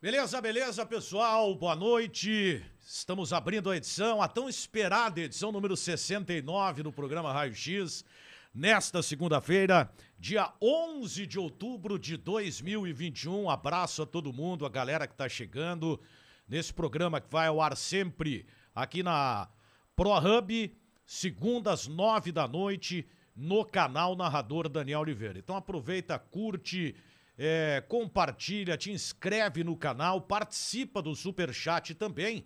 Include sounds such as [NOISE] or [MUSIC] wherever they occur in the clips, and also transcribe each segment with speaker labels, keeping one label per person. Speaker 1: Beleza, beleza, pessoal? Boa noite. Estamos abrindo a edição, a tão esperada edição número 69 do programa Raio X, nesta segunda-feira, dia 11 de outubro de 2021. Abraço a todo mundo, a galera que está chegando nesse programa que vai ao ar sempre aqui na ProHub, segundas, nove da noite, no canal Narrador Daniel Oliveira. Então aproveita, curte, é, compartilha, te inscreve no canal, participa do super chat também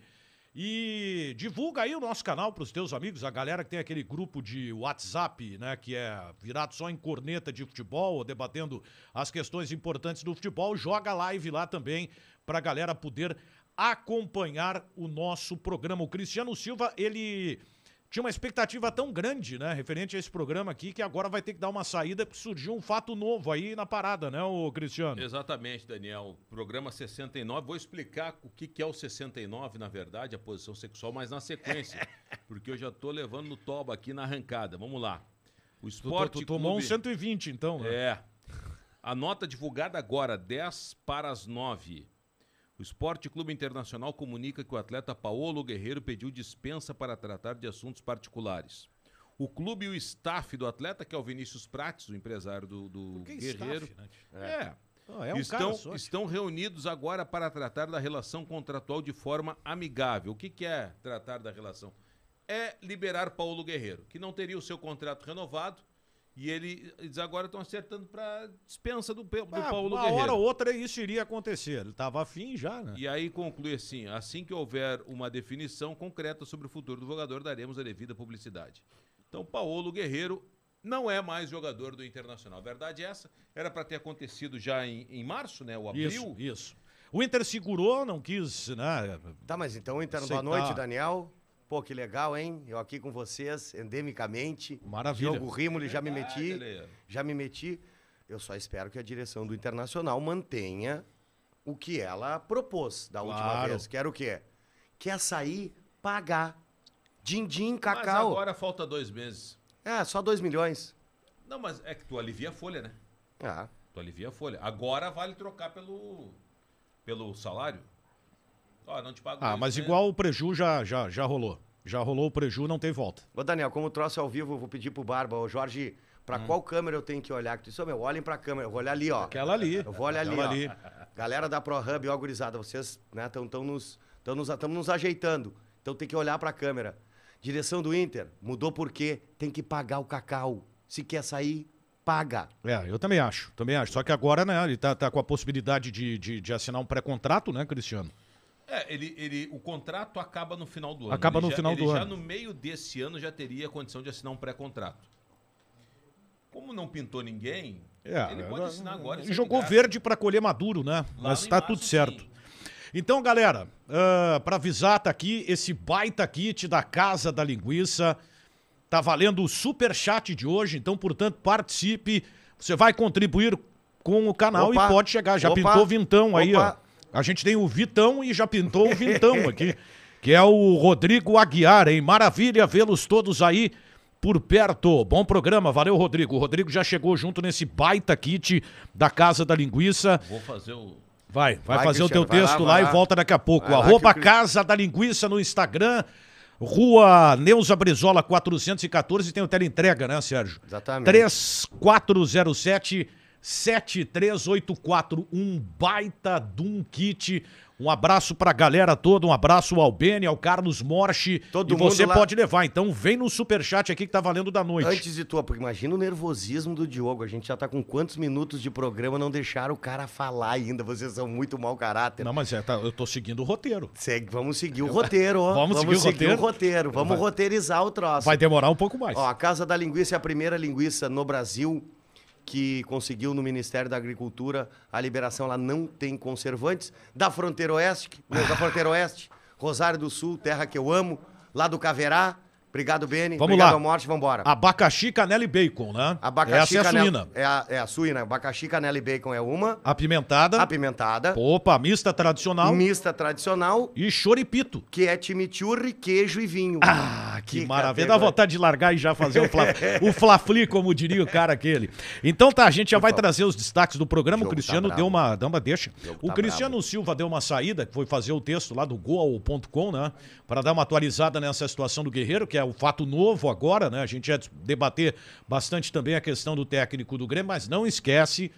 Speaker 1: e divulga aí o nosso canal para os teus amigos, a galera que tem aquele grupo de WhatsApp, né, que é virado só em corneta de futebol, debatendo as questões importantes do futebol, joga live lá também para a galera poder acompanhar o nosso programa. O Cristiano Silva, ele tinha uma expectativa tão grande, né, referente a esse programa aqui, que agora vai ter que dar uma saída, porque surgiu um fato novo aí na parada, né, o Cristiano?
Speaker 2: Exatamente, Daniel. Programa 69. Vou explicar o que que é o 69, na verdade, a posição sexual, mas na
Speaker 1: [LAUGHS]
Speaker 2: sequência, porque eu já tô levando no toba aqui na arrancada. Vamos lá.
Speaker 1: Tu, tu,
Speaker 2: O esporte
Speaker 1: tu tomou um
Speaker 2: Clube-
Speaker 1: 120, então, né?
Speaker 2: É. A nota divulgada agora, 10 para as 9. O Esporte Clube Internacional comunica que o atleta Paolo Guerreiro pediu dispensa para tratar de assuntos particulares. O clube e o staff do atleta, que é o Vinícius Prates, o empresário do, do
Speaker 1: Que
Speaker 2: Guerreiro.
Speaker 1: staff, né, tio?
Speaker 2: É.
Speaker 1: Ah, é um
Speaker 2: estão,
Speaker 1: cara só,
Speaker 2: estão reunidos agora para tratar da relação contratual de forma amigável. O que, que é tratar da relação? É liberar Paulo Guerreiro, que não teria o seu contrato renovado. E ele, eles agora estão acertando para dispensa do, Pe- do
Speaker 1: Ah,
Speaker 2: Paulo
Speaker 1: uma
Speaker 2: Guerreiro.
Speaker 1: hora ou outra isso iria acontecer. Ele tava afim já, né?
Speaker 2: E aí conclui assim: assim que houver uma definição concreta sobre o futuro do jogador, daremos a devida publicidade. Então, Paulo Guerreiro não é mais jogador do Internacional. A verdade é essa. Era para ter acontecido já em, em março, né? O abril.
Speaker 1: Isso, isso. O Inter segurou, não quis, né?
Speaker 3: Tá, mas então, entrando
Speaker 1: Aceitar.
Speaker 3: boa noite, Daniel. Pô, que legal, hein? Eu aqui com vocês, endemicamente.
Speaker 1: Maravilha.
Speaker 3: Diogo Rímoli, já me
Speaker 2: Verdade,
Speaker 3: meti.
Speaker 2: Lê.
Speaker 3: Já me meti. Eu só espero que a direção do Internacional mantenha o que ela propôs da última
Speaker 1: Claro.
Speaker 3: vez. Que era o quê? Quer sair, pagar. Din-din,
Speaker 2: Mas
Speaker 3: cacau.
Speaker 2: agora falta dois meses.
Speaker 3: É, só 2 milhões.
Speaker 2: Não, mas é que tu alivia a folha, né?
Speaker 3: Ah,
Speaker 2: Tu alivia a folha. Agora vale trocar pelo, pelo salário. Ó, não te pago
Speaker 1: Ah,
Speaker 2: dois
Speaker 1: mas
Speaker 2: meses.
Speaker 1: igual o Preju já, já, já rolou. Já rolou o Preju, não tem volta.
Speaker 3: Ô, Daniel, como o troço é ao vivo, eu vou pedir pro Barba, ô Jorge, pra qual câmera eu tenho que olhar? Que tu disse, ô, meu, olhem pra câmera, eu vou olhar ali, ó.
Speaker 1: Hum. Aquela ali.
Speaker 3: Eu vou olhar ali,
Speaker 1: Aquela
Speaker 3: ó.
Speaker 1: ali.
Speaker 3: Galera da ProHub, ó, gurizada, vocês, né, estão nos, tão nos, tão nos ajeitando. Então tem que olhar pra câmera. Direção do Inter, mudou por quê? Tem que pagar o cacau. Se quer sair, paga.
Speaker 1: É, eu também acho, também acho. Só que agora, né, ele tá, tá com a possibilidade de, de, de assinar um pré-contrato, né, Cristiano?
Speaker 2: É, ele, ele, o contrato acaba no final do ano.
Speaker 1: Acaba
Speaker 2: Ele
Speaker 1: no
Speaker 2: já-
Speaker 1: final
Speaker 2: ele
Speaker 1: do
Speaker 2: já
Speaker 1: ano.
Speaker 2: no meio desse ano já teria condição de assinar um pré-contrato. Como não pintou ninguém,
Speaker 1: É,
Speaker 2: ele pode assinar agora.
Speaker 1: Ele
Speaker 2: isso é
Speaker 1: jogou
Speaker 2: de graça.
Speaker 1: verde pra colher maduro, né?
Speaker 2: Lá
Speaker 1: Mas
Speaker 2: no
Speaker 1: tá
Speaker 2: Embaço,
Speaker 1: tudo certo.
Speaker 2: sim.
Speaker 1: Então, galera, ah, pra avisar, tá aqui esse baita kit da Casa da Linguiça. Tá valendo o super chat de hoje, então, portanto, participe. Você vai contribuir com o canal
Speaker 3: Opa.
Speaker 1: e pode chegar. Já
Speaker 3: Opa.
Speaker 1: pintou vintão aí, ó.
Speaker 3: Opa.
Speaker 1: A gente tem o Vitão e já pintou
Speaker 3: [LAUGHS]
Speaker 1: o Vintão aqui, que é o Rodrigo Aguiar, hein? Maravilha vê-los todos aí por perto. Bom programa, valeu, Rodrigo. O Rodrigo já chegou junto nesse baita kit da Casa da Linguiça.
Speaker 2: Vou fazer o.
Speaker 1: Vai, vai,
Speaker 3: Vai,
Speaker 1: fazer o teu
Speaker 3: Cristiano, vai lá,
Speaker 1: texto lá,
Speaker 3: vai
Speaker 1: e
Speaker 3: lá.
Speaker 1: volta daqui a pouco.
Speaker 3: Vai lá,
Speaker 1: Arroba
Speaker 3: que o Cri-
Speaker 1: Casa da Linguiça no Instagram, Rua Neuza Brizola 414, tem o teleentrega, né, Sérgio?
Speaker 3: Exatamente.
Speaker 1: 3407 7384, um baita de um kit. Um abraço pra galera toda, um abraço ao Beni, ao Carlos Morche.
Speaker 3: Todo
Speaker 1: e você
Speaker 3: mundo lá.
Speaker 1: pode levar, então vem no superchat aqui que tá valendo da noite.
Speaker 3: Antes de tu, porque imagina o nervosismo do Diogo. A gente já tá com quantos minutos de programa, não deixaram o cara falar ainda. Vocês são muito mau caráter.
Speaker 1: Não, mas é, tá, eu tô seguindo o roteiro.
Speaker 3: Segue- vamos seguir o roteiro, ó.
Speaker 1: [LAUGHS] Vamos seguir o roteiro?
Speaker 3: Vamos
Speaker 1: Vai.
Speaker 3: roteirizar o troço.
Speaker 1: Vai demorar um pouco mais.
Speaker 3: Ó, a Casa da Linguiça é a primeira linguiça no Brasil que conseguiu no Ministério da Agricultura a liberação. Ela não tem conservantes. Da Fronteira Oeste, que- não, da Fronteira Oeste, Rosário do Sul, terra que eu amo, lá do Caverá. Obrigado, Beni.
Speaker 1: Vamos
Speaker 3: Obrigado
Speaker 1: lá.
Speaker 3: à morte, vambora.
Speaker 1: Abacaxi, canela e bacon, né? Essa
Speaker 3: Abacaxi,
Speaker 1: é a
Speaker 3: canela-
Speaker 1: suína.
Speaker 3: É a, é a suína. Abacaxi, canela e bacon é uma.
Speaker 1: Apimentada.
Speaker 3: Apimentada.
Speaker 1: Opa, mista tradicional.
Speaker 3: Mista tradicional,
Speaker 1: E choripito.
Speaker 3: que é chimichurri, queijo e vinho.
Speaker 1: Ah, que,
Speaker 3: Que
Speaker 1: maravilha. Dá
Speaker 3: categoria.
Speaker 1: vontade de largar e já fazer o
Speaker 3: [LAUGHS]
Speaker 1: fla, o fla-fli, como diria o cara aquele. Então tá, a gente já vai trazer os destaques do programa. O
Speaker 3: Jogo tá
Speaker 1: Cristiano
Speaker 3: brabo.
Speaker 1: deu uma, deu uma deixa.
Speaker 3: Jogo
Speaker 1: O
Speaker 3: tá
Speaker 1: Cristiano Silva deu uma saída, que foi fazer o texto lá do goal.com, né? Para dar uma atualizada nessa situação do Guerreiro, que é o fato novo agora, né? A gente ia debater bastante também a questão do técnico do Grêmio, mas não esquece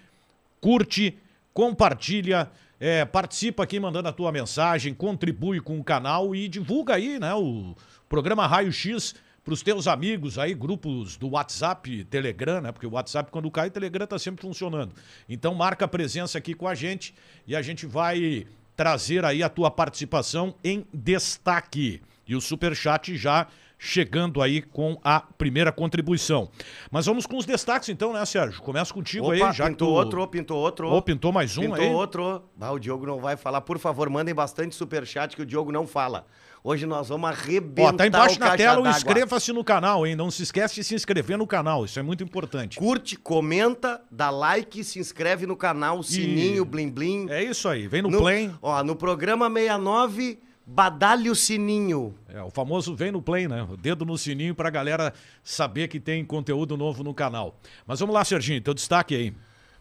Speaker 1: curte, compartilha, é, participa aqui mandando a tua mensagem, contribui com o canal e divulga aí, né, o programa Raio X para os teus amigos aí, grupos do WhatsApp, Telegram, né? Porque o WhatsApp quando cai, o Telegram tá sempre funcionando. Então marca a presença aqui com a gente e a gente vai trazer aí a tua participação em destaque. E o Superchat já chegando aí com a primeira contribuição. Mas vamos com os destaques então, né, Sérgio? Começa contigo aí, já que tu...
Speaker 3: pintou outro, pintou outro.
Speaker 1: Ô, pintou mais um
Speaker 3: pintou
Speaker 1: aí?
Speaker 3: outro. Ah, o Diogo não vai falar. Por favor, mandem bastante superchat que o Diogo não fala. Hoje nós vamos arrebentar
Speaker 1: Ó, tá embaixo
Speaker 3: o
Speaker 1: na
Speaker 3: caixa
Speaker 1: tela o
Speaker 3: d'água.
Speaker 1: inscreva-se no canal, hein? Não se esquece de se inscrever no canal, isso é muito importante.
Speaker 3: Curte, comenta, dá like, se inscreve no canal, sininho, blim blim.
Speaker 1: É isso aí, vem no, Play.
Speaker 3: Ó, no programa 69, badalhe o sininho.
Speaker 1: É, o famoso vem no Play, né? O dedo no sininho pra galera saber que tem conteúdo novo no canal. Mas vamos lá, Serginho, teu destaque aí.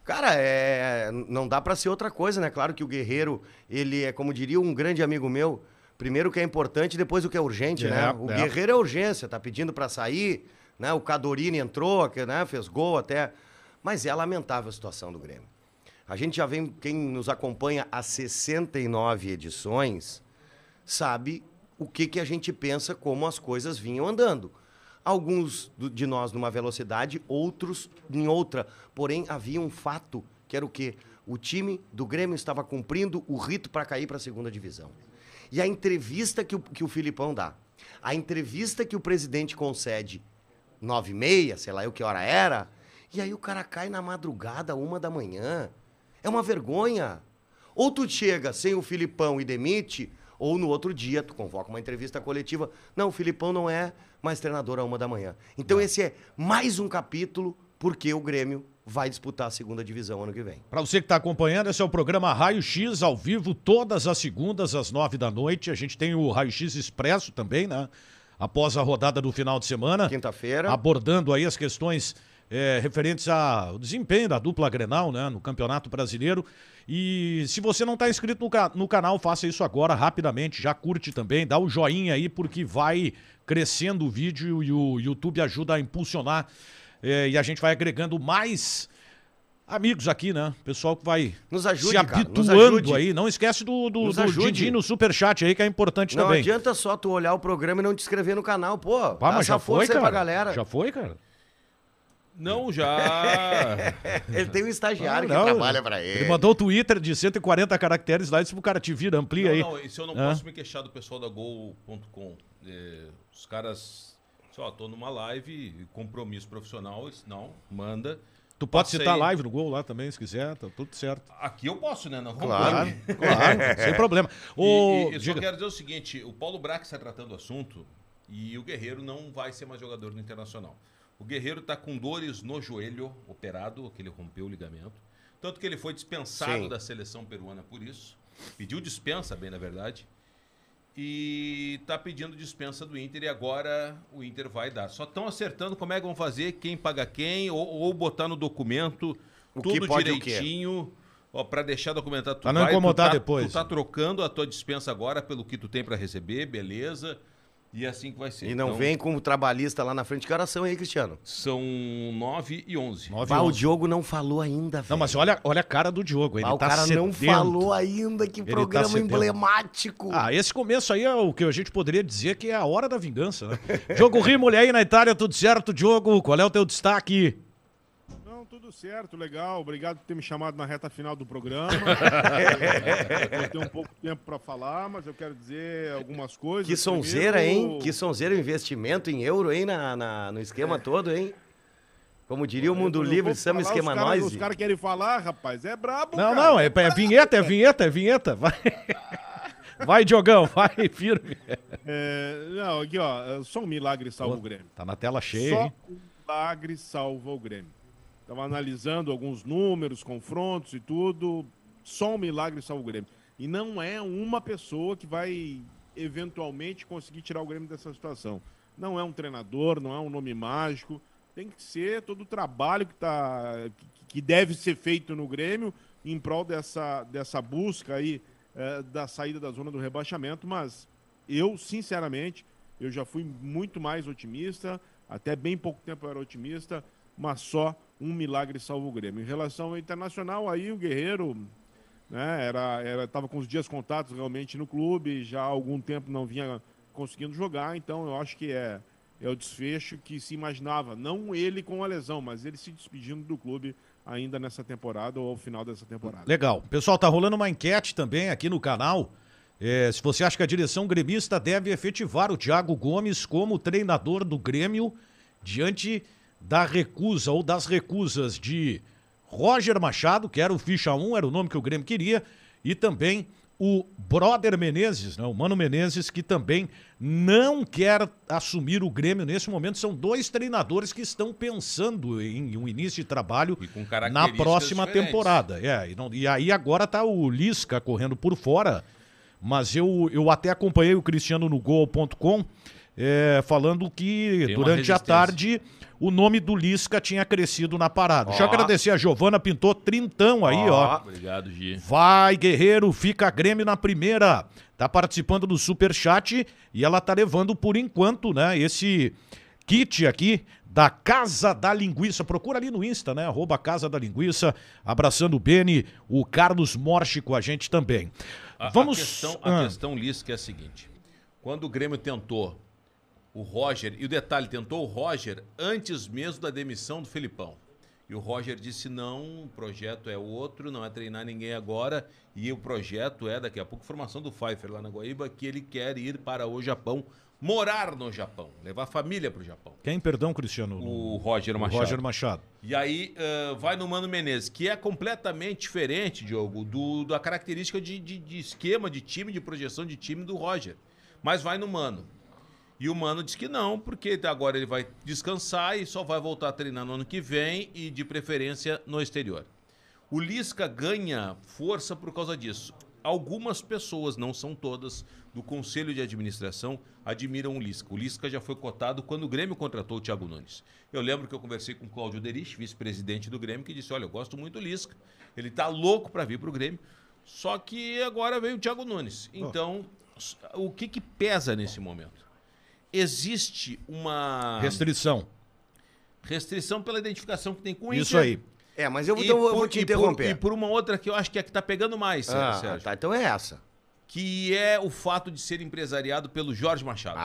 Speaker 3: Cara, é, não dá pra ser outra coisa, né? Claro que o Guerreiro, ele é, como diria um grande amigo meu, primeiro o que é importante, depois o que é urgente,
Speaker 1: É,
Speaker 3: né? O
Speaker 1: é.
Speaker 3: Guerreiro é urgência, tá pedindo pra sair, né? O Cadorini entrou, que, né? fez gol até. Mas é lamentável a situação do Grêmio. A gente já vem, quem nos acompanha há 69 edições, sabe o que, que a gente pensa como as coisas vinham andando. Alguns do- de nós numa velocidade, outros em outra. Porém, havia um fato, que era o quê? O time do Grêmio estava cumprindo o rito para cair para a segunda divisão. E a entrevista que o, que o Filipão dá, a entrevista que o presidente concede, nove e meia, sei lá eu que hora era, e aí o cara cai na madrugada, uma da manhã. É uma vergonha. Ou tu chega sem o Filipão e demite, ou no outro dia tu convoca uma entrevista coletiva. Não, o Filipão não é mais treinador à uma da manhã. Então esse é mais um capítulo, porque o Grêmio vai disputar a segunda divisão ano que vem.
Speaker 1: Para você que está acompanhando, esse é o programa Raio X ao vivo, todas as segundas, às nove da noite. A gente tem o Raio X Expresso também, né? Após a rodada do final de semana.
Speaker 3: Quinta-feira.
Speaker 1: Abordando aí as questões eh, referentes ao desempenho da dupla Grenal, né? No Campeonato Brasileiro. E se você não está inscrito no, ca- no canal, faça isso agora, rapidamente. Já curte também, dá o joinha aí, porque vai crescendo o vídeo e o YouTube ajuda a impulsionar. eh, e a gente vai agregando mais amigos aqui, né? Pessoal que vai
Speaker 3: Nos ajude,
Speaker 1: se
Speaker 3: cara, nos
Speaker 1: habituando
Speaker 3: ajude.
Speaker 1: aí. Não esquece do, do,
Speaker 3: Nos
Speaker 1: do
Speaker 3: ajude.
Speaker 1: Didi no superchat aí, que é importante
Speaker 3: Não
Speaker 1: também.
Speaker 3: adianta só tu olhar o programa e não te inscrever no canal, pô.
Speaker 1: Pá, mas
Speaker 3: dá essa
Speaker 1: já foi,
Speaker 3: força
Speaker 1: cara.
Speaker 3: aí pra galera.
Speaker 1: Já foi, cara.
Speaker 2: Não, [LAUGHS] já.
Speaker 3: [LAUGHS] Ele tem um estagiário
Speaker 1: Ah, Não,
Speaker 3: que trabalha pra ele.
Speaker 1: Ele mandou o Twitter de 140 caracteres lá e disse pro cara, te vira, amplia aí.
Speaker 2: Não, não, isso eu não
Speaker 1: Hã?
Speaker 2: posso me queixar do pessoal da Gol.com. É, os caras. Só, tô numa live, compromisso profissional. eles, não, manda.
Speaker 1: Tu pode
Speaker 2: Passei.
Speaker 1: citar a live no gol lá também, se quiser, tá tudo certo.
Speaker 2: Aqui eu posso, né? Não vou
Speaker 3: Claro.
Speaker 2: proibir.
Speaker 1: Claro,
Speaker 3: [LAUGHS]
Speaker 1: sem problema.
Speaker 2: E,
Speaker 1: Ô,
Speaker 2: e eu só
Speaker 1: diga.
Speaker 2: quero dizer o seguinte: o Paulo Brax está tratando o assunto e o Guerreiro não vai ser mais jogador do Internacional. O Guerreiro está com dores no joelho operado, que ele rompeu o ligamento. Tanto que ele foi dispensado
Speaker 3: Sim.
Speaker 2: da seleção peruana por isso. Pediu dispensa, bem na verdade. E está pedindo dispensa do Inter e agora o Inter vai dar. Só estão acertando como é que vão fazer, quem paga quem, ou, ou botar no documento
Speaker 3: O que
Speaker 2: tudo
Speaker 3: pode e o que.
Speaker 2: direitinho, ó, para deixar documentado
Speaker 1: Pra não incomodar depois.
Speaker 2: Tu tá trocando a tua dispensa agora pelo que tu tem pra receber, beleza? E é assim que vai ser.
Speaker 3: E não
Speaker 2: Então,
Speaker 3: vem com o trabalhista lá na frente. Que horas são aí, Cristiano?
Speaker 2: São 9 e 11.
Speaker 1: Nove
Speaker 3: Bah,
Speaker 1: e
Speaker 3: o
Speaker 1: onze.
Speaker 3: Diogo não falou ainda, velho.
Speaker 1: Não, mas olha, olha a cara do Diogo, ele
Speaker 3: Bah, o
Speaker 1: tá
Speaker 3: cara não
Speaker 1: sedento.
Speaker 3: falou ainda. Que
Speaker 1: tá
Speaker 3: programa
Speaker 1: sedento.
Speaker 3: emblemático.
Speaker 4: Tipo,
Speaker 1: Ah, esse começo aí é o que a gente poderia dizer que é a hora da vingança, né? [LAUGHS] Diogo Rimoli aí na Itália, tudo certo, Diogo? Qual é o teu destaque?
Speaker 4: Não, tudo certo, legal. Obrigado por ter me chamado na reta final
Speaker 3: [LAUGHS]
Speaker 4: do programa. eu tenho um pouco de tempo para falar, mas eu quero dizer algumas coisas.
Speaker 3: Que sonzeira,
Speaker 4: Primeiro,
Speaker 3: hein? Que sonzeira o investimento em euro, hein? Na, na- no esquema todo, hein? Como diria o Mundo
Speaker 4: É. eu
Speaker 3: Livre,
Speaker 4: vou
Speaker 3: Sam
Speaker 4: falar,
Speaker 3: Esquema
Speaker 4: os cara-
Speaker 3: Nós.
Speaker 4: Os caras querem falar, rapaz. É brabo,
Speaker 1: Não,
Speaker 4: cara.
Speaker 1: não, é, é vinheta, é vinheta, é vinheta. Vai, [LAUGHS] vai Diogão, vai, [LAUGHS] firme.
Speaker 4: É, não, aqui, ó. Só um milagre salva o Grêmio.
Speaker 1: Tá na tela cheia,
Speaker 4: Só
Speaker 1: hein?
Speaker 4: um milagre salva o Grêmio. Estava analisando alguns números, confrontos e tudo. Só um milagre salva o Grêmio. E não é uma pessoa que vai eventualmente conseguir tirar o Grêmio dessa situação. Não é um treinador, não é um nome mágico. Tem que ser todo o trabalho que, tá, que- que deve ser feito no Grêmio em prol dessa, dessa busca aí eh, da saída da zona do rebaixamento, mas eu, sinceramente, eu já fui muito mais otimista, até bem pouco tempo eu era otimista, mas só um milagre salva o Grêmio. Em relação ao Internacional, aí o Guerreiro né, era, era, tava com os dias contatos realmente no clube, já há algum tempo não vinha conseguindo jogar, então eu acho que é, é o desfecho que se imaginava, não ele com a lesão, mas ele se despedindo do clube ainda nessa temporada ou ao final dessa temporada.
Speaker 1: Legal. Pessoal, tá rolando uma enquete também aqui no canal. É, se você acha que a direção gremista deve efetivar o Thiago Gomes como treinador do Grêmio diante da recusa ou das recusas de Roger Machado, que era o ficha 1, era o nome que o Grêmio queria, e também o brother Menezes, né, o Mano Menezes, que também não quer assumir o Grêmio nesse momento. São dois treinadores que estão pensando em um início de trabalho
Speaker 2: E com
Speaker 1: na
Speaker 2: características
Speaker 1: próxima
Speaker 2: diferentes.
Speaker 1: temporada. É, e, não- e aí agora tá o Lisca correndo por fora, mas eu, eu até acompanhei o Cristiano no gol.com é, falando que
Speaker 2: Tem uma
Speaker 1: durante a
Speaker 2: resistência.
Speaker 1: tarde o nome do Lisca tinha crescido na parada. Deixa eu
Speaker 3: Ó.
Speaker 1: agradecer a Giovana Pintou, trintão aí, ó.
Speaker 3: Ó.
Speaker 2: Obrigado, Gi.
Speaker 1: Vai, guerreiro, fica Grêmio na primeira. Tá participando do Superchat e ela tá levando por enquanto, né, esse kit aqui da Casa da Linguiça. Procura ali no Insta, né, arroba Casa da Linguiça. Abraçando o Beni, o Carlos Morche com a gente também.
Speaker 2: A,
Speaker 1: Vamos...
Speaker 2: A questão,
Speaker 1: Ah,
Speaker 2: a questão Lisca é a seguinte. Quando o Grêmio tentou o Roger, e o detalhe, tentou o Roger antes mesmo da demissão do Felipão. E o Roger disse, não, o projeto é outro, não é treinar ninguém agora, e o projeto é, daqui a pouco, formação do Pfeiffer lá na Guaíba, que ele quer ir para o Japão, morar no Japão, levar a família para o Japão.
Speaker 1: Quem, perdão, Cristiano?
Speaker 2: O Roger
Speaker 1: O
Speaker 2: Machado.
Speaker 1: Roger Machado.
Speaker 2: E aí ah, vai no Mano Menezes, que é completamente diferente, Diogo, do, da característica de, de- de esquema de time, de projeção de time do Roger. Mas vai no Mano. E o Mano diz que não, porque agora ele vai descansar e só vai voltar a treinar no ano que vem e de preferência no exterior. O Lisca ganha força por causa disso. Algumas pessoas, não são todas, do conselho de administração admiram o Lisca. O Lisca já foi cotado quando o Grêmio contratou o Thiago Nunes. Eu lembro que eu conversei com o Cláudio Derich, vice-presidente do Grêmio, que disse: Olha, eu gosto muito do Lisca. Ele tá louco para vir pro Grêmio. Só que agora veio o Thiago Nunes. Então, s- o que que pesa nesse momento? Existe uma
Speaker 1: Restrição.
Speaker 2: restrição pela identificação que tem com o
Speaker 1: Isso
Speaker 2: Inter.
Speaker 1: aí.
Speaker 3: É, mas eu,
Speaker 2: E
Speaker 3: então eu
Speaker 2: por-
Speaker 3: vou te
Speaker 2: e por-
Speaker 3: interromper.
Speaker 2: e por uma outra que eu acho que é a que tá pegando mais,
Speaker 3: Ah,
Speaker 2: Sérgio.
Speaker 3: tá, então é essa.
Speaker 2: Que é o fato de ser empresariado pelo Jorge Machado.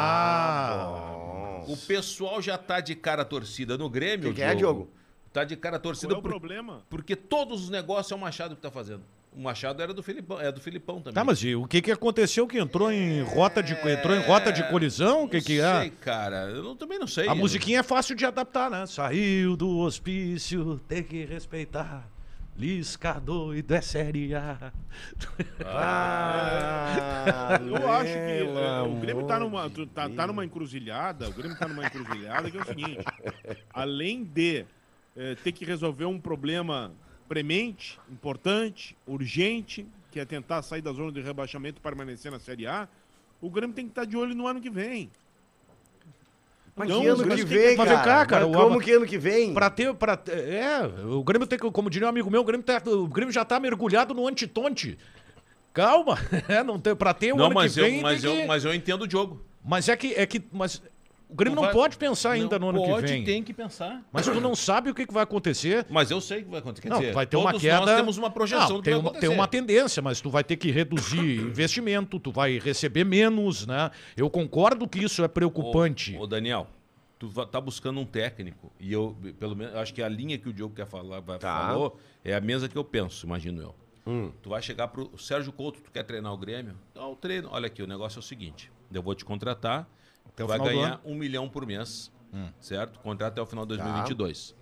Speaker 1: Ah,
Speaker 2: O pessoal já tá de cara torcida no Grêmio.
Speaker 3: Que que é, Diogo?
Speaker 2: Tá de cara
Speaker 4: Qual
Speaker 2: torcida
Speaker 4: é o
Speaker 2: por-
Speaker 4: problema?
Speaker 2: porque todos os negócios é o Machado que tá fazendo. O Machado era do Filipão, é do Filipão também.
Speaker 1: Tá, mas e o que que aconteceu que entrou em rota de entrou em rota de colisão? O que que
Speaker 2: Não
Speaker 1: é?
Speaker 2: sei, cara. Eu não- também não sei.
Speaker 1: A musiquinha é fácil de adaptar, né? Saiu do hospício, tem que respeitar. Lisca doido é série
Speaker 2: [LAUGHS]
Speaker 1: A. Ah,
Speaker 3: Ah,
Speaker 4: [LAUGHS] Eu acho que eh,
Speaker 3: pelo
Speaker 4: o Grêmio tá
Speaker 3: amor
Speaker 4: numa,
Speaker 3: de
Speaker 4: tu- tá, tá numa encruzilhada. O Grêmio tá numa encruzilhada que é o seguinte: além de eh, ter que resolver um problema premente, importante, urgente, que é tentar sair da zona de rebaixamento e permanecer na Série A, o Grêmio tem que estar de olho no ano que vem.
Speaker 3: Mas
Speaker 4: Não,
Speaker 3: que
Speaker 4: mas
Speaker 3: ano que
Speaker 4: tem que-
Speaker 3: vem,
Speaker 1: mas vem
Speaker 3: cara?
Speaker 1: cá, cara,
Speaker 3: Mas
Speaker 1: o
Speaker 3: como
Speaker 1: Aba-
Speaker 3: que ano que vem?
Speaker 1: Pra ter, pra ter- é, o Grêmio tem que, como diria um amigo meu, o Grêmio, tá- o Grêmio já tá mergulhado no antitonte. Calma, [LAUGHS] é, não tem, pra ter o
Speaker 2: Não,
Speaker 1: ano
Speaker 2: mas
Speaker 1: que
Speaker 2: eu,
Speaker 1: vem tem
Speaker 2: mas, eu,
Speaker 1: que-
Speaker 2: mas eu entendo o jogo.
Speaker 1: mas é que, é que, mas o Grêmio não,
Speaker 2: vai-
Speaker 1: pode pensar ainda
Speaker 2: Não
Speaker 1: no ano
Speaker 2: pode,
Speaker 1: que vem.
Speaker 2: tem que pensar.
Speaker 1: Mas tu não sabe o que, que vai acontecer.
Speaker 2: Mas eu sei o que vai acontecer. Quer
Speaker 1: Não,
Speaker 2: dizer,
Speaker 1: vai ter uma
Speaker 2: todos
Speaker 1: queda.
Speaker 2: Nós temos uma projeção
Speaker 1: Não,
Speaker 2: do que
Speaker 1: tem,
Speaker 2: vai
Speaker 1: uma, tem
Speaker 2: acontecer.
Speaker 1: uma tendência, mas tu vai ter que
Speaker 2: [COUGHS]
Speaker 1: reduzir investimento, tu vai receber menos, né? Eu concordo que isso é preocupante.
Speaker 2: Ô, ô, Daniel, tu va- tá buscando um técnico. E eu, pelo menos, acho que a linha que o Diogo quer falar, vai-
Speaker 3: Tá.
Speaker 2: falou é a mesma que eu penso, imagino eu. Tu vai chegar pro Sérgio Couto, tu quer treinar o Grêmio? Então, eu treino. Olha aqui, o negócio é o seguinte: eu vou te contratar,
Speaker 1: o
Speaker 2: tu vai
Speaker 1: final do
Speaker 2: ganhar
Speaker 1: ano. Hum. Tá.
Speaker 2: um milhão por mês, certo? Contrato até o final de 2022.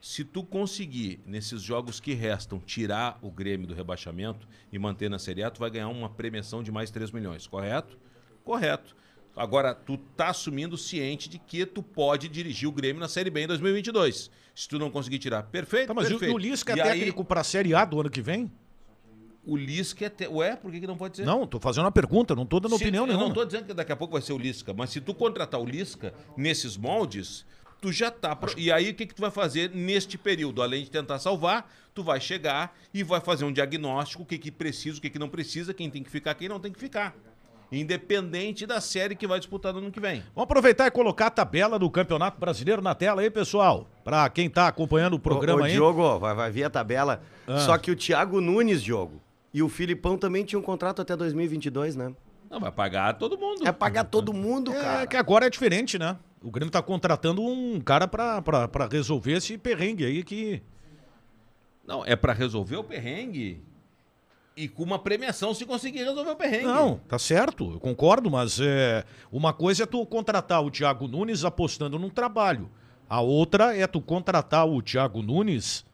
Speaker 2: Se tu conseguir, nesses jogos que restam, tirar o Grêmio do rebaixamento e manter na Série A, tu vai ganhar uma premiação de mais 3 milhões, correto? Correto. Agora, tu tá assumindo ciente de que tu pode dirigir o Grêmio na Série B em 2022. Se tu não conseguir tirar, perfeito,
Speaker 1: Tá, mas e o-
Speaker 2: perfeito.
Speaker 1: e o Lisca é
Speaker 2: E aí-
Speaker 1: técnico pra Série A do ano que vem?
Speaker 2: O Lisca é. Te... Ué, por que, que não pode ser?
Speaker 1: Não, tô fazendo uma pergunta, não tô dando
Speaker 2: Se-
Speaker 1: opinião
Speaker 2: eu
Speaker 1: nenhuma.
Speaker 2: não tô dizendo que daqui a pouco vai ser o Lisca, mas se tu contratar o Lisca nesses moldes, tu já tá. pro- E aí o que, que tu vai fazer neste período? Além de tentar salvar, tu vai chegar e vai fazer um diagnóstico, o que, que precisa, o que, que não precisa, quem tem que ficar, quem não tem que ficar. Independente da série que vai disputar no ano que vem.
Speaker 1: Vamos aproveitar e colocar a tabela do Campeonato Brasileiro na tela aí, pessoal. Pra quem tá acompanhando o programa
Speaker 3: Ô, ô,
Speaker 1: aí. Ah.
Speaker 3: Diogo, vai, vai ver a tabela. Só que o Thiago Nunes, Diogo, e o Filipão também tinham um contrato até 2022, né?
Speaker 2: Não, vai pagar todo mundo.
Speaker 3: É pagar todo mundo,
Speaker 1: É
Speaker 3: cara.
Speaker 1: que agora é diferente, né? O Grêmio tá contratando um cara pra, pra, pra resolver esse perrengue aí que.
Speaker 2: Não, é pra resolver o perrengue e com uma premiação se conseguir resolver o perrengue.
Speaker 1: Não, tá certo, eu concordo, mas é, uma coisa é tu contratar o Thiago Nunes apostando num trabalho. A outra é tu contratar o Thiago Nunes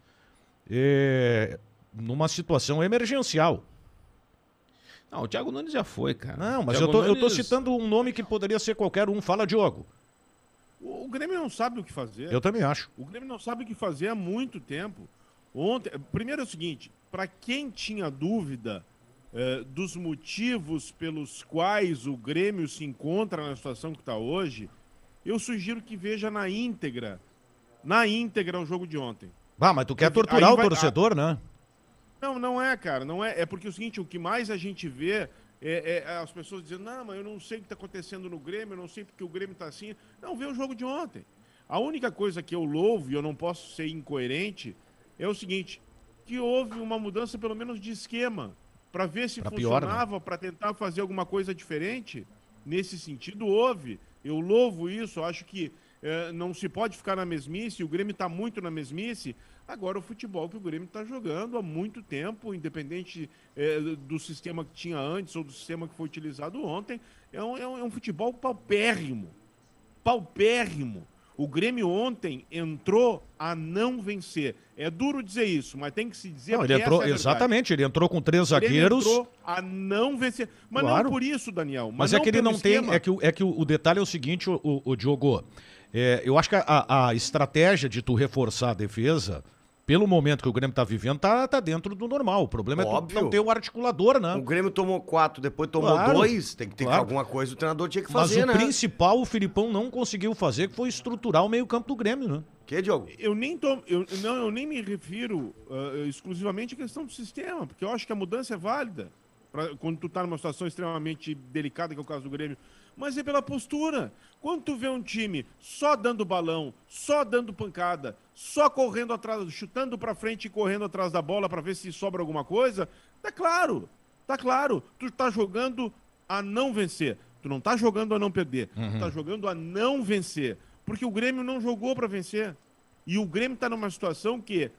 Speaker 1: é, numa situação emergencial.
Speaker 2: Não, o Thiago Nunes já foi, cara.
Speaker 1: Não, mas eu
Speaker 2: Thiago
Speaker 1: tô, eu tô
Speaker 2: Nunes-
Speaker 1: citando um nome que poderia ser qualquer um. Fala, Diogo.
Speaker 4: O, o Grêmio não sabe o que fazer.
Speaker 1: Eu também acho.
Speaker 4: O Grêmio não sabe o que fazer há muito tempo. Ontem, primeiro é o seguinte, para quem tinha dúvida eh, dos motivos pelos quais o Grêmio se encontra na situação que está hoje, eu sugiro que veja na íntegra, na íntegra o jogo de ontem.
Speaker 1: Ah, mas tu quer
Speaker 4: Aí
Speaker 1: torturar o
Speaker 4: vai-
Speaker 1: torcedor, né?
Speaker 4: Não, não é, cara, não é. É porque é o seguinte, o que mais a gente vê é, é as pessoas dizendo, não, mas eu não sei o que está acontecendo no Grêmio, eu não sei porque o Grêmio está assim. Não, vê o jogo de ontem. A única coisa que eu louvo, e eu não posso ser incoerente, é o seguinte, que houve uma mudança pelo menos de esquema, para ver se
Speaker 1: Pra pior, né?
Speaker 4: funcionava, para tentar fazer alguma coisa diferente. Nesse sentido, houve. Eu louvo isso, eu acho que eh, não se pode ficar na mesmice, o Grêmio está muito na mesmice. Agora, o futebol que o Grêmio está jogando há muito tempo, independente eh, do sistema que tinha antes ou do sistema que foi utilizado ontem, é um, é um- é um futebol paupérrimo. Paupérrimo. O Grêmio ontem entrou a não vencer. É duro dizer isso, mas tem que se dizer
Speaker 1: Não, ele
Speaker 4: porque
Speaker 1: entrou,
Speaker 4: essa é a verdade.
Speaker 1: exatamente, ele entrou com três
Speaker 4: O Grêmio
Speaker 1: zagueiros.
Speaker 4: entrou a não vencer. Mas
Speaker 1: Claro.
Speaker 4: não por isso, Daniel.
Speaker 1: Mas, é que ele
Speaker 4: pelo
Speaker 1: não tem.
Speaker 4: esquema.
Speaker 1: É que, o- é que o, o detalhe é o seguinte, o, o- o Diogo. é, eu acho que a, a estratégia de tu reforçar a defesa, pelo momento que o Grêmio tá vivendo, tá, tá dentro do normal. O problema é
Speaker 3: Óbvio.
Speaker 1: tu não ter o articulador, né?
Speaker 3: O Grêmio tomou quatro, depois tomou
Speaker 1: Claro.
Speaker 3: dois. Tem que ter
Speaker 1: Claro.
Speaker 3: alguma coisa, o treinador tinha que
Speaker 1: Mas
Speaker 3: fazer,
Speaker 1: o
Speaker 3: né?
Speaker 1: principal, o Filipão não conseguiu fazer, que foi estruturar o meio-campo do Grêmio, né?
Speaker 3: Que, Diogo?
Speaker 4: Eu nem, tô, eu, não, eu nem me refiro ah, exclusivamente à questão do sistema, porque eu acho que a mudança é válida pra- quando tu tá numa situação extremamente delicada, que é o caso do Grêmio. Mas é pela postura. Quando tu vê um time só dando balão, só dando pancada, só correndo atrás, chutando pra frente e correndo atrás da bola pra ver se sobra alguma coisa, tá claro. Tá claro. Tu tá jogando a não vencer. Tu não tá jogando a não perder. Tu tá jogando a não vencer. Porque o Grêmio não jogou pra vencer. E o Grêmio está numa situação que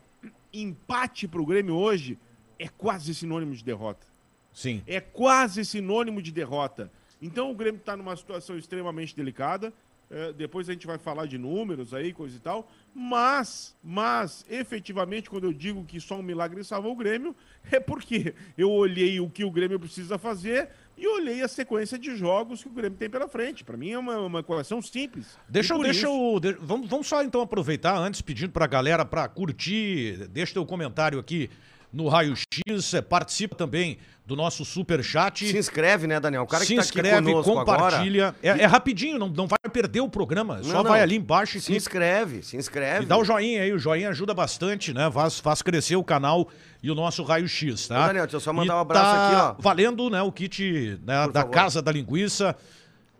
Speaker 4: empate para o Grêmio hoje é quase sinônimo de derrota.
Speaker 1: Sim.
Speaker 4: É quase sinônimo de derrota. Então o Grêmio está numa situação extremamente delicada. eh, depois a gente vai falar de números aí, coisa e tal. Mas, mas, efetivamente, quando eu digo que só um milagre salva o Grêmio, [LAUGHS] é porque eu olhei o que o Grêmio precisa fazer e olhei a sequência de jogos que o Grêmio tem pela frente. Para mim é uma, uma equação simples.
Speaker 1: Deixa
Speaker 4: E
Speaker 1: eu,
Speaker 4: por
Speaker 1: deixa
Speaker 4: isso-
Speaker 1: eu, de- vamos, vamos só então aproveitar antes pedindo pra galera pra curtir, deixa teu comentário aqui no Raio X, eh, participa também do nosso super chat.
Speaker 3: Se inscreve, né, Daniel? O cara
Speaker 1: se
Speaker 3: que tá aqui
Speaker 1: inscreve,
Speaker 3: conosco agora.
Speaker 1: compartilha. É, é rapidinho, não, não vai perder o programa. Só
Speaker 3: Não, não.
Speaker 1: vai ali embaixo e
Speaker 3: Se
Speaker 1: clica.
Speaker 3: inscreve, se inscreve.
Speaker 1: E dá o joinha aí, o joinha ajuda bastante, né? Faz, faz crescer o canal e o nosso raio-x, tá?
Speaker 3: Ô, Daniel, deixa eu só mandar
Speaker 1: E
Speaker 3: um abraço
Speaker 1: tá
Speaker 3: aqui, ó.
Speaker 1: Valendo, né, o kit né,
Speaker 3: Por
Speaker 1: da
Speaker 3: favor.
Speaker 1: Casa da Linguiça.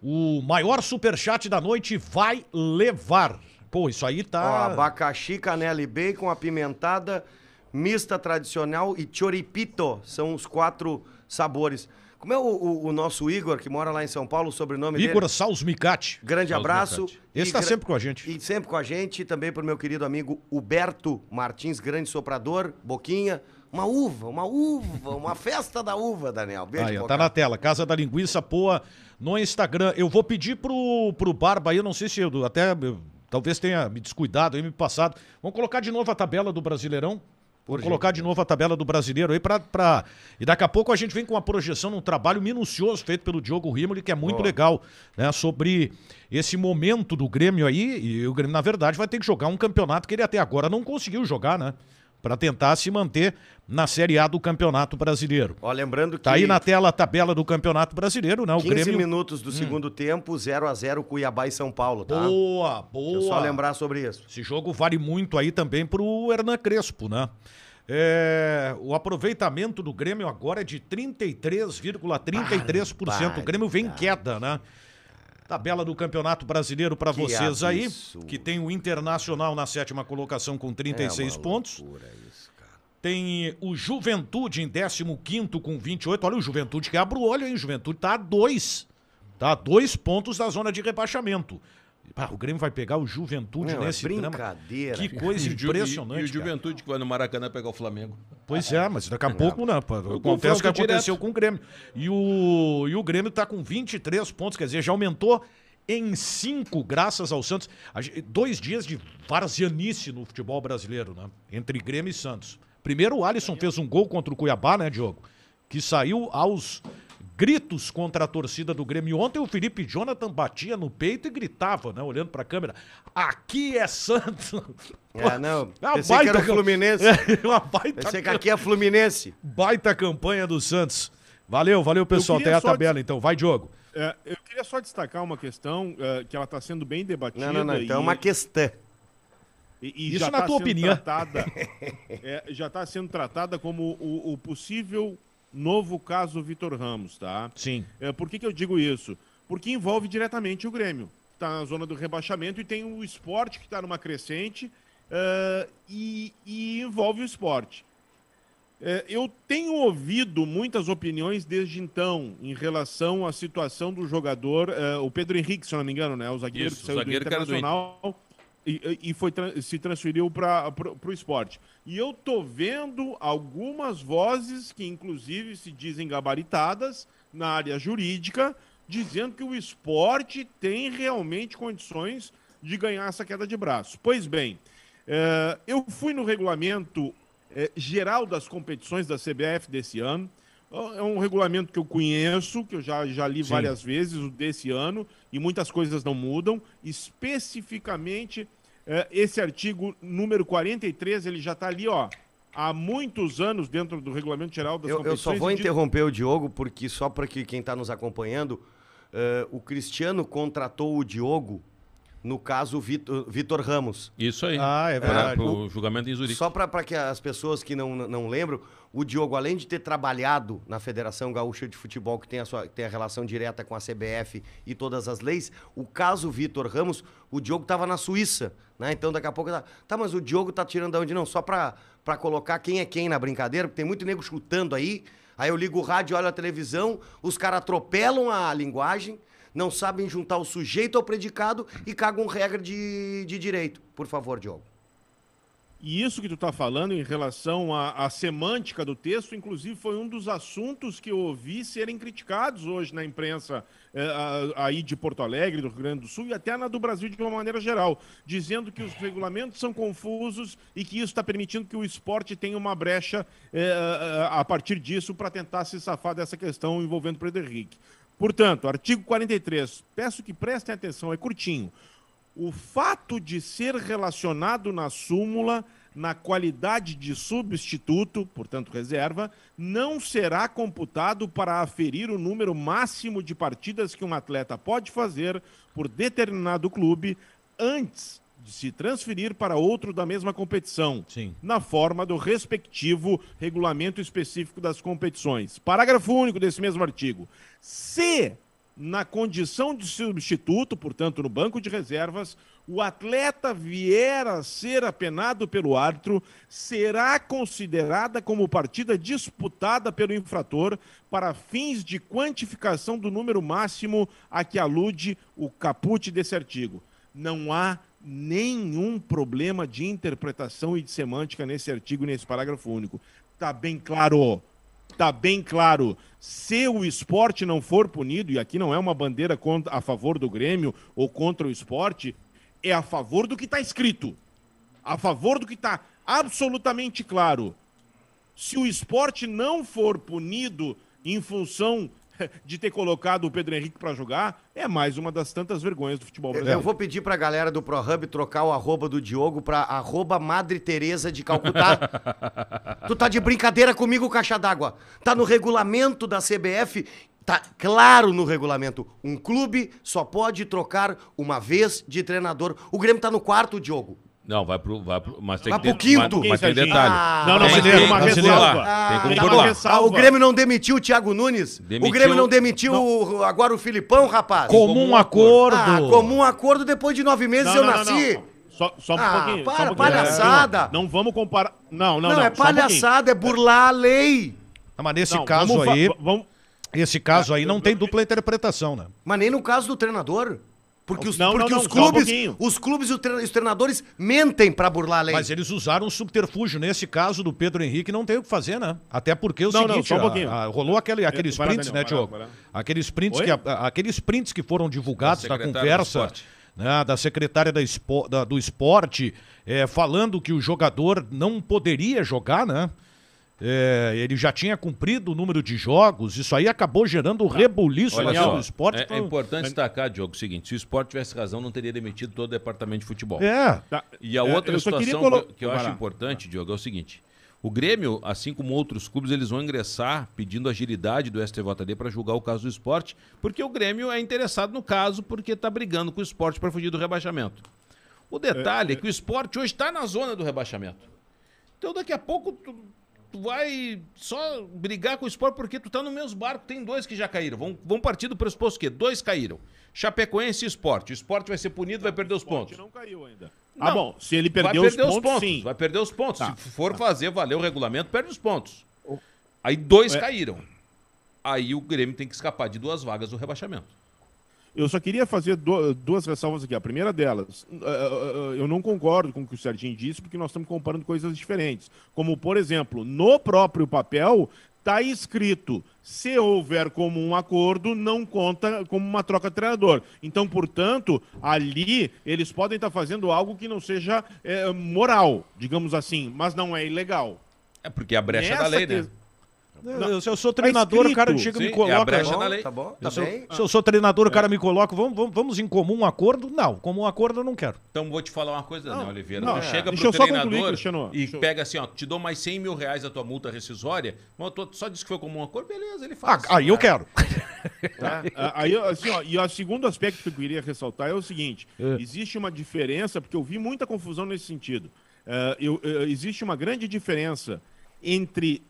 Speaker 1: O maior superchat da noite vai levar. Pô, isso aí
Speaker 3: Ó,
Speaker 1: tá.
Speaker 3: abacaxi, canela e bacon, apimentada, mista tradicional e choripito. São os quatro sabores. Como é o, o- o nosso Igor, que mora lá em São Paulo, o sobrenome dele?
Speaker 1: Igor Salsmicati.
Speaker 3: Grande
Speaker 2: Saulo
Speaker 3: abraço.
Speaker 2: Mercati.
Speaker 1: Esse
Speaker 3: E
Speaker 1: tá
Speaker 3: gra-
Speaker 1: sempre com a gente.
Speaker 3: E sempre com a gente, e também pro meu querido amigo Huberto Martins, grande soprador, Boquinha. Uma uva, uma uva, uma festa da uva, Daniel. Beijo,
Speaker 1: Aí, ó,
Speaker 3: Boca.
Speaker 1: tá na tela, Casa da Linguiça Poa no Instagram. Eu vou pedir pro, pro Barba aí, eu não sei se eu até eu, talvez tenha me descuidado aí, me passado. Vamos colocar de novo a tabela do Brasileirão? Vamos colocar de novo a tabela do brasileiro aí pra, pra. E daqui a pouco a gente vem com uma projeção num trabalho minucioso feito pelo Diogo Rimoli, que é muito legal, né? Sobre esse momento do Grêmio aí. E o Grêmio, na verdade, vai ter que jogar um campeonato que ele até agora não conseguiu jogar, né? para tentar se manter na Série A do Campeonato Brasileiro.
Speaker 3: Ó, lembrando que
Speaker 1: Tá aí na tela a tabela do Campeonato Brasileiro, né? O
Speaker 3: 15
Speaker 1: Grêmio.
Speaker 3: minutos do segundo tempo, 0 a 0 Cuiabá e São Paulo, tá?
Speaker 1: Boa,
Speaker 3: Deixa eu
Speaker 1: boa.
Speaker 3: só lembrar sobre isso.
Speaker 1: Esse jogo vale muito aí também pro Hernan Crespo, né? É, o aproveitamento do Grêmio agora é de 33,33%. O Grêmio vem em queda, né? Tabela do Campeonato Brasileiro para
Speaker 3: Que
Speaker 1: vocês aí,
Speaker 3: absurdo.
Speaker 1: que tem o Internacional na sétima colocação com 36
Speaker 3: É uma
Speaker 1: pontos.
Speaker 3: loucura isso, cara.
Speaker 1: Tem o Juventude em 15 com 28. Olha, o Juventude que abre o olho, hein? O Juventude tá a dois. Tá a dois pontos da zona de rebaixamento. Ah, o Grêmio vai pegar o Juventude
Speaker 3: Não, é
Speaker 1: nesse drama.
Speaker 3: brincadeira.
Speaker 1: Que coisa
Speaker 2: E o Ju-
Speaker 1: impressionante.
Speaker 2: E, o
Speaker 1: cara.
Speaker 2: Juventude que vai no Maracanã pegar o Flamengo.
Speaker 1: Pois é, mas daqui a pouco não. pô. Acontece o
Speaker 2: confronto
Speaker 1: que aconteceu
Speaker 2: direto.
Speaker 1: com o Grêmio. E o, e o Grêmio tá com 23 pontos, quer dizer, já aumentou em 5, graças ao Santos. A gen- Dois dias de varzianice no futebol brasileiro, né? Entre Grêmio e Santos. Primeiro, o Alisson fez um gol contra o Cuiabá, né, Diogo? Que saiu aos gritos contra a torcida do Grêmio. Ontem o Felipe Jonathan batia no peito e gritava, né, olhando pra câmera, aqui é Santos. [LAUGHS]
Speaker 3: É, não.
Speaker 1: É uma
Speaker 3: Pensei que era o
Speaker 1: baita-
Speaker 3: [LAUGHS] Fluminense.
Speaker 1: [LAUGHS] É uma baita
Speaker 3: Pensei que aqui é Fluminense.
Speaker 1: Baita campanha do Santos. Valeu, valeu, pessoal.
Speaker 4: Eu
Speaker 1: Tem
Speaker 4: queria
Speaker 1: a
Speaker 4: só
Speaker 1: tabela, então. Vai, Diogo.
Speaker 4: É, eu queria só destacar uma questão é, que ela está sendo bem debatida.
Speaker 3: Não, não, não. Então é
Speaker 4: e-
Speaker 3: uma questão.
Speaker 4: E, e
Speaker 1: Isso
Speaker 4: já
Speaker 1: na
Speaker 4: tá
Speaker 1: tua
Speaker 4: sendo
Speaker 1: opinião.
Speaker 3: [LAUGHS]
Speaker 4: Tratada, é, já está sendo tratada como o, o possível novo caso Vitor Ramos, tá?
Speaker 1: Sim.
Speaker 4: É, por que, que eu digo isso? Porque envolve diretamente o Grêmio. Está na zona do rebaixamento e tem o esporte que está numa crescente é, e, e envolve o esporte. É, eu tenho ouvido muitas opiniões desde então em relação à situação do jogador, é, o Pedro Henrique, se eu não me engano, né? O zagueiro
Speaker 2: Isso,
Speaker 4: que
Speaker 2: o
Speaker 4: saiu
Speaker 2: zagueiro
Speaker 4: do
Speaker 2: que era do Inter.
Speaker 4: Internacional e, e foi, tran- se transferiu para o esporte. E eu tô vendo algumas vozes que, inclusive, se dizem gabaritadas na área jurídica, dizendo que o esporte tem realmente condições de ganhar essa queda de braço. Pois bem, eh, eu fui no regulamento eh, geral das competições da CBF desse ano. É um regulamento que eu conheço, que eu já, já li
Speaker 1: Sim.
Speaker 4: várias vezes, o desse ano, e muitas coisas não mudam. Especificamente, eh, esse artigo número 43, ele já está ali, ó, há muitos anos dentro do regulamento geral das
Speaker 3: Eu, eu
Speaker 4: competições.
Speaker 3: só vou
Speaker 4: e diz-
Speaker 3: interromper o Diogo, porque só para que quem está nos acompanhando, eh, o Cristiano contratou o Diogo, no caso, o Vitor, Vitor Ramos.
Speaker 2: Isso aí.
Speaker 1: Ah, é
Speaker 2: Para
Speaker 1: verdade.
Speaker 2: o julgamento em Zurique.
Speaker 3: Só para que as pessoas que não, não lembram, o Diogo, além de ter trabalhado na Federação Gaúcha de Futebol, que tem a, sua, que tem a relação direta com a CBF e todas as leis, o caso Vitor Ramos, o Diogo estava na Suíça, né? Então daqui a pouco tá, tá, mas o Diogo tá tirando da onde não? Só para para colocar quem é quem na brincadeira, porque tem muito nego chutando aí. Aí eu ligo o rádio, olho a televisão, os caras atropelam a linguagem, não sabem juntar o sujeito ao predicado e cagam regra de, de direito. Por favor, Diogo.
Speaker 4: E isso que tu está falando em relação à, à semântica do texto, inclusive, foi um dos assuntos que eu ouvi serem criticados hoje na imprensa eh, a- aí de Porto Alegre, do Rio Grande do Sul e até na do Brasil de uma maneira geral, dizendo que os regulamentos são confusos e que isso está permitindo que o esporte tenha uma brecha eh, a a partir disso para tentar se safar dessa questão envolvendo o Pedro Henrique. Portanto, artigo 43, peço que prestem atenção, é curtinho o fato de ser relacionado na súmula na qualidade de substituto, portanto reserva, não será computado para aferir o número máximo de partidas que um atleta pode fazer por determinado clube antes de se transferir para outro da mesma competição
Speaker 1: Sim.
Speaker 4: na forma do respectivo regulamento específico das competições. Parágrafo único desse mesmo artigo. Se, na condição de substituto, portanto, no banco de reservas, o atleta vier a ser apenado pelo árbitro, será considerada como partida disputada pelo infrator para fins de quantificação do número máximo a que alude o caput desse artigo não há nenhum problema de interpretação e de semântica nesse artigo, nesse parágrafo único. Tá bem claro. Tá bem claro. Se o esporte não for punido, e aqui não é uma bandeira contra- a favor do Grêmio ou contra o esporte, é a favor do que está escrito. A favor do que está absolutamente claro se o esporte não for punido em função [LAUGHS] de ter colocado o Pedro Henrique para jogar é mais uma das tantas vergonhas do futebol
Speaker 3: Eu
Speaker 4: brasileiro.
Speaker 3: vou pedir pra galera do ProHub trocar o arroba do Diogo pra arroba Madre Teresa de
Speaker 4: [LAUGHS]
Speaker 3: Calcutá. tu tá de brincadeira comigo, caixa d'água. Tá no regulamento da CBF, tá claro no regulamento. Um clube só pode trocar uma vez de treinador. O Grêmio tá no quarto, Diogo.
Speaker 2: Não, vai pro. Vai pro mas tem
Speaker 3: Vai
Speaker 2: que
Speaker 3: pro quinto.
Speaker 2: Mas, mas tem
Speaker 4: Quem, Ah,
Speaker 2: detalhe.
Speaker 3: Serginho?
Speaker 4: Não, não,
Speaker 1: Tem
Speaker 4: mas
Speaker 1: que-
Speaker 4: tem uma
Speaker 1: tem que
Speaker 4: ressalva.
Speaker 2: pular. Tem que
Speaker 4: Tem
Speaker 3: Ah. tá
Speaker 4: uma
Speaker 3: bom.
Speaker 4: ressalva.
Speaker 3: Ah, o Grêmio não demitiu o Thiago Nunes.
Speaker 2: Demitiu-
Speaker 3: O Grêmio não demitiu o- agora o Filipão, rapaz.
Speaker 1: Comum acordo.
Speaker 3: Ah, comum acordo depois de nove meses
Speaker 4: Não,
Speaker 3: eu
Speaker 4: não, não,
Speaker 3: nasci.
Speaker 4: não. Só, só um
Speaker 3: é Ah,
Speaker 4: pouquinho. só
Speaker 3: para,
Speaker 4: um pouquinho.
Speaker 3: palhaçada.
Speaker 4: Não vamos comparar. Não, não,
Speaker 3: Não,
Speaker 4: não.
Speaker 3: é
Speaker 4: só um pouquinho.
Speaker 3: palhaçada, é burlar a lei.
Speaker 1: Não, mas nesse
Speaker 4: Não,
Speaker 1: caso
Speaker 4: vamos fa-
Speaker 1: aí,
Speaker 4: va- É, Vamos,
Speaker 1: esse caso aí não tem dupla interpretação, né?
Speaker 3: Mas nem no caso do treinador. Porque os,
Speaker 4: Não, não,
Speaker 3: porque
Speaker 4: não,
Speaker 3: os
Speaker 4: só um
Speaker 3: clubes,
Speaker 4: pouquinho.
Speaker 3: os clubes e o tre- os treinadores mentem pra burlar a lei.
Speaker 1: Mas eles usaram um subterfúgio. Nesse caso do Pedro Henrique, não tem o que fazer, né? Até porque é o
Speaker 4: Não, não,
Speaker 1: seguinte,
Speaker 4: só um
Speaker 1: a-
Speaker 4: pouquinho.
Speaker 1: a- rolou aquele, aqueles
Speaker 4: Vai lá,
Speaker 1: prints,
Speaker 4: Daniel,
Speaker 1: né,
Speaker 4: vai lá,
Speaker 1: Diogo?
Speaker 4: vai lá.
Speaker 1: Aqueles prints,
Speaker 4: Oi?
Speaker 1: que, a- a- aqueles prints que foram divulgados
Speaker 2: Da
Speaker 1: da
Speaker 2: secretária do
Speaker 1: conversa
Speaker 2: esporte.
Speaker 1: né, da secretária da espo- da- do esporte, é, falando que o jogador não poderia jogar, né? É, ele já tinha cumprido o número de jogos, isso aí acabou gerando um rebuliço
Speaker 2: Olha
Speaker 1: na
Speaker 2: só,
Speaker 1: do esporte. um-
Speaker 2: é, é importante destacar, Diogo, o seguinte: se o esporte tivesse razão, não teria demitido todo o departamento de futebol.
Speaker 1: É,
Speaker 4: tá.
Speaker 2: E a
Speaker 4: É,
Speaker 2: outra
Speaker 4: eu só queria
Speaker 2: situação
Speaker 4: colo-
Speaker 2: que eu
Speaker 4: Vai
Speaker 2: acho
Speaker 4: lá.
Speaker 2: importante, Diogo, é o seguinte: o Grêmio, assim como outros clubes, eles vão ingressar pedindo agilidade do STJD para julgar o caso do esporte, porque o Grêmio é interessado no caso, porque está brigando com o esporte para fugir do rebaixamento. O detalhe é, que o esporte hoje está na zona do rebaixamento. Então daqui a pouco tu, tu vai só brigar com o esporte porque tu tá no mesmo barco, tem dois que já caíram. Vão, vão partir do pressuposto que dois caíram. Chapecoense e esporte. O esporte vai ser punido, vai perder os pontos.
Speaker 4: Não caiu ainda.
Speaker 2: Não.
Speaker 4: Ah, bom, se ele
Speaker 2: Vai
Speaker 4: perdeu
Speaker 2: perder
Speaker 4: os pontos, sim.
Speaker 2: Vai perder os pontos.
Speaker 4: Tá.
Speaker 2: Se for fazer valer o regulamento, perde os pontos. Aí dois
Speaker 4: É.
Speaker 2: caíram. Aí o Grêmio tem que escapar de duas vagas do rebaixamento.
Speaker 4: Eu só queria fazer du- duas ressalvas aqui. A primeira delas, eh, eh, eu não concordo com o que o Serginho disse, porque nós estamos comparando coisas diferentes. Como, por exemplo, no próprio papel está escrito: se houver comum acordo, não conta como uma troca de treinador. Então, portanto, ali eles podem estar fazendo algo que não seja eh, moral, digamos assim, mas não é ilegal.
Speaker 2: É porque é a brecha da
Speaker 4: Nessa
Speaker 2: lei, né?
Speaker 4: que-
Speaker 1: eu, se eu sou treinador, o cara
Speaker 4: escrito,
Speaker 1: chega e me
Speaker 2: sim, é a
Speaker 1: coloca.
Speaker 2: brecha
Speaker 3: Tá
Speaker 2: da
Speaker 3: bom,
Speaker 2: lei.
Speaker 3: tá bom,
Speaker 1: Eu
Speaker 3: tá
Speaker 1: sou-
Speaker 3: bem.
Speaker 1: se eu sou treinador, o cara me coloca, vamos, vamos, vamos em comum um acordo? Não, comum acordo eu não quero.
Speaker 2: Então vou te falar uma coisa, Daniel Oliveira.
Speaker 4: não,
Speaker 2: tu
Speaker 4: é.
Speaker 2: chega
Speaker 4: Deixa
Speaker 2: pro
Speaker 4: eu só
Speaker 2: treinador
Speaker 4: concluir, Cristiano.
Speaker 2: e
Speaker 4: Deixa eu-
Speaker 2: pega assim, ó, te dou mais 100 mil reais a tua multa rescisória, mas tu só disse que foi comum acordo, beleza, ele
Speaker 1: Ah,
Speaker 2: faz. Tá
Speaker 1: aí eu quero.
Speaker 4: Ah, Aí, assim, ó, e o segundo aspecto que eu queria ressaltar é o seguinte: existe uma diferença, porque eu vi muita confusão nesse sentido. Ah, eu- eh, existe uma grande diferença entre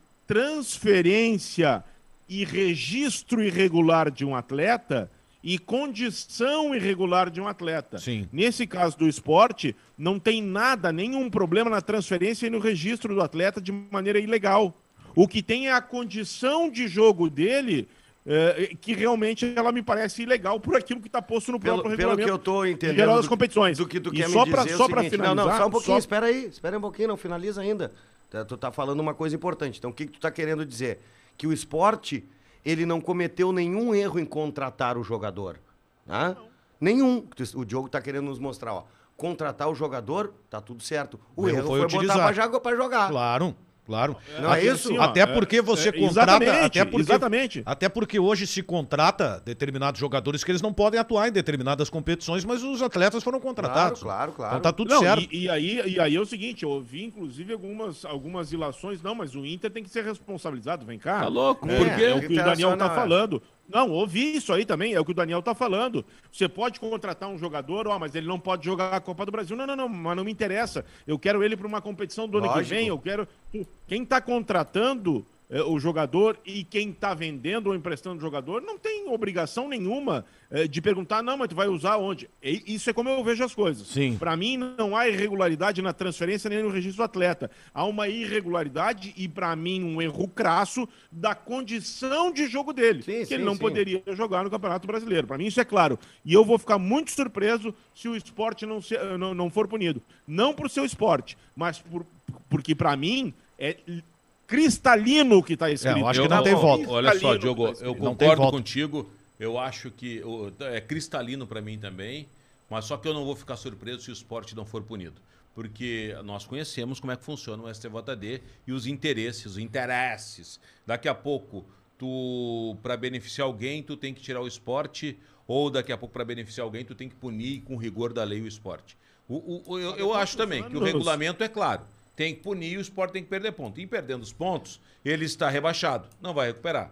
Speaker 4: transferência e registro irregular de um atleta e condição irregular de um atleta.
Speaker 1: Sim.
Speaker 4: Nesse caso do esporte, não tem nada, nenhum problema na transferência e no registro do atleta de maneira ilegal. O que tem é a condição de jogo dele, eh, que realmente ela me parece ilegal por aquilo que está posto no
Speaker 3: Pelo,
Speaker 4: próprio
Speaker 3: pelo
Speaker 4: regulamento.
Speaker 3: que eu tô entendendo.
Speaker 4: geral das
Speaker 3: do-
Speaker 4: competições.
Speaker 3: Do que tu
Speaker 4: E
Speaker 3: quer
Speaker 4: só
Speaker 3: me
Speaker 4: pra-
Speaker 3: dizer. é o
Speaker 4: só pra
Speaker 3: seguinte, Não, não,
Speaker 4: finalizar,
Speaker 3: só um pouquinho,
Speaker 4: só-
Speaker 3: espera aí. Espera um pouquinho, não finaliza ainda. Tá, Tu tá falando uma coisa importante. Então, o que, que tu tá querendo dizer? Que o esporte, ele não cometeu nenhum erro em contratar o jogador. Tá? Nenhum. Tu- O Diogo tá querendo nos mostrar, ó. Contratar o jogador, tá tudo certo. O, erro foi, botar
Speaker 1: utilizar.
Speaker 3: pra jago- pra jogar.
Speaker 1: Claro, claro.
Speaker 3: Não é
Speaker 4: Assim,
Speaker 3: isso?
Speaker 4: assim, ó,
Speaker 1: Até
Speaker 4: é-
Speaker 1: porque você
Speaker 4: é,
Speaker 1: contrata.
Speaker 4: exatamente,
Speaker 1: Até porque,
Speaker 4: exatamente.
Speaker 1: até porque hoje se contrata determinados jogadores que eles não podem atuar em determinadas competições, mas os atletas foram contratados.
Speaker 3: claro, claro.
Speaker 1: Então tá tudo
Speaker 4: Não,
Speaker 1: certo.
Speaker 4: E, e aí, e aí é o seguinte, eu ouvi inclusive algumas, algumas ilações, não, mas o Inter tem que ser responsabilizado, vem cá.
Speaker 2: Tá louco?
Speaker 4: É,
Speaker 2: Por
Speaker 4: é o
Speaker 2: quê?
Speaker 4: que o Daniel tá
Speaker 3: Internacional, é.
Speaker 4: falando. Não, ouvi isso aí também, é o que o Daniel tá falando. Você pode contratar um jogador, ó, mas ele não pode jogar a Copa do Brasil. Não, não, não, mas não me interessa. Eu quero ele para uma competição do ano que
Speaker 3: Lógico.
Speaker 4: vem, eu quero. Quem tá contratando eh, o jogador e quem tá vendendo ou emprestando o jogador não tem obrigação nenhuma eh, de perguntar, não, mas tu vai usar onde? E- Isso é como eu vejo as coisas.
Speaker 1: Sim.
Speaker 4: Para mim, não há irregularidade na transferência nem no registro do atleta. Há uma irregularidade e, para mim, um erro crasso da condição de jogo dele,
Speaker 3: Sim,
Speaker 4: que
Speaker 3: sim,
Speaker 4: ele não
Speaker 3: sim.
Speaker 4: poderia jogar no Campeonato Brasileiro. Para mim, isso é claro. E eu vou ficar muito surpreso se o esporte não, se- eh, não, não for punido. Não por seu esporte, mas por, porque, para mim, é cristalino o que está escrito.
Speaker 1: É, eu acho que
Speaker 2: Eu-
Speaker 1: não tem
Speaker 2: eu-
Speaker 1: volta.
Speaker 2: Olha só,
Speaker 4: Cristalino,
Speaker 2: Diogo, eu
Speaker 1: Não tem
Speaker 2: concordo
Speaker 1: volta.
Speaker 2: contigo. Eu acho que o- é cristalino pra mim também, mas só que eu não vou ficar surpreso se o esporte não for punido. Porque nós conhecemos como é que funciona o STJD e os interesses, os interesses. Daqui a pouco tu para beneficiar alguém, tu tem que tirar o esporte, ou daqui a pouco para beneficiar alguém, tu tem que punir com rigor da lei o esporte. O, o- o- eu eu acho também que o
Speaker 4: anos.
Speaker 2: regulamento é claro. Tem que punir e o esporte tem que perder ponto. E perdendo os pontos, ele está rebaixado. Não vai recuperar.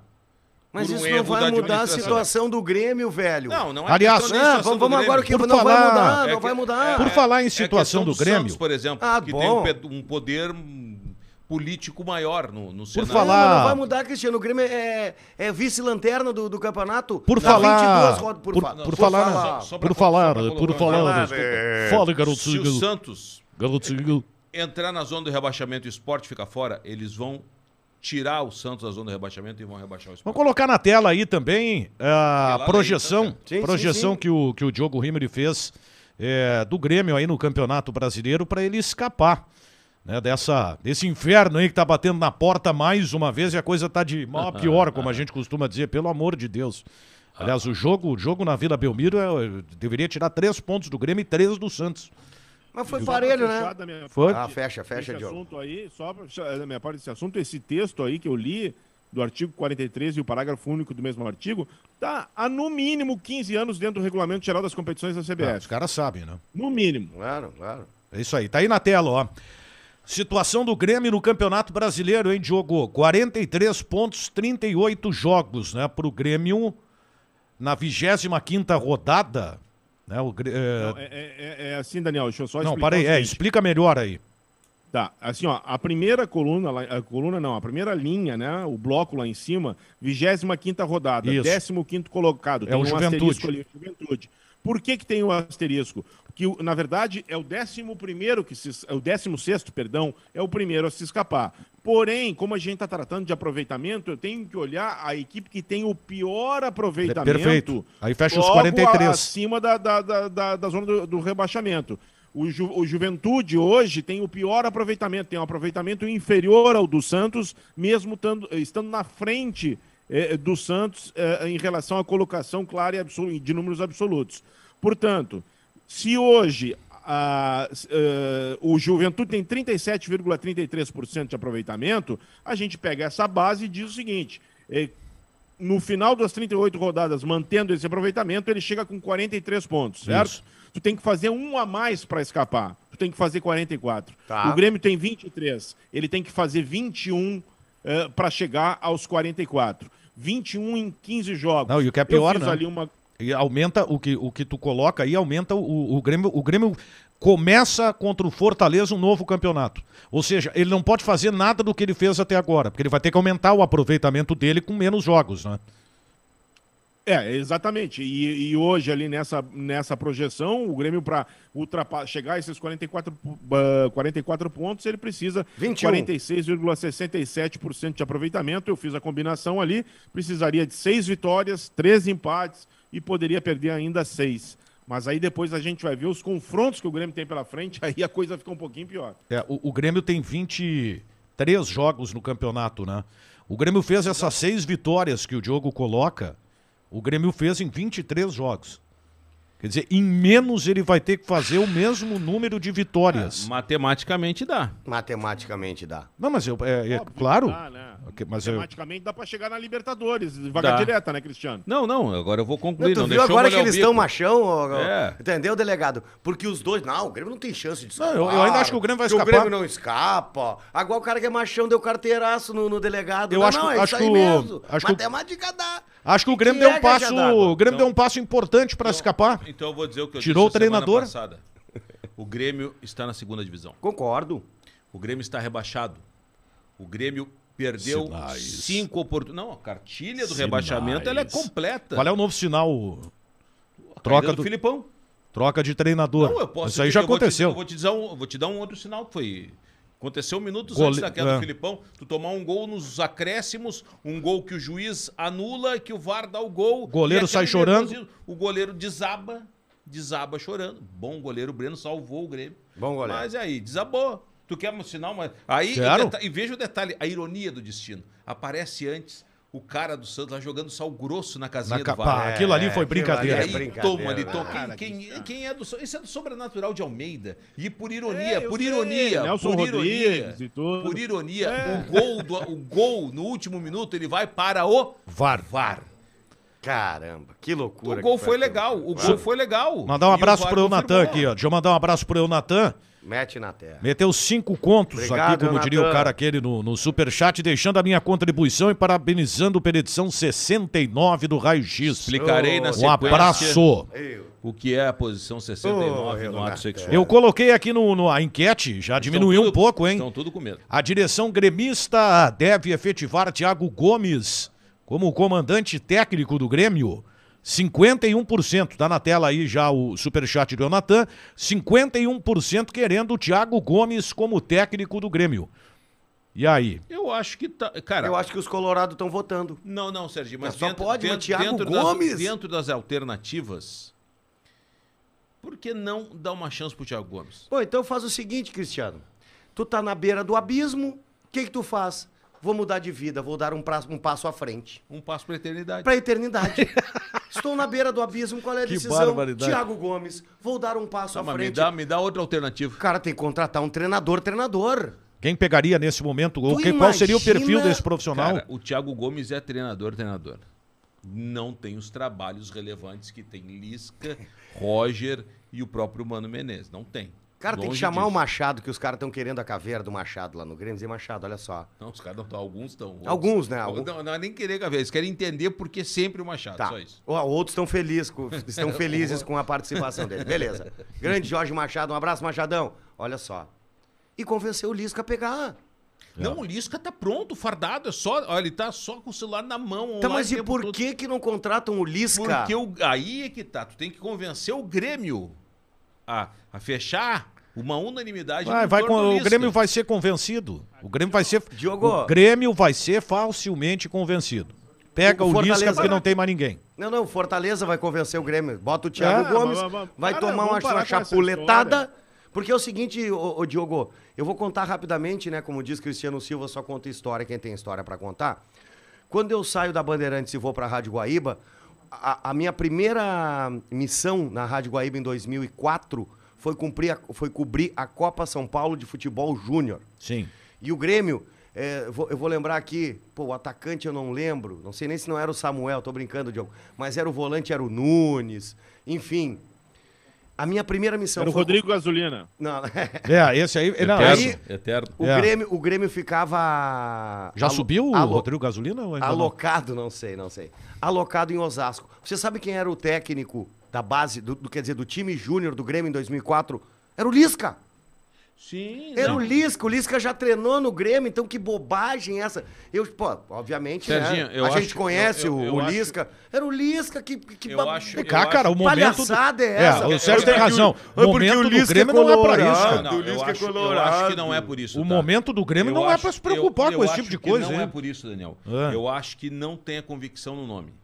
Speaker 3: Mas
Speaker 2: Por um
Speaker 3: isso
Speaker 2: erro
Speaker 3: não vai
Speaker 2: da
Speaker 3: mudar a
Speaker 2: administração.
Speaker 3: situação do Grêmio, velho.
Speaker 2: Não, não é
Speaker 1: Aliás,
Speaker 2: questão de
Speaker 3: Ah,
Speaker 2: situação
Speaker 3: vamos,
Speaker 2: do
Speaker 3: vamos agora
Speaker 2: Grêmio.
Speaker 3: que
Speaker 1: Por
Speaker 3: não vai
Speaker 1: falar-
Speaker 3: mudar,
Speaker 2: É
Speaker 3: não
Speaker 2: que-
Speaker 3: vai mudar.
Speaker 1: Por falar em
Speaker 2: É
Speaker 1: situação
Speaker 2: questão
Speaker 1: do Grêmio,
Speaker 2: Santos, por exemplo,
Speaker 3: Ah,
Speaker 2: que
Speaker 3: bom.
Speaker 2: tem um pe- um, poder hum, político maior no, no Senado.
Speaker 1: falar-
Speaker 3: Não, não vai mudar, Cristiano. O Grêmio é, é vice-lanterna do, do campeonato.
Speaker 1: por
Speaker 3: Dá
Speaker 1: falar,
Speaker 3: 22 rodas por,
Speaker 1: por,
Speaker 3: fa-
Speaker 1: por falar,
Speaker 2: falar. Só pra-
Speaker 1: por
Speaker 2: só pra
Speaker 1: falar,
Speaker 2: colocar
Speaker 1: por
Speaker 2: uma-
Speaker 1: falar,
Speaker 3: Vai
Speaker 4: é,
Speaker 3: lá,
Speaker 1: desculpa. fala
Speaker 2: Se o
Speaker 1: garoto,
Speaker 2: Santos
Speaker 1: garoto,
Speaker 2: entrar na zona do rebaixamento e o esporte ficar fora, eles vão tirar o Santos da zona do rebaixamento e vão rebaixar o
Speaker 1: Vamos
Speaker 2: esporte.
Speaker 1: colocar na tela aí também a
Speaker 2: Pelada aí,
Speaker 1: projeção,
Speaker 2: tá,
Speaker 3: então, Sim, sim,
Speaker 1: projeção
Speaker 3: sim.
Speaker 1: Que, o, que o Diogo Rimmer fez é, do Grêmio aí no Campeonato Brasileiro para ele escapar né, dessa, desse inferno aí que tá batendo na porta mais uma vez e a coisa tá de mal a pior, como a gente costuma dizer, pelo amor de Deus. Aliás, o jogo, o jogo na Vila Belmiro é, deveria tirar três pontos do Grêmio e três do Santos.
Speaker 3: Mas foi
Speaker 4: Só pra
Speaker 3: parelho,
Speaker 4: fechar
Speaker 3: né?
Speaker 4: da minha
Speaker 1: Foi?
Speaker 3: Ah, fecha, fecha,
Speaker 4: esse
Speaker 3: Diogo.
Speaker 4: assunto aí, só pra fechar da minha parte desse assunto, esse texto aí que eu li, do artigo 43 e o parágrafo único do mesmo artigo, tá há no mínimo 15 anos dentro do regulamento geral das competições da
Speaker 1: Ah, os
Speaker 3: Tá.
Speaker 4: CBF.
Speaker 1: caras sabem, né?
Speaker 4: No mínimo.
Speaker 3: Claro, claro.
Speaker 1: É isso aí, tá aí na tela, ó. Situação do Grêmio no Campeonato Brasileiro, hein, Diogo? 43 pontos, 38 jogos, né, pro Grêmio na 25ª rodada, né, o Grê- eh,
Speaker 4: Não, é, é- é- é assim, Daniel, deixa eu só
Speaker 1: Não,
Speaker 4: explicar.
Speaker 1: para aí,
Speaker 4: o
Speaker 1: é,
Speaker 4: seguinte.
Speaker 1: explica melhor aí.
Speaker 4: Tá, assim, ó, a primeira coluna, lá- a coluna não, a primeira linha, né, o bloco lá em cima, 25ª rodada,
Speaker 1: Isso.
Speaker 4: 15º colocado, um
Speaker 1: É o Juventude.
Speaker 4: asterisco ali, Juventude. Por que que tem o asterisco? Porque, o- na verdade, é o 11º que se, é o 16º, perdão, é o primeiro a se escapar. Porém, como a gente está tratando de aproveitamento, eu tenho que olhar a equipe que tem o pior aproveitamento
Speaker 1: é Perfeito. Aí fecha os
Speaker 4: logo
Speaker 1: 43.
Speaker 4: a- acima da, da, da, da- da zona do, do rebaixamento. O, Ju- o Juventude hoje tem o pior aproveitamento, tem um aproveitamento inferior ao do Santos, mesmo tando- estando na frente eh, do Santos eh, em relação à colocação clara e absolu- de números absolutos. Portanto, se hoje a- s- eh, o Juventude tem 37,33% de aproveitamento, a gente pega essa base e diz o seguinte: eh, no final das 38 rodadas, mantendo esse aproveitamento, ele chega com 43 pontos, certo?
Speaker 1: Isso.
Speaker 4: Tu tem que fazer um a mais para escapar. Tu tem que fazer 44.
Speaker 3: Tá.
Speaker 4: O Grêmio tem 23. Ele tem que fazer 21 para eh, chegar aos 44. 21 em 15 jogos.
Speaker 1: Não, e o que é
Speaker 4: Eu
Speaker 1: pior,
Speaker 4: fiz
Speaker 1: né?
Speaker 4: ali uma-
Speaker 1: E aumenta o que, o que tu coloca aí, aumenta o, o Grêmio. O Grêmio começa contra o Fortaleza um novo campeonato. Ou seja, ele não pode fazer nada do que ele fez até agora, porque ele vai ter que aumentar o aproveitamento dele com menos jogos, né?
Speaker 4: É, exatamente. E, e hoje, ali nessa, nessa projeção, o Grêmio, para chegar a esses 44, po- ah, 44 pontos, ele precisa
Speaker 3: 21.
Speaker 4: 46,67% de aproveitamento. Eu fiz a combinação ali, precisaria de seis vitórias, três empates e poderia perder ainda seis. Mas aí depois a gente vai ver os confrontos que o Grêmio tem pela frente, aí a coisa fica um pouquinho pior.
Speaker 1: É, o, o Grêmio tem 23 jogos no campeonato, né? O Grêmio fez essas seis vitórias que o Diogo coloca, o Grêmio fez em 23 jogos. Quer dizer, em menos ele vai ter que fazer o mesmo número de
Speaker 2: É,
Speaker 1: vitórias.
Speaker 2: Matematicamente dá.
Speaker 3: Matematicamente dá.
Speaker 1: Não, mas eu, é, é
Speaker 4: Óbvio que
Speaker 1: claro.
Speaker 2: tá.
Speaker 4: Dá, né?
Speaker 1: Ok, mas eu-
Speaker 4: Matematicamente dá para chegar na Libertadores, vaga
Speaker 2: Dá.
Speaker 4: direta, né, Cristiano?
Speaker 2: Não, não, agora eu vou
Speaker 3: Não,
Speaker 2: concluir.
Speaker 3: tu
Speaker 2: Não,
Speaker 3: viu
Speaker 2: deixou
Speaker 3: agora
Speaker 2: eu
Speaker 3: que
Speaker 2: molhar o
Speaker 3: eles
Speaker 2: bico.
Speaker 3: estão machão, ó, ó,
Speaker 2: É.
Speaker 3: entendeu, delegado? Porque os dois, não, o Grêmio não tem chance de
Speaker 1: Não,
Speaker 3: escapar.
Speaker 1: eu- eu ainda acho que o Grêmio vai
Speaker 3: que
Speaker 1: escapar.
Speaker 3: o Grêmio não escapa. Agora o cara que é machão deu carteiraço no, no delegado.
Speaker 1: Eu
Speaker 3: não,
Speaker 1: acho
Speaker 3: não,
Speaker 1: que-
Speaker 3: é
Speaker 1: acho
Speaker 3: isso
Speaker 1: que
Speaker 3: aí
Speaker 1: o-
Speaker 3: mesmo.
Speaker 1: acho que o-
Speaker 3: Matemática dá.
Speaker 1: Acho que o Grêmio
Speaker 3: que
Speaker 1: deu
Speaker 3: é
Speaker 1: um passo,
Speaker 3: caixa d'água?
Speaker 1: o Grêmio deu um passo importante para escapar.
Speaker 2: Então eu vou dizer o que eu
Speaker 1: Tirou
Speaker 2: disse
Speaker 1: o treinador?
Speaker 2: a semana passada. O Grêmio está na segunda divisão.
Speaker 3: Concordo.
Speaker 2: O Grêmio está rebaixado. O Grêmio perdeu
Speaker 1: Sinais.
Speaker 2: cinco oportunidades. Não, a cartilha do
Speaker 1: Sinais.
Speaker 2: rebaixamento ela é completa.
Speaker 1: Qual é o novo sinal?
Speaker 2: A
Speaker 1: troca
Speaker 2: caída do
Speaker 1: do-
Speaker 2: Filipão.
Speaker 1: Troca de treinador.
Speaker 2: Não, eu posso
Speaker 1: Isso aí
Speaker 2: te-
Speaker 1: já
Speaker 2: eu vou te-
Speaker 1: aconteceu.
Speaker 2: eu Vou te, dizer um, eu vou te dar um outro sinal que foi. Aconteceu minutos
Speaker 1: Gole-
Speaker 2: antes da queda
Speaker 1: é.
Speaker 2: do Filipão. Tu tomar um gol nos acréscimos, um gol que o juiz anula, que o VAR dá o gol. O
Speaker 1: goleiro sai chorando.
Speaker 2: O goleiro desaba, desaba chorando. Bom goleiro, o Breno salvou o Grêmio.
Speaker 3: Bom goleiro.
Speaker 2: Mas aí, desabou. Tu quer um sinal, mas. Aí, e
Speaker 1: Quero.
Speaker 2: deta- e veja o detalhe, a ironia do destino. Aparece antes o cara do Santos lá jogando sal grosso na
Speaker 1: Na
Speaker 2: casinha
Speaker 1: Ah,
Speaker 2: do
Speaker 1: capa-
Speaker 2: VAR.
Speaker 1: aquilo ali foi
Speaker 3: aquilo
Speaker 2: E
Speaker 1: brincadeira.
Speaker 3: ali é
Speaker 2: aí,
Speaker 3: brincadeira,
Speaker 2: toma ali,
Speaker 3: né?
Speaker 2: toma.
Speaker 4: Cara,
Speaker 2: Quem, quem,
Speaker 4: que-
Speaker 2: quem é do. Isso é do sobrenatural de Almeida. E por ironia,
Speaker 4: É, eu
Speaker 2: por
Speaker 4: sei.
Speaker 2: ironia,
Speaker 4: Nelson
Speaker 2: por ironia.
Speaker 4: Rodrigues e tudo.
Speaker 2: Por ironia,
Speaker 4: É.
Speaker 2: o, gol do- o gol no último minuto ele vai para o
Speaker 1: VAR.
Speaker 2: VAR.
Speaker 3: Caramba, que loucura.
Speaker 2: O gol
Speaker 3: que
Speaker 2: foi
Speaker 3: aquilo.
Speaker 2: legal. O gol foi legal.
Speaker 1: Mandar um
Speaker 2: E o
Speaker 1: abraço
Speaker 2: VAR
Speaker 1: pro Eunatan
Speaker 2: confirmou.
Speaker 1: aqui, ó. Deixa eu mandar um abraço pro Eunatan.
Speaker 3: Mete na terra.
Speaker 1: Meteu cinco contos
Speaker 3: Obrigado,
Speaker 1: aqui, como
Speaker 3: Eunatan.
Speaker 1: diria o cara aquele no, no superchat, deixando a minha contribuição e parabenizando pela edição 69 do Raio X.
Speaker 2: Explicarei na
Speaker 1: Um
Speaker 2: sequência
Speaker 1: abraço.
Speaker 3: Eu.
Speaker 2: o que é a posição 69
Speaker 3: Ô,
Speaker 2: no ato
Speaker 3: Renato,
Speaker 2: sexual.
Speaker 1: Eu coloquei aqui no, no- a enquete, já diminuiu
Speaker 2: Estão
Speaker 1: um
Speaker 2: tudo-
Speaker 1: pouco, hein?
Speaker 2: Estão tudo com medo.
Speaker 1: A direção gremista deve efetivar Thiago Gomes como comandante técnico do Grêmio. 51%, tá na tela aí já o superchat do Jonathan, 51% querendo o Thiago Gomes como técnico do Grêmio. E aí?
Speaker 2: Eu acho que tá. Cara,
Speaker 3: Eu acho que os colorados estão votando.
Speaker 2: Não, não, Serginho, mas
Speaker 3: Mas Tá, só
Speaker 2: dentro,
Speaker 3: pode,
Speaker 2: dentro,
Speaker 3: mas Thiago
Speaker 2: dentro Das,
Speaker 3: Gomes?
Speaker 2: dentro das alternativas, por que não dar uma chance pro Thiago Gomes?
Speaker 3: Pô, então faz o seguinte, Cristiano. Tu tá na beira do abismo, o que que tu faz? Vou mudar de vida, vou dar um, pra- um passo à frente. É
Speaker 2: Um passo pra eternidade. [LAUGHS]
Speaker 3: Pra eternidade. Estou na beira do abismo, qual é a
Speaker 1: Que
Speaker 3: decisão?
Speaker 1: barbaridade.
Speaker 3: Tiago Gomes, vou dar um passo
Speaker 2: Tá,
Speaker 3: à
Speaker 2: mas me
Speaker 3: frente.
Speaker 2: dá, me dá outra
Speaker 3: O
Speaker 2: alternativa.
Speaker 3: cara tem que contratar um treinador, treinador.
Speaker 1: Quem pegaria nesse momento? Ou
Speaker 3: Tu
Speaker 1: que- qual seria o
Speaker 3: imagina-
Speaker 1: perfil desse profissional?
Speaker 2: Cara, o Thiago Gomes é treinador, treinador. Não tem os trabalhos relevantes que tem
Speaker 3: [LAUGHS]
Speaker 2: Lisca, Roger e o próprio Mano Menezes. Não tem.
Speaker 3: Cara, tem que
Speaker 2: Longe
Speaker 3: chamar o
Speaker 2: disso.
Speaker 3: Machado, que os caras estão querendo a caveira do Machado lá no Grêmio. Dizer, Machado, olha só.
Speaker 2: Não, os caras não estão. Alguns estão.
Speaker 3: Alguns, né? Alguns-
Speaker 2: Não, não é nem querer caber. Eles querem entender por que sempre o Machado.
Speaker 3: Tá.
Speaker 2: Só isso.
Speaker 3: Ó, Outros estão
Speaker 2: [LAUGHS]
Speaker 3: felizes, com- estão felizes com a participação dele. Beleza. Grande Jorge Machado, um abraço, Machadão. Olha só. E convenceu o Lisca a pegar.
Speaker 1: É.
Speaker 2: Não, o Lisca tá pronto, fardado, é só. Olha, ele tá só com o celular na mão. online
Speaker 3: Tá, mas
Speaker 2: o
Speaker 3: e
Speaker 2: tempo
Speaker 3: por
Speaker 2: todo.
Speaker 3: que que não contratam o Lisca?
Speaker 2: Porque o, aí é que tá. Tu tem que convencer o Grêmio a, a fechar uma unanimidade.
Speaker 1: Vai,
Speaker 2: em
Speaker 1: vai
Speaker 2: torno
Speaker 1: com-
Speaker 2: do
Speaker 1: o
Speaker 2: Lisca.
Speaker 1: Grêmio vai ser convencido. O Grêmio vai ser.
Speaker 3: Diogo.
Speaker 1: O Grêmio vai ser facilmente convencido. Pega
Speaker 3: O
Speaker 1: o,
Speaker 3: Fortaleza-
Speaker 1: Lisca porque não tem mais ninguém.
Speaker 3: Não, não, o Fortaleza vai convencer o Grêmio. Bota o Thiago
Speaker 4: Ah,
Speaker 3: Gomes,
Speaker 4: mas, mas,
Speaker 3: vai
Speaker 4: para,
Speaker 3: tomar
Speaker 4: vamos
Speaker 3: uma,
Speaker 4: parar
Speaker 3: uma
Speaker 4: com essa
Speaker 3: chapuletada.
Speaker 4: história.
Speaker 3: Porque é o seguinte, ô, ô, Diogo, eu vou contar rapidamente, né? Como diz Cristiano Silva, só conta história quem tem história pra contar. Quando eu saio da Bandeirantes e vou pra Rádio Guaíba, a, a minha primeira missão na Rádio Guaíba em 2004 foi, cumprir a- foi cobrir a Copa São Paulo de Futebol Júnior.
Speaker 1: Sim.
Speaker 3: E o Grêmio, é, eu vou- eu vou lembrar aqui, pô, o atacante eu não lembro, não sei nem se não era o Samuel, tô brincando, Diogo, mas era o volante, era o Nunes, enfim. A minha primeira missão
Speaker 4: Era o
Speaker 3: Então foi.
Speaker 4: Rodrigo Gasolina.
Speaker 3: Não, [LAUGHS]
Speaker 1: É, esse aí. não,
Speaker 2: Eterno,
Speaker 1: esse-
Speaker 2: eterno.
Speaker 3: o,
Speaker 1: É.
Speaker 3: Grêmio, o Grêmio ficava.
Speaker 1: já
Speaker 3: alo-
Speaker 1: subiu o
Speaker 3: alo-
Speaker 1: Rodrigo Gasolina? Ou ainda não?
Speaker 3: Alocado, não sei, não sei. Alocado em Osasco. Você sabe quem era o técnico da base, do, do- quer dizer, do time júnior do Grêmio em 2004? Era o Lisca.
Speaker 2: Sim.
Speaker 3: Era
Speaker 2: não.
Speaker 3: o Lisca, o Lisca já treinou no Grêmio, então que bobagem essa. Eu, pô, obviamente, né,
Speaker 2: Serginho, eu
Speaker 3: a
Speaker 2: acho-
Speaker 3: gente conhece
Speaker 2: eu- eu-
Speaker 3: o-
Speaker 2: eu
Speaker 3: o
Speaker 2: acho-
Speaker 3: Lisca. Era o Lisca que que
Speaker 2: Eu
Speaker 3: ba-
Speaker 2: acho-
Speaker 1: Vem
Speaker 2: eu
Speaker 1: cá, cara, o momento.
Speaker 3: palhaçada é essa?
Speaker 1: o Sérgio tem
Speaker 2: É porque
Speaker 1: razão.
Speaker 3: o-
Speaker 1: O
Speaker 3: é porque
Speaker 1: momento
Speaker 3: o
Speaker 1: do
Speaker 3: Lisca é
Speaker 1: Grêmio não é pra
Speaker 3: colorado.
Speaker 1: isso,
Speaker 2: Não,
Speaker 1: cara.
Speaker 2: não, eu,
Speaker 3: Lisca
Speaker 2: acho, eu
Speaker 3: colorado.
Speaker 2: acho que não é por isso.
Speaker 1: O
Speaker 2: tá?
Speaker 1: momento do Grêmio
Speaker 2: Eu
Speaker 1: não é
Speaker 2: acho-
Speaker 1: pra se preocupar
Speaker 2: eu- eu
Speaker 1: com esse
Speaker 2: acho
Speaker 1: tipo de
Speaker 2: que
Speaker 1: coisa,
Speaker 2: Não
Speaker 1: hein?
Speaker 2: é por isso, Daniel.
Speaker 1: Ah.
Speaker 2: Eu acho que não tem a convicção no nome.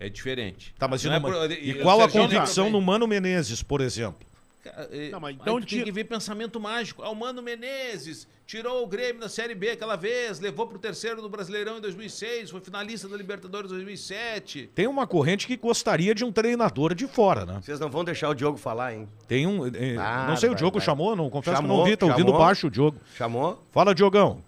Speaker 2: É diferente.
Speaker 1: Tá, mas e,
Speaker 2: Não é
Speaker 1: no-
Speaker 2: por-
Speaker 1: e
Speaker 2: eu-
Speaker 1: qual a
Speaker 2: Serginho,
Speaker 1: convicção
Speaker 2: também.
Speaker 1: no Mano Menezes, por exemplo?
Speaker 2: Cara, eh,
Speaker 4: Não, mas
Speaker 2: aí
Speaker 4: então
Speaker 2: tu
Speaker 4: tira-
Speaker 2: tem que ver pensamento mágico. Ah, o Mano Menezes tirou o Grêmio da Série B aquela vez, levou pro terceiro do Brasileirão em 2006, foi finalista da Libertadores em 2007.
Speaker 1: Tem uma corrente que gostaria de um treinador de fora, né?
Speaker 3: Vocês não vão deixar o Diogo falar, hein?
Speaker 1: Tem um. eh,
Speaker 3: Ah,
Speaker 1: não sei, o
Speaker 3: vai,
Speaker 1: Diogo
Speaker 3: vai.
Speaker 1: chamou, não confesso que não
Speaker 3: Chamou,
Speaker 1: vi, tá ouvindo
Speaker 3: chamou.
Speaker 1: baixo o Diogo.
Speaker 3: Chamou?
Speaker 1: Fala, Diogão.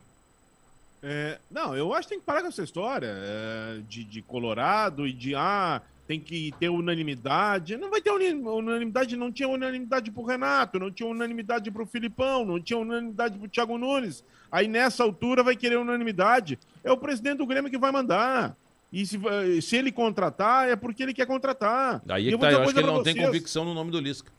Speaker 4: É, não, eu acho que tem que parar com essa história é, de, de Colorado e de ah, tem que ter unanimidade. Não vai ter uni- unanimidade, não tinha unanimidade pro Renato, não tinha unanimidade pro Filipão, não tinha unanimidade pro Thiago Nunes. Aí nessa altura vai querer unanimidade. É o presidente do Grêmio que vai mandar. E se, vai- se ele contratar, é porque ele quer contratar.
Speaker 2: Daí
Speaker 4: E
Speaker 2: é
Speaker 4: eu
Speaker 2: que
Speaker 4: vou
Speaker 2: tá,
Speaker 4: dizer
Speaker 2: eu
Speaker 4: uma
Speaker 2: acho que
Speaker 4: coisa
Speaker 2: ele
Speaker 4: pra
Speaker 2: não tem
Speaker 4: vocês.
Speaker 2: convicção no nome do Lisca.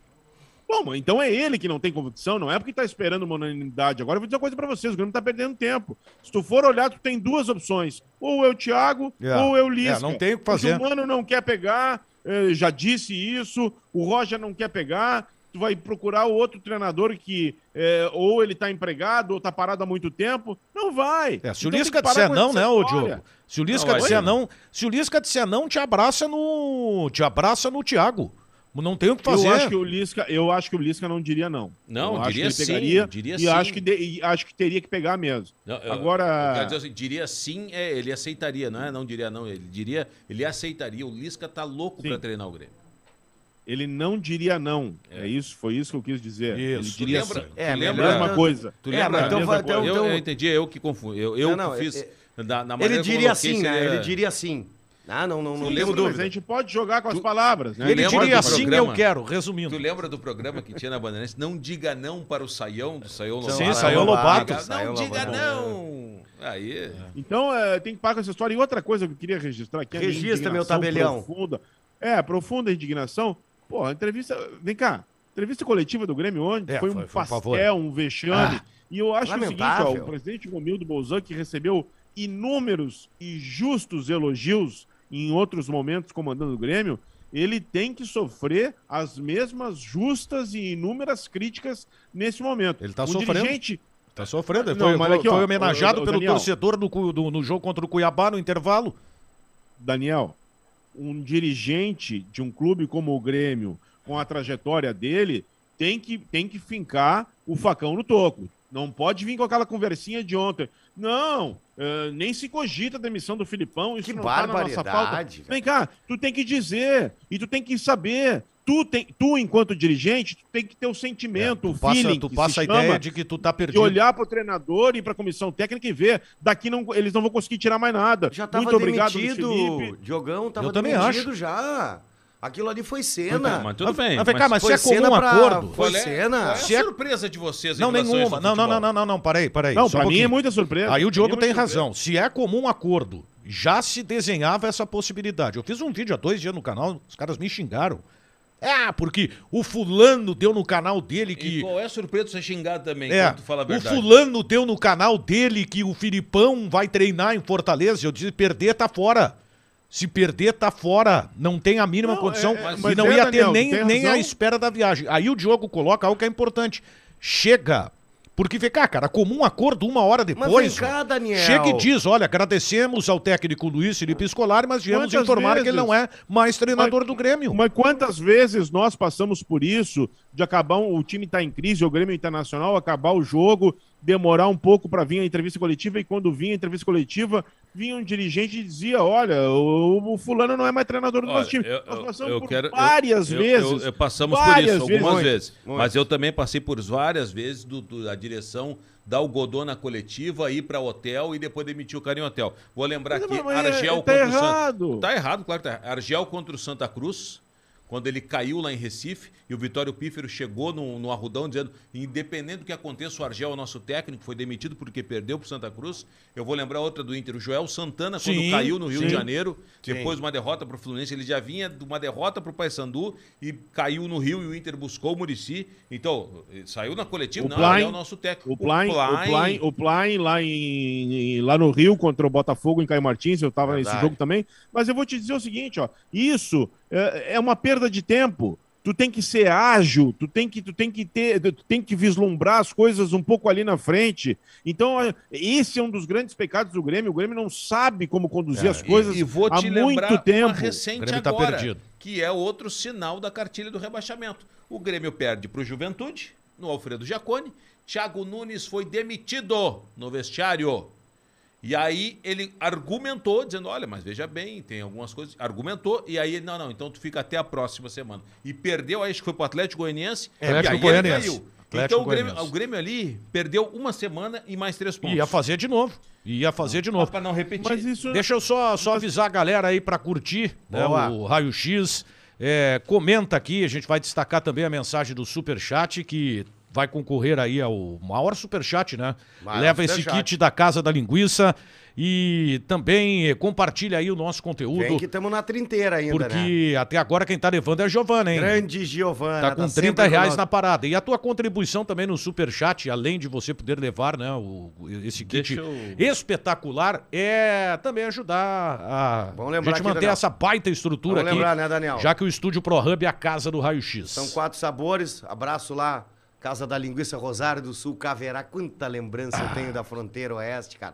Speaker 4: Bom, mas então é ele que não tem convicção, não é porque tá esperando uma unanimidade. Agora eu vou dizer uma coisa pra vocês, o Grêmio tá perdendo tempo. Se tu for olhar, tu tem duas opções. Ou é o Thiago,
Speaker 1: É.
Speaker 4: ou é o
Speaker 1: É,
Speaker 4: Lisca.
Speaker 1: não tem o que fazer.
Speaker 4: O Mano não quer pegar, eh, já disse isso, o Roger não quer pegar, tu vai procurar o outro treinador que eh, ou ele tá empregado ou tá parado há muito tempo. Não vai.
Speaker 1: É, se o
Speaker 4: Então tem
Speaker 1: Lisca
Speaker 4: que
Speaker 1: disser
Speaker 4: parar com
Speaker 1: não,
Speaker 4: essa
Speaker 1: né, ô
Speaker 4: história.
Speaker 1: Diogo? Se o
Speaker 2: Não,
Speaker 1: Lisca
Speaker 2: vai
Speaker 1: disser
Speaker 2: ser.
Speaker 1: não, se o Lisca disser não, te abraça no. Te abraça no Thiago. Não tem o que fazer.
Speaker 4: Eu acho que o Lisca, eu acho que o Lisca não diria não.
Speaker 2: Não,
Speaker 4: eu
Speaker 2: diria
Speaker 4: acho que
Speaker 2: sim,
Speaker 4: ele pegaria
Speaker 2: diria
Speaker 4: e
Speaker 2: sim.
Speaker 4: acho que de- e acho que teria que pegar mesmo.
Speaker 2: Não, eu- eu
Speaker 4: Agora
Speaker 2: quero dizer assim, diria sim, é, ele aceitaria, não é? Não diria não, ele diria, ele aceitaria. O Lisca tá louco
Speaker 4: Sim.
Speaker 2: pra treinar o Grêmio.
Speaker 4: ele não diria não. É, isso, foi isso que eu quis dizer.
Speaker 1: Isso.
Speaker 4: Ele diria
Speaker 2: Tu lembra?
Speaker 4: sim.
Speaker 3: É,
Speaker 2: tu
Speaker 4: É a
Speaker 2: lembra?
Speaker 4: mesma coisa.
Speaker 2: Tu
Speaker 3: É,
Speaker 2: lembra?
Speaker 3: mas então
Speaker 4: Mesma
Speaker 3: vai- então-
Speaker 4: coisa.
Speaker 2: eu,
Speaker 3: então-
Speaker 2: eu entendi, eu que confundo. Eu, eu
Speaker 3: Não, não,
Speaker 2: que fiz.
Speaker 3: é-
Speaker 2: na, na maneira
Speaker 3: Ele
Speaker 2: que eu coloquei,
Speaker 3: diria
Speaker 2: é.
Speaker 3: assim, né?
Speaker 2: seria-
Speaker 3: Ele diria assim. Ah, não, não, não
Speaker 4: Sim,
Speaker 3: tenho
Speaker 4: mas
Speaker 3: dúvida.
Speaker 4: a gente pode jogar com as palavras, né?
Speaker 2: tu
Speaker 1: Ele
Speaker 2: lembra
Speaker 1: diria
Speaker 2: do
Speaker 1: assim
Speaker 2: programa?
Speaker 1: eu quero, resumindo.
Speaker 2: Tu lembra do programa que tinha na Bandeirantes? Não diga não para o Saião, do Saião
Speaker 3: Então,
Speaker 2: Lobato.
Speaker 1: Sim,
Speaker 3: ah,
Speaker 1: saiu
Speaker 3: Lobato,
Speaker 1: Lobato.
Speaker 2: Não
Speaker 3: saiu
Speaker 2: diga
Speaker 3: Lobato. É.
Speaker 2: não. Aí,
Speaker 4: Então, é, tem que parar com essa história. E outra coisa que eu queria registrar aqui. a minha
Speaker 3: Registra, meu
Speaker 4: indignação
Speaker 3: tabelião.
Speaker 4: Profunda, é, profunda indignação. Pô, a entrevista... Vem cá. Entrevista coletiva do Grêmio ontem
Speaker 1: É,
Speaker 4: foi,
Speaker 1: foi-
Speaker 4: um
Speaker 1: foi um favor. Ah,
Speaker 4: pastel, um vexame. e eu acho que é o seguinte, ó,
Speaker 3: lamentável.
Speaker 4: o presidente Romildo Bolzan, que recebeu inúmeros e justos elogios em outros momentos comandando o Grêmio, ele tem que sofrer as mesmas justas e inúmeras críticas nesse momento.
Speaker 1: Ele tá
Speaker 4: um
Speaker 1: sofrendo.
Speaker 4: dirigente
Speaker 1: Tá sofrendo. Ele
Speaker 4: Não,
Speaker 1: foi,
Speaker 4: mas
Speaker 1: foi-
Speaker 4: aqui, ó,
Speaker 1: foi homenageado
Speaker 4: ô, ô,
Speaker 1: pelo
Speaker 4: Daniel.
Speaker 1: torcedor do, Cu- do- no jogo contra o Cuiabá no intervalo.
Speaker 4: Daniel, um dirigente de um clube como o Grêmio, com a trajetória dele, tem que, tem que fincar o facão no toco. Não pode vir com aquela conversinha de ontem. Não, eh, nem se cogita a demissão do Filipão. Isso
Speaker 3: Que
Speaker 4: não tá na nossa pauta.
Speaker 3: barbaridade, velho.
Speaker 4: Vem cá, tu tem que dizer e tu tem que saber. Tu, tem, tu enquanto dirigente, tu tem que ter o sentimento,
Speaker 1: É,
Speaker 4: o
Speaker 1: tu passa,
Speaker 4: feeling
Speaker 1: tu
Speaker 4: que
Speaker 1: passa
Speaker 4: se
Speaker 1: a
Speaker 4: chama
Speaker 1: ideia de que tu tá
Speaker 4: de
Speaker 1: perdido.
Speaker 4: olhar para o treinador e para a comissão técnica e ver. Daqui não, eles não vão conseguir tirar mais nada.
Speaker 3: Já tava
Speaker 4: Muito obrigado, Luiz
Speaker 3: demitido.
Speaker 4: Felipe.
Speaker 3: Diogão tava
Speaker 1: Eu também
Speaker 3: demitido já. Aquilo ali foi cena.
Speaker 2: mas tudo bem.
Speaker 1: Mas, vem cá, mas se
Speaker 3: foi
Speaker 1: é comum
Speaker 3: cena pra-
Speaker 1: acordo.
Speaker 3: foi
Speaker 2: qual é,
Speaker 3: cena.
Speaker 2: qual é a
Speaker 1: Se é-
Speaker 2: surpresa de vocês em
Speaker 1: Não,
Speaker 2: relação a isso
Speaker 1: nenhuma.
Speaker 2: no
Speaker 1: Não, não,
Speaker 2: futebol?
Speaker 1: não, não, não, não. Parei, parei.
Speaker 4: Não,
Speaker 1: só
Speaker 4: para
Speaker 1: um
Speaker 4: mim é
Speaker 1: pouquinho.
Speaker 4: muita surpresa.
Speaker 1: Aí o Diogo
Speaker 4: Pra mim é
Speaker 1: tem
Speaker 4: muita
Speaker 1: razão. Se é comum acordo, já se desenhava essa possibilidade. Eu fiz um vídeo há dois dias no canal, os caras me xingaram. Ah, porque o fulano deu no canal dele
Speaker 2: E
Speaker 1: que.
Speaker 2: qual é a surpresa de ser xingado também,
Speaker 1: É,
Speaker 2: quando tu fala a
Speaker 1: o
Speaker 2: verdade?
Speaker 1: fulano deu no canal dele que o Filipão vai treinar em Fortaleza. Eu disse, perder tá fora. Se perder, tá fora. Não tem a mínima
Speaker 4: Não,
Speaker 1: condição.
Speaker 4: é, é,
Speaker 1: e
Speaker 4: mas
Speaker 1: não
Speaker 4: é,
Speaker 1: ia ter
Speaker 4: Daniel,
Speaker 1: nem,
Speaker 4: tem
Speaker 1: nem a
Speaker 4: razão.
Speaker 1: espera da viagem. Aí o Diogo coloca algo que é importante. Chega. Porque, vê cá, cara, comum acordo uma hora
Speaker 3: Mas
Speaker 1: depois.
Speaker 3: vem cá,
Speaker 1: ó,
Speaker 3: Daniel.
Speaker 1: Chega e diz, olha, agradecemos ao técnico Luiz Felipe Scolari, mas viemos
Speaker 4: Quantas
Speaker 1: informar que ele
Speaker 4: vezes?
Speaker 1: não é mais treinador do Grêmio.
Speaker 4: Mas quantas vezes nós passamos por isso de acabar um- o time tá em crise, o Grêmio Internacional acabar o jogo, demorar um pouco para vir a entrevista coletiva e quando vinha a entrevista coletiva vinha um dirigente e dizia, olha, o, o fulano não é mais treinador do
Speaker 2: Olha,
Speaker 4: nosso time.
Speaker 2: eu-
Speaker 4: Nós
Speaker 2: eu-
Speaker 4: passamos
Speaker 2: eu
Speaker 4: por
Speaker 2: quero- eu-
Speaker 4: várias
Speaker 2: eu-
Speaker 4: vezes.
Speaker 2: eu- eu- passamos
Speaker 4: várias
Speaker 2: por isso algumas
Speaker 4: vezes.
Speaker 2: vezes. Mas eu também passei por várias vezes do- do- da direção dar o godô na coletiva, ir para hotel e depois demitir o cara em hotel. Vou lembrar
Speaker 4: Mas,
Speaker 2: aqui,
Speaker 4: mas é-
Speaker 2: Argel
Speaker 4: tá
Speaker 2: contra o San-
Speaker 4: errado.
Speaker 2: Tá errado, claro que tá errado. Argel contra o Santa Cruz, quando ele caiu lá em Recife e o Vitório Pífero chegou no, no Arrudão dizendo: independente do que aconteça, o Argel é o nosso técnico, foi demitido porque perdeu pro Santa Cruz. Eu vou lembrar outra do Inter, o Joel Santana, quando
Speaker 1: Sim,
Speaker 2: caiu no Rio de
Speaker 1: sim.
Speaker 2: Janeiro. Janeiro, depois de uma derrota para o Fluminense, ele já vinha de uma derrota para o Paysandu e caiu no Rio e o Inter buscou o Murici. Então, eh, saiu na coletiva,
Speaker 4: O
Speaker 2: não,
Speaker 4: Plain-
Speaker 2: ele é o nosso técnico.
Speaker 4: O Plain, o Plain, o Plain lá, em, em- lá no Rio contra o Botafogo em Caio Martins, eu tava nesse
Speaker 3: Verdade.
Speaker 4: jogo também. Mas eu vou te dizer o seguinte, ó, isso é, é uma perda de tempo. Tu tem que ser ágil, tu tem que, tu tem que ter, tu tem que vislumbrar as coisas um pouco ali na frente. Então, é, esse é um dos grandes pecados do Grêmio. O Grêmio não sabe como conduzir as coisas
Speaker 2: e, e vou
Speaker 4: há
Speaker 2: te lembrar
Speaker 4: muito tempo.
Speaker 2: uma recente
Speaker 1: Grêmio tá
Speaker 2: agora,
Speaker 1: perdido.
Speaker 2: que é outro sinal da cartilha do rebaixamento. O Grêmio perde para o Juventude, no Alfredo Jacone. Thiago Nunes foi demitido no vestiário. E aí ele argumentou, dizendo, olha, mas veja bem, tem algumas coisas. Argumentou, e aí ele, não, não, então tu fica até a próxima semana. E perdeu, aí acho que foi pro Atlético Goianiense,
Speaker 1: É,
Speaker 2: e aí
Speaker 1: Atlético
Speaker 2: ele
Speaker 1: Goianiense.
Speaker 2: caiu.
Speaker 1: Atlético
Speaker 2: então o Grêmio,
Speaker 1: Goianiense.
Speaker 2: o Grêmio ali perdeu uma semana e mais três pontos.
Speaker 1: Ia fazer de novo. Ia fazer de novo.
Speaker 2: Pra não repetir.
Speaker 4: Mas isso
Speaker 1: Deixa eu só, só avisar a galera aí pra curtir né,
Speaker 3: Boa.
Speaker 1: o Raio X. É, comenta aqui, a gente vai destacar também a mensagem do Superchat que vai concorrer aí ao maior Superchat, né?
Speaker 3: Maior
Speaker 1: Leva esse
Speaker 3: superchat.
Speaker 1: kit da Casa da Linguiça e também eh, compartilha aí o nosso
Speaker 3: Vem
Speaker 1: conteúdo,
Speaker 3: que estamos na trinteira ainda, né?
Speaker 1: porque até agora quem tá levando é a Giovana, hein?
Speaker 3: Grande Giovana.
Speaker 1: Tá com 30
Speaker 3: sempre
Speaker 1: reais
Speaker 3: conosco.
Speaker 1: na parada. E a tua contribuição também no Superchat, além de você poder levar né, o, esse kit
Speaker 2: Deixa eu-
Speaker 1: espetacular, é também ajudar a
Speaker 3: Vamos
Speaker 1: a
Speaker 3: lembrar
Speaker 1: gente
Speaker 3: aqui,
Speaker 1: manter
Speaker 3: Daniel.
Speaker 1: essa baita estrutura
Speaker 3: Vamos
Speaker 1: aqui.
Speaker 3: lembrar, né, Daniel?
Speaker 1: Já que o Estúdio ProHub é a casa do Raio X.
Speaker 3: São quatro sabores. Abraço lá, Casa da Linguiça Rosário do Sul, Caverá. Quanta lembrança eu tenho da fronteira oeste, cara.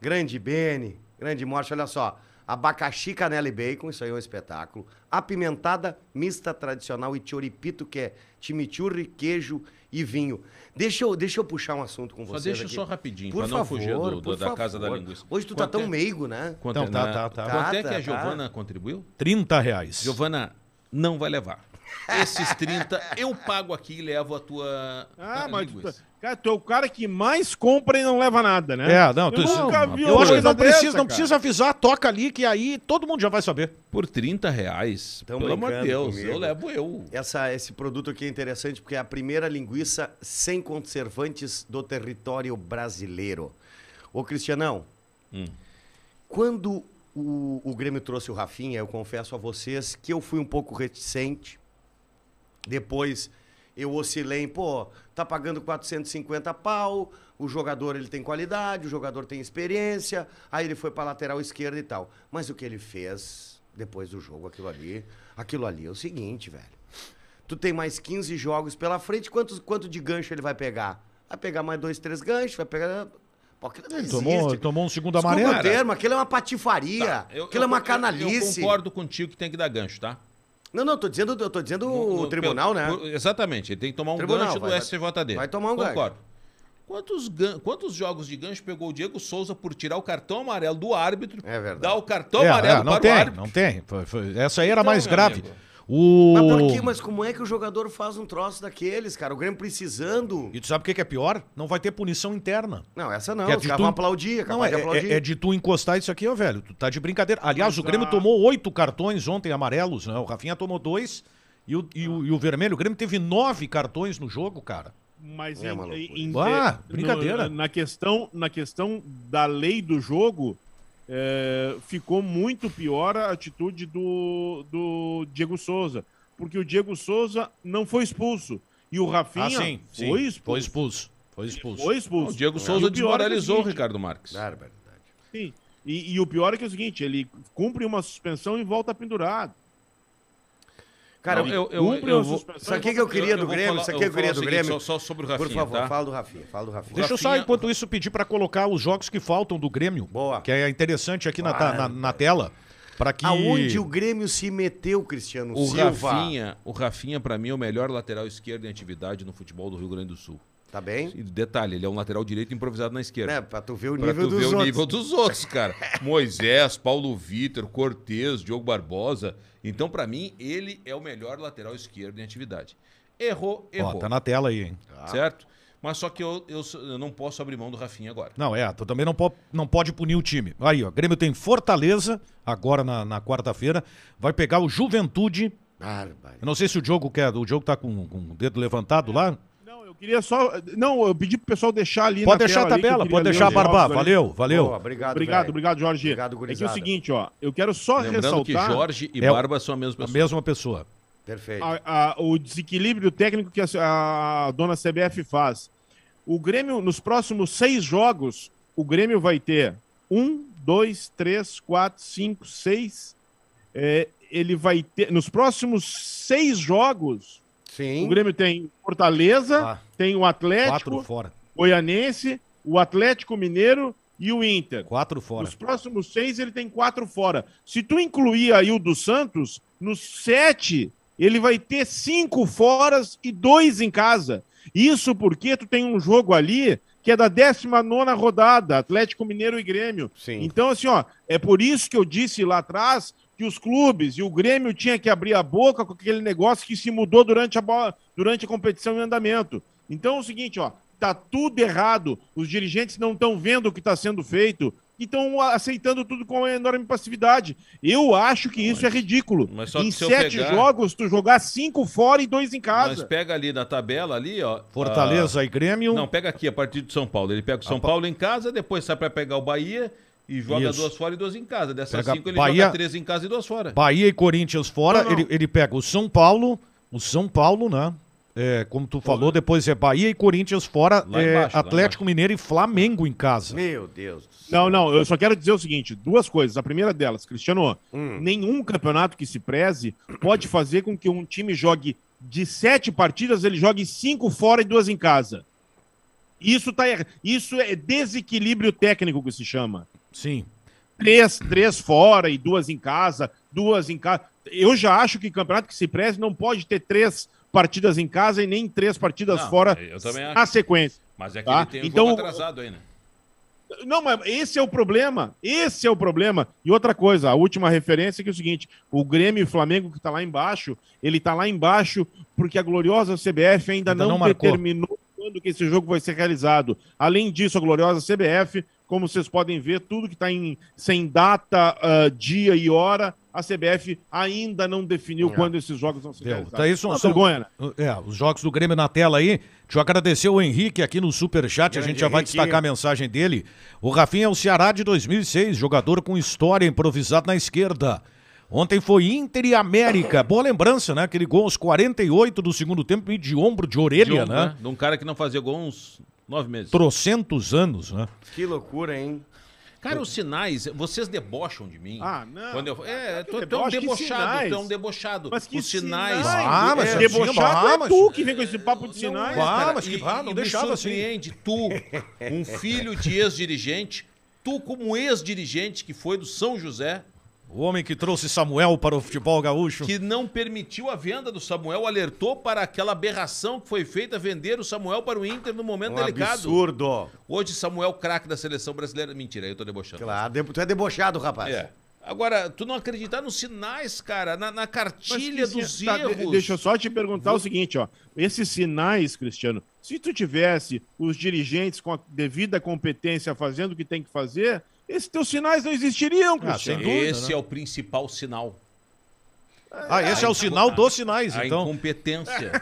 Speaker 3: Grande Bene, grande morte. Olha só, abacaxi, canela e bacon, isso aí é um espetáculo. Apimentada, mista tradicional e choripito, que é chimichurri, queijo e vinho. Deixa eu, deixa eu puxar um assunto com
Speaker 2: Só
Speaker 3: vocês
Speaker 2: deixa
Speaker 3: aqui.
Speaker 2: só rapidinho,
Speaker 3: por
Speaker 2: pra não
Speaker 3: favor,
Speaker 2: fugir do- do-
Speaker 3: por
Speaker 2: da casa da
Speaker 3: favor.
Speaker 2: linguiça.
Speaker 3: Hoje tu
Speaker 2: Quanto
Speaker 3: tá
Speaker 2: é-
Speaker 3: tão meigo, né?
Speaker 2: Quanto
Speaker 1: Então, tá,
Speaker 2: é- na-
Speaker 1: tá, tá.
Speaker 2: Quanto é que
Speaker 3: Tá,
Speaker 2: a
Speaker 3: tá.
Speaker 2: Giovana contribuiu?
Speaker 1: 30 reais.
Speaker 2: Giovana não vai levar. Esses 30 eu pago aqui e levo a tua
Speaker 4: Ah,
Speaker 2: a
Speaker 4: mas tu, tá-
Speaker 2: linguiça.
Speaker 4: cara, tu é o cara que mais compra e não leva nada, né?
Speaker 1: É, não, tu-
Speaker 4: eu nunca vi
Speaker 1: Eu
Speaker 4: uma
Speaker 1: acho que
Speaker 4: coisa
Speaker 1: não precisa,
Speaker 4: dessa,
Speaker 1: não
Speaker 4: cara.
Speaker 1: precisa avisar, toca ali, que aí todo mundo já vai saber.
Speaker 2: Por 30 reais,
Speaker 3: Tão
Speaker 2: pelo amor de
Speaker 3: brincando
Speaker 2: Deus,
Speaker 3: comigo.
Speaker 2: eu levo eu.
Speaker 3: Essa, esse produto aqui é interessante porque é a primeira linguiça sem conservantes do território brasileiro. Ô, Cristianão,
Speaker 2: Hum.
Speaker 3: quando o, o Grêmio trouxe o Rafinha, eu confesso a vocês que eu fui um pouco reticente. Depois eu oscilei, em, pô, tá pagando 450 pau, o jogador ele tem qualidade, o jogador tem experiência, aí ele foi pra lateral esquerda e tal. Mas o que ele fez depois do jogo, aquilo ali, aquilo ali é o seguinte, velho. Tu tem mais 15 jogos pela frente, quantos, quanto de gancho ele vai pegar? Vai pegar mais dois, três ganchos, vai pegar. Pô, aquilo não
Speaker 1: Ele tomou,
Speaker 3: existe.
Speaker 1: ele tomou um segundo
Speaker 3: Desculpa
Speaker 1: amarelo.
Speaker 3: o termo, aquilo é uma patifaria,
Speaker 2: Tá, eu-
Speaker 3: aquilo é uma
Speaker 2: eu- eu-
Speaker 3: canalice.
Speaker 2: Eu, concordo contigo que tem que dar gancho, tá?
Speaker 3: Não, não, eu tô dizendo, eu tô dizendo
Speaker 2: No-
Speaker 3: o
Speaker 2: no-
Speaker 3: tribunal,
Speaker 2: pelo-
Speaker 3: né?
Speaker 2: por- exatamente, ele tem que tomar um
Speaker 3: Tribunal,
Speaker 2: gancho do
Speaker 3: vai- vai-
Speaker 2: SCJD.
Speaker 3: vai tomar um gancho.
Speaker 2: Concordo. Quantos, gan- quantos jogos de gancho pegou o Diego Souza por tirar o cartão amarelo do árbitro?
Speaker 3: É verdade.
Speaker 2: Dar o cartão
Speaker 1: É,
Speaker 2: amarelo
Speaker 1: é, não
Speaker 2: para
Speaker 1: tem,
Speaker 2: o árbitro.
Speaker 1: não tem. Foi- foi- essa aí era
Speaker 2: Então,
Speaker 1: mais
Speaker 2: meu
Speaker 1: grave.
Speaker 2: amigo.
Speaker 1: O...
Speaker 3: Mas por quê? Mas como é que o jogador faz um troço daqueles, cara? O Grêmio precisando.
Speaker 1: E tu sabe o que que é pior? Não vai ter punição interna.
Speaker 3: Não, essa não.
Speaker 1: Que é
Speaker 3: Os
Speaker 1: de
Speaker 3: caras
Speaker 1: tu-
Speaker 3: vão aplaudir, capaz
Speaker 1: Não, é,
Speaker 3: de aplaudir.
Speaker 1: é- é de tu encostar isso aqui, ó, velho. Tu tá de brincadeira. Aliás,
Speaker 4: Mas
Speaker 1: o Grêmio
Speaker 4: a-
Speaker 1: tomou oito cartões ontem amarelos, né? O Rafinha tomou dois e o, e o- e o vermelho. O Grêmio teve nove cartões no jogo, cara.
Speaker 4: Mas
Speaker 3: É
Speaker 4: em-
Speaker 3: uma loucura.
Speaker 4: em- em-
Speaker 1: Ah,
Speaker 4: no-
Speaker 1: brincadeira.
Speaker 4: na, questão, na questão da lei do jogo, é, ficou muito pior a atitude do, do Diego Souza. Porque o Diego Souza não foi expulso. E o Rafinha
Speaker 1: ah, sim, sim.
Speaker 4: foi expulso.
Speaker 1: Foi expulso. Foi expulso.
Speaker 4: Foi
Speaker 2: O
Speaker 4: expulso.
Speaker 2: Diego
Speaker 4: E
Speaker 2: Souza
Speaker 4: o pior é que
Speaker 2: desmoralizou o
Speaker 4: seguinte,
Speaker 2: Ricardo Marques.
Speaker 3: Barbaridade.
Speaker 4: Sim. E, e o pior é que é o seguinte, ele cumpre uma suspensão e volta pendurado.
Speaker 3: Cara,
Speaker 2: Não, eu,
Speaker 4: cumpre uma suspensão
Speaker 3: sabe
Speaker 4: e
Speaker 3: o que que
Speaker 4: volta
Speaker 3: eu queria do
Speaker 2: vou
Speaker 3: Grêmio?
Speaker 2: falar-
Speaker 3: Sabe o que eu
Speaker 2: vou falar
Speaker 3: queria do
Speaker 2: o seguinte, Só,
Speaker 3: Grêmio?
Speaker 2: só sobre o Rafinha,
Speaker 3: Por favor,
Speaker 2: tá?
Speaker 3: fala do Rafinha, fala do Rafinha.
Speaker 1: Deixa eu só,
Speaker 2: Rafinha-
Speaker 1: enquanto isso, pedir pra colocar os jogos que faltam do Grêmio.
Speaker 3: Boa.
Speaker 1: Que é interessante aqui na, ta- na, na tela. Pra que...
Speaker 3: Aonde o Grêmio se meteu, Cristiano
Speaker 2: O
Speaker 3: Silva?
Speaker 2: Rafinha, o Rafinha para mim é o melhor lateral esquerdo em atividade no futebol do Rio Grande do Sul.
Speaker 3: Tá bem?
Speaker 2: E detalhe, ele é um lateral direito improvisado na esquerda.
Speaker 3: Né? Pra tu ver o
Speaker 2: Pra
Speaker 3: nível
Speaker 2: tu
Speaker 3: dos
Speaker 2: ver o
Speaker 3: outros.
Speaker 2: nível dos outros,
Speaker 3: [LAUGHS]
Speaker 2: cara. Moisés, Paulo Vitor, Cortez, Diogo Barbosa. Então, pra mim, ele é o melhor lateral esquerdo em atividade. Errou,
Speaker 1: Ó,
Speaker 2: errou.
Speaker 1: tá na tela aí, hein?
Speaker 2: Certo? Mas só que eu, eu, sou- eu não posso abrir mão do Rafinha agora.
Speaker 1: Não, é, tu também não, po não pode punir o time. Aí, ó, Grêmio tem Fortaleza, agora na, na quarta-feira, vai pegar o Juventude.
Speaker 3: Barbaridade.
Speaker 1: Eu não sei se o jogo quer, o jogo tá com, com o dedo levantado lá.
Speaker 4: Não, eu queria só. Não, eu pedi pro pessoal deixar ali.
Speaker 1: Pode
Speaker 4: na
Speaker 1: deixar a
Speaker 4: tela ali, que eu
Speaker 1: tabela,
Speaker 4: queria
Speaker 1: pode
Speaker 4: ler
Speaker 1: deixar a
Speaker 4: os jogos
Speaker 1: barbar.
Speaker 4: ali.
Speaker 1: Valeu, valeu.
Speaker 3: Boa, obrigado,
Speaker 4: Obrigado,
Speaker 3: velho.
Speaker 4: obrigado, Jorge.
Speaker 3: Obrigado,
Speaker 4: é que é o
Speaker 3: gurizada.
Speaker 4: seguinte, ó. Eu quero só
Speaker 2: Lembrando que
Speaker 4: ressaltar
Speaker 2: Jorge e
Speaker 1: É o-
Speaker 2: Barba são a mesma
Speaker 1: A
Speaker 2: pessoa.
Speaker 1: mesma pessoa.
Speaker 3: Perfeito.
Speaker 4: a- a- o desequilíbrio técnico que a, a dona CBF faz. O Grêmio, nos próximos seis jogos, o Grêmio vai ter um, dois, três, quatro, cinco, seis. É, ele vai ter. Nos próximos seis jogos,
Speaker 3: Sim.
Speaker 4: o Grêmio tem Fortaleza,
Speaker 1: Ah.
Speaker 4: tem o Tá, Atlético,
Speaker 1: Quatro fora.
Speaker 4: Goianense, o Atlético Mineiro e o Inter.
Speaker 1: Quatro fora.
Speaker 4: Nos próximos seis, ele tem quatro fora. Se tu incluir aí o do Santos, nos sete, ele vai ter cinco foras e dois em casa. Isso porque tu tem um jogo ali que é da 19 rodada, Atlético Mineiro e Grêmio.
Speaker 3: Sim.
Speaker 4: Então, assim, ó, é por isso que eu disse lá atrás que os clubes e o Grêmio tinha que abrir a boca com aquele negócio que se mudou durante a, bola, durante a competição em andamento. Então é o seguinte, ó, tá tudo errado. Os dirigentes não estão vendo o que está sendo feito e estão aceitando tudo com uma enorme passividade. Eu acho que isso é ridículo.
Speaker 2: mas só
Speaker 4: em
Speaker 2: que se eu
Speaker 4: sete
Speaker 2: pegar-
Speaker 4: jogos, tu jogar cinco fora e dois em
Speaker 2: Mas
Speaker 4: casa. um.
Speaker 2: pega ali na tabela, ali, ó. a-
Speaker 4: Ah.
Speaker 1: Fortaleza e Grêmio.
Speaker 2: Não, pega aqui a partir de São Paulo. Ele pega o São
Speaker 1: pa-
Speaker 2: Paulo em casa, depois sai pra pegar o Bahia e joga
Speaker 1: Isso.
Speaker 2: duas fora e duas em casa. Dessas
Speaker 1: Pega
Speaker 2: cinco, ele
Speaker 1: Bahia-
Speaker 2: joga três em casa e duas fora.
Speaker 1: Bahia e Corinthians fora.
Speaker 4: Não, não.
Speaker 1: Ele, ele pega o São Paulo, o São Paulo, né? É, como tu falou, depois é Bahia e Corinthians fora,
Speaker 2: Lá
Speaker 1: é,
Speaker 2: embaixo, lá
Speaker 1: Atlético Mineiro e Flamengo em casa.
Speaker 3: Meu Deus do céu.
Speaker 4: Não, não, eu só quero dizer o seguinte: duas coisas. A primeira delas, Cristiano,
Speaker 2: Hum.
Speaker 4: nenhum campeonato que se preze pode fazer com que um time jogue de sete partidas, ele jogue cinco fora e duas em casa. Isso, tá, er- isso é desequilíbrio técnico que se chama.
Speaker 1: Sim.
Speaker 4: Três, três fora e duas em casa, duas em casa. Eu já acho que campeonato que se preze não pode ter três partidas em casa e nem três partidas
Speaker 2: Não,
Speaker 4: fora
Speaker 2: eu também
Speaker 4: na sequência.
Speaker 2: Mas é que
Speaker 4: Tá?
Speaker 2: ele tem um
Speaker 4: Então,
Speaker 2: jogo atrasado ainda.
Speaker 4: Não, mas esse é o problema. Esse é o problema. E outra coisa, a última referência é que é o seguinte: o Grêmio e o Flamengo, que está lá embaixo, ele está lá embaixo porque a gloriosa CBF ainda,
Speaker 1: Ainda não
Speaker 4: não,
Speaker 1: marcou.
Speaker 4: determinou quando que esse jogo vai ser realizado. Além disso, a gloriosa CBF, como vocês podem ver, tudo que está sem data, ah, dia e hora, a CBF ainda não definiu quando esses jogos vão ser
Speaker 1: É. Deu.
Speaker 4: realizados.
Speaker 1: Tá aí, são-
Speaker 4: Uma
Speaker 1: são-
Speaker 4: vergonha, né?
Speaker 1: É, os jogos do Grêmio na tela aí. Deixa eu agradecer o Henrique aqui no Superchat, a
Speaker 4: Grande
Speaker 1: gente já vai
Speaker 4: Henrique.
Speaker 1: destacar a mensagem dele. O Rafinha é o Ceará de 2006, jogador com história improvisado na esquerda. Ontem foi Inter e América. Boa lembrança, né? Aquele gol aos 48 do segundo tempo e de ombro, de orelha,
Speaker 2: De um,
Speaker 1: né?
Speaker 2: né? De um cara que não fazia gol há uns nove meses.
Speaker 1: Trocentos anos, né?
Speaker 3: Que loucura, hein?
Speaker 2: Cara, os sinais, vocês debocham de mim.
Speaker 4: Ah, não.
Speaker 2: Quando eu, é,
Speaker 4: Ah,
Speaker 2: tu, tu é
Speaker 4: que
Speaker 2: um
Speaker 4: deboche, que
Speaker 2: debochado,
Speaker 4: sinais?
Speaker 2: tu é um debochado.
Speaker 4: Mas que
Speaker 2: os sinais.
Speaker 4: sinais?
Speaker 1: Ah, mas
Speaker 4: é,
Speaker 1: Santinho,
Speaker 4: debochado
Speaker 1: ah,
Speaker 4: é
Speaker 1: mas-
Speaker 4: tu que vem com esse papo de sinais.
Speaker 1: Ah,
Speaker 2: é, Cara,
Speaker 1: mas que
Speaker 2: e-
Speaker 1: vá, não
Speaker 2: e me
Speaker 1: deixava assim.
Speaker 2: surpreende, tu, um filho de ex-dirigente, tu como ex-dirigente que foi do São José,
Speaker 1: O homem que trouxe Samuel para o futebol gaúcho.
Speaker 2: que não permitiu a venda do Samuel, alertou para aquela aberração que foi feita vender o Samuel para o Inter no momento
Speaker 3: Um
Speaker 2: Tá delicado.
Speaker 3: absurdo.
Speaker 2: Hoje, Samuel, craque da seleção brasileira. Mentira, eu tô debochando.
Speaker 3: Claro, de- tu é debochado, rapaz.
Speaker 2: É. Agora, tu não acreditar nos sinais, cara, na, na
Speaker 4: Mas que
Speaker 2: cartilha
Speaker 4: sin-
Speaker 2: dos
Speaker 4: tá, de-
Speaker 2: erros.
Speaker 4: Deixa eu só te perguntar o seguinte, ó. Esses sinais, Cristiano, se tu tivesse os dirigentes com a devida competência fazendo o que tem que fazer, esses teus sinais não
Speaker 2: Ah,
Speaker 4: existiriam, Cristiano.
Speaker 1: sem dúvida,
Speaker 2: Esse
Speaker 1: né?
Speaker 2: é o principal sinal.
Speaker 1: Ah, esse é o sinal dos sinais,
Speaker 2: a
Speaker 1: então.
Speaker 4: [LAUGHS]
Speaker 2: incompetência.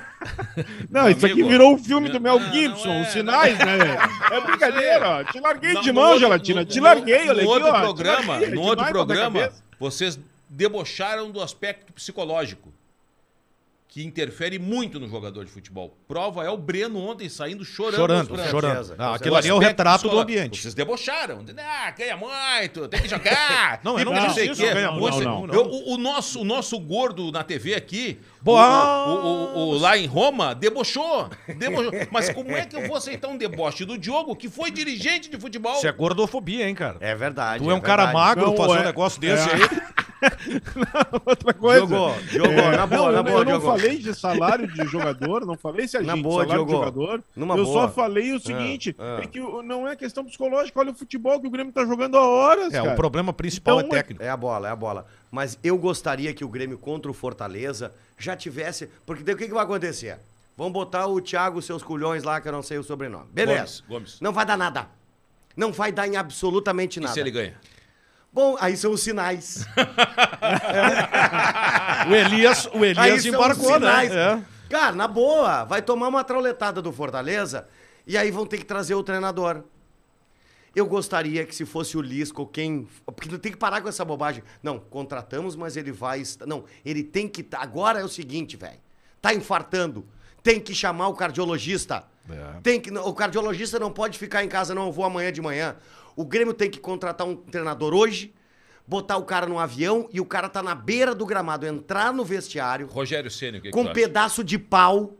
Speaker 4: não, isso aqui
Speaker 2: amigo,
Speaker 4: virou o filme do
Speaker 2: não,
Speaker 4: Mel
Speaker 2: não
Speaker 4: Gibson,
Speaker 2: é,
Speaker 4: os sinais, né? velho? É brincadeira, ó. Te larguei de mão, Gelatina. te larguei,
Speaker 2: no,
Speaker 4: olha aqui,
Speaker 2: outro
Speaker 4: ó. Te
Speaker 2: programa,
Speaker 4: larguei,
Speaker 2: No
Speaker 4: te
Speaker 2: outro
Speaker 4: largo da
Speaker 2: programa,
Speaker 4: cabeça.
Speaker 2: vocês debocharam do aspecto psicológico, que interfere muito no jogador de futebol. Prova é o Breno ontem saindo chorando.
Speaker 1: Chorando,
Speaker 2: nos brancos.
Speaker 1: chorando.
Speaker 3: certeza,
Speaker 1: Ah,
Speaker 3: com
Speaker 1: aquilo ali é o
Speaker 2: aspecto
Speaker 1: retrato do
Speaker 2: psicológico.
Speaker 1: ambiente.
Speaker 2: Vocês debocharam. Ah, ganha muito, tem que jogar.
Speaker 1: [LAUGHS] Não, eu não
Speaker 2: E
Speaker 1: disse
Speaker 2: sei
Speaker 1: isso,
Speaker 2: quê.
Speaker 1: não ganha muito,
Speaker 2: Você-
Speaker 1: não, não.
Speaker 2: eu- o, o nosso, o nosso gordo na TV aqui, o,
Speaker 1: Boa.
Speaker 2: o- o- o- lá em Roma, debochou. debochou. Mas como é que eu vou aceitar um deboche do Diogo, que foi dirigente de futebol?
Speaker 1: Isso é gordofobia, hein, cara?
Speaker 3: É verdade.
Speaker 1: Tu é um cara magro
Speaker 4: Não,
Speaker 1: fazer um
Speaker 4: é-
Speaker 1: negócio desse
Speaker 4: é.
Speaker 1: aí.
Speaker 4: [LAUGHS] outra coisa. É.
Speaker 3: Jogou, jogou, na boa,
Speaker 4: não,
Speaker 3: na
Speaker 4: eu-
Speaker 3: boa,
Speaker 4: eu não
Speaker 3: jogou.
Speaker 4: falei de salário de jogador, não falei se a gente,
Speaker 3: [LAUGHS] Na boa,
Speaker 4: salário de
Speaker 3: Diogo.
Speaker 4: jogador.
Speaker 3: Numa
Speaker 4: eu
Speaker 3: boa.
Speaker 4: só falei o seguinte,
Speaker 3: é.
Speaker 4: é, que o- não é questão psicológica, olha o futebol que o Grêmio tá jogando há horas,
Speaker 1: É, o
Speaker 4: cara.
Speaker 1: problema principal
Speaker 4: Então,
Speaker 1: é técnico.
Speaker 3: É a bola, é a bola. Mas eu gostaria que o Grêmio contra o Fortaleza já tivesse. Porque daí o que, que vai acontecer? Vão botar o Thiago, seus culhões lá, que eu não sei o sobrenome. Beleza.
Speaker 2: Gomes, Gomes.
Speaker 3: Não vai dar nada. Não vai dar em absolutamente
Speaker 2: E
Speaker 3: nada.
Speaker 2: se ele ganha?
Speaker 3: Bom, aí são os
Speaker 2: [LAUGHS]
Speaker 3: sinais.
Speaker 1: O Elias, o
Speaker 3: aí
Speaker 1: Elias
Speaker 3: são
Speaker 1: embarcou,
Speaker 3: os sinais.
Speaker 1: né? É.
Speaker 3: Cara, na boa, vai tomar uma trauletada do Fortaleza e aí vão ter que trazer o treinador. Eu gostaria que se fosse o Lisco ou quem. Porque tu tem que parar com essa bobagem. Não, contratamos, mas ele vai. est- Não, ele tem que. tá- Agora é o seguinte, velho. Tá infartando. Tem que chamar o cardiologista. Tem que... O cardiologista não pode ficar em casa, não. Eu vou amanhã de manhã. O Grêmio tem que contratar um treinador hoje, botar o cara num avião e o cara tá na beira do gramado, entrar no vestiário,
Speaker 2: Rogério Ceni, o que, que
Speaker 3: com
Speaker 2: tu
Speaker 3: um
Speaker 2: acha?
Speaker 3: pedaço de pau,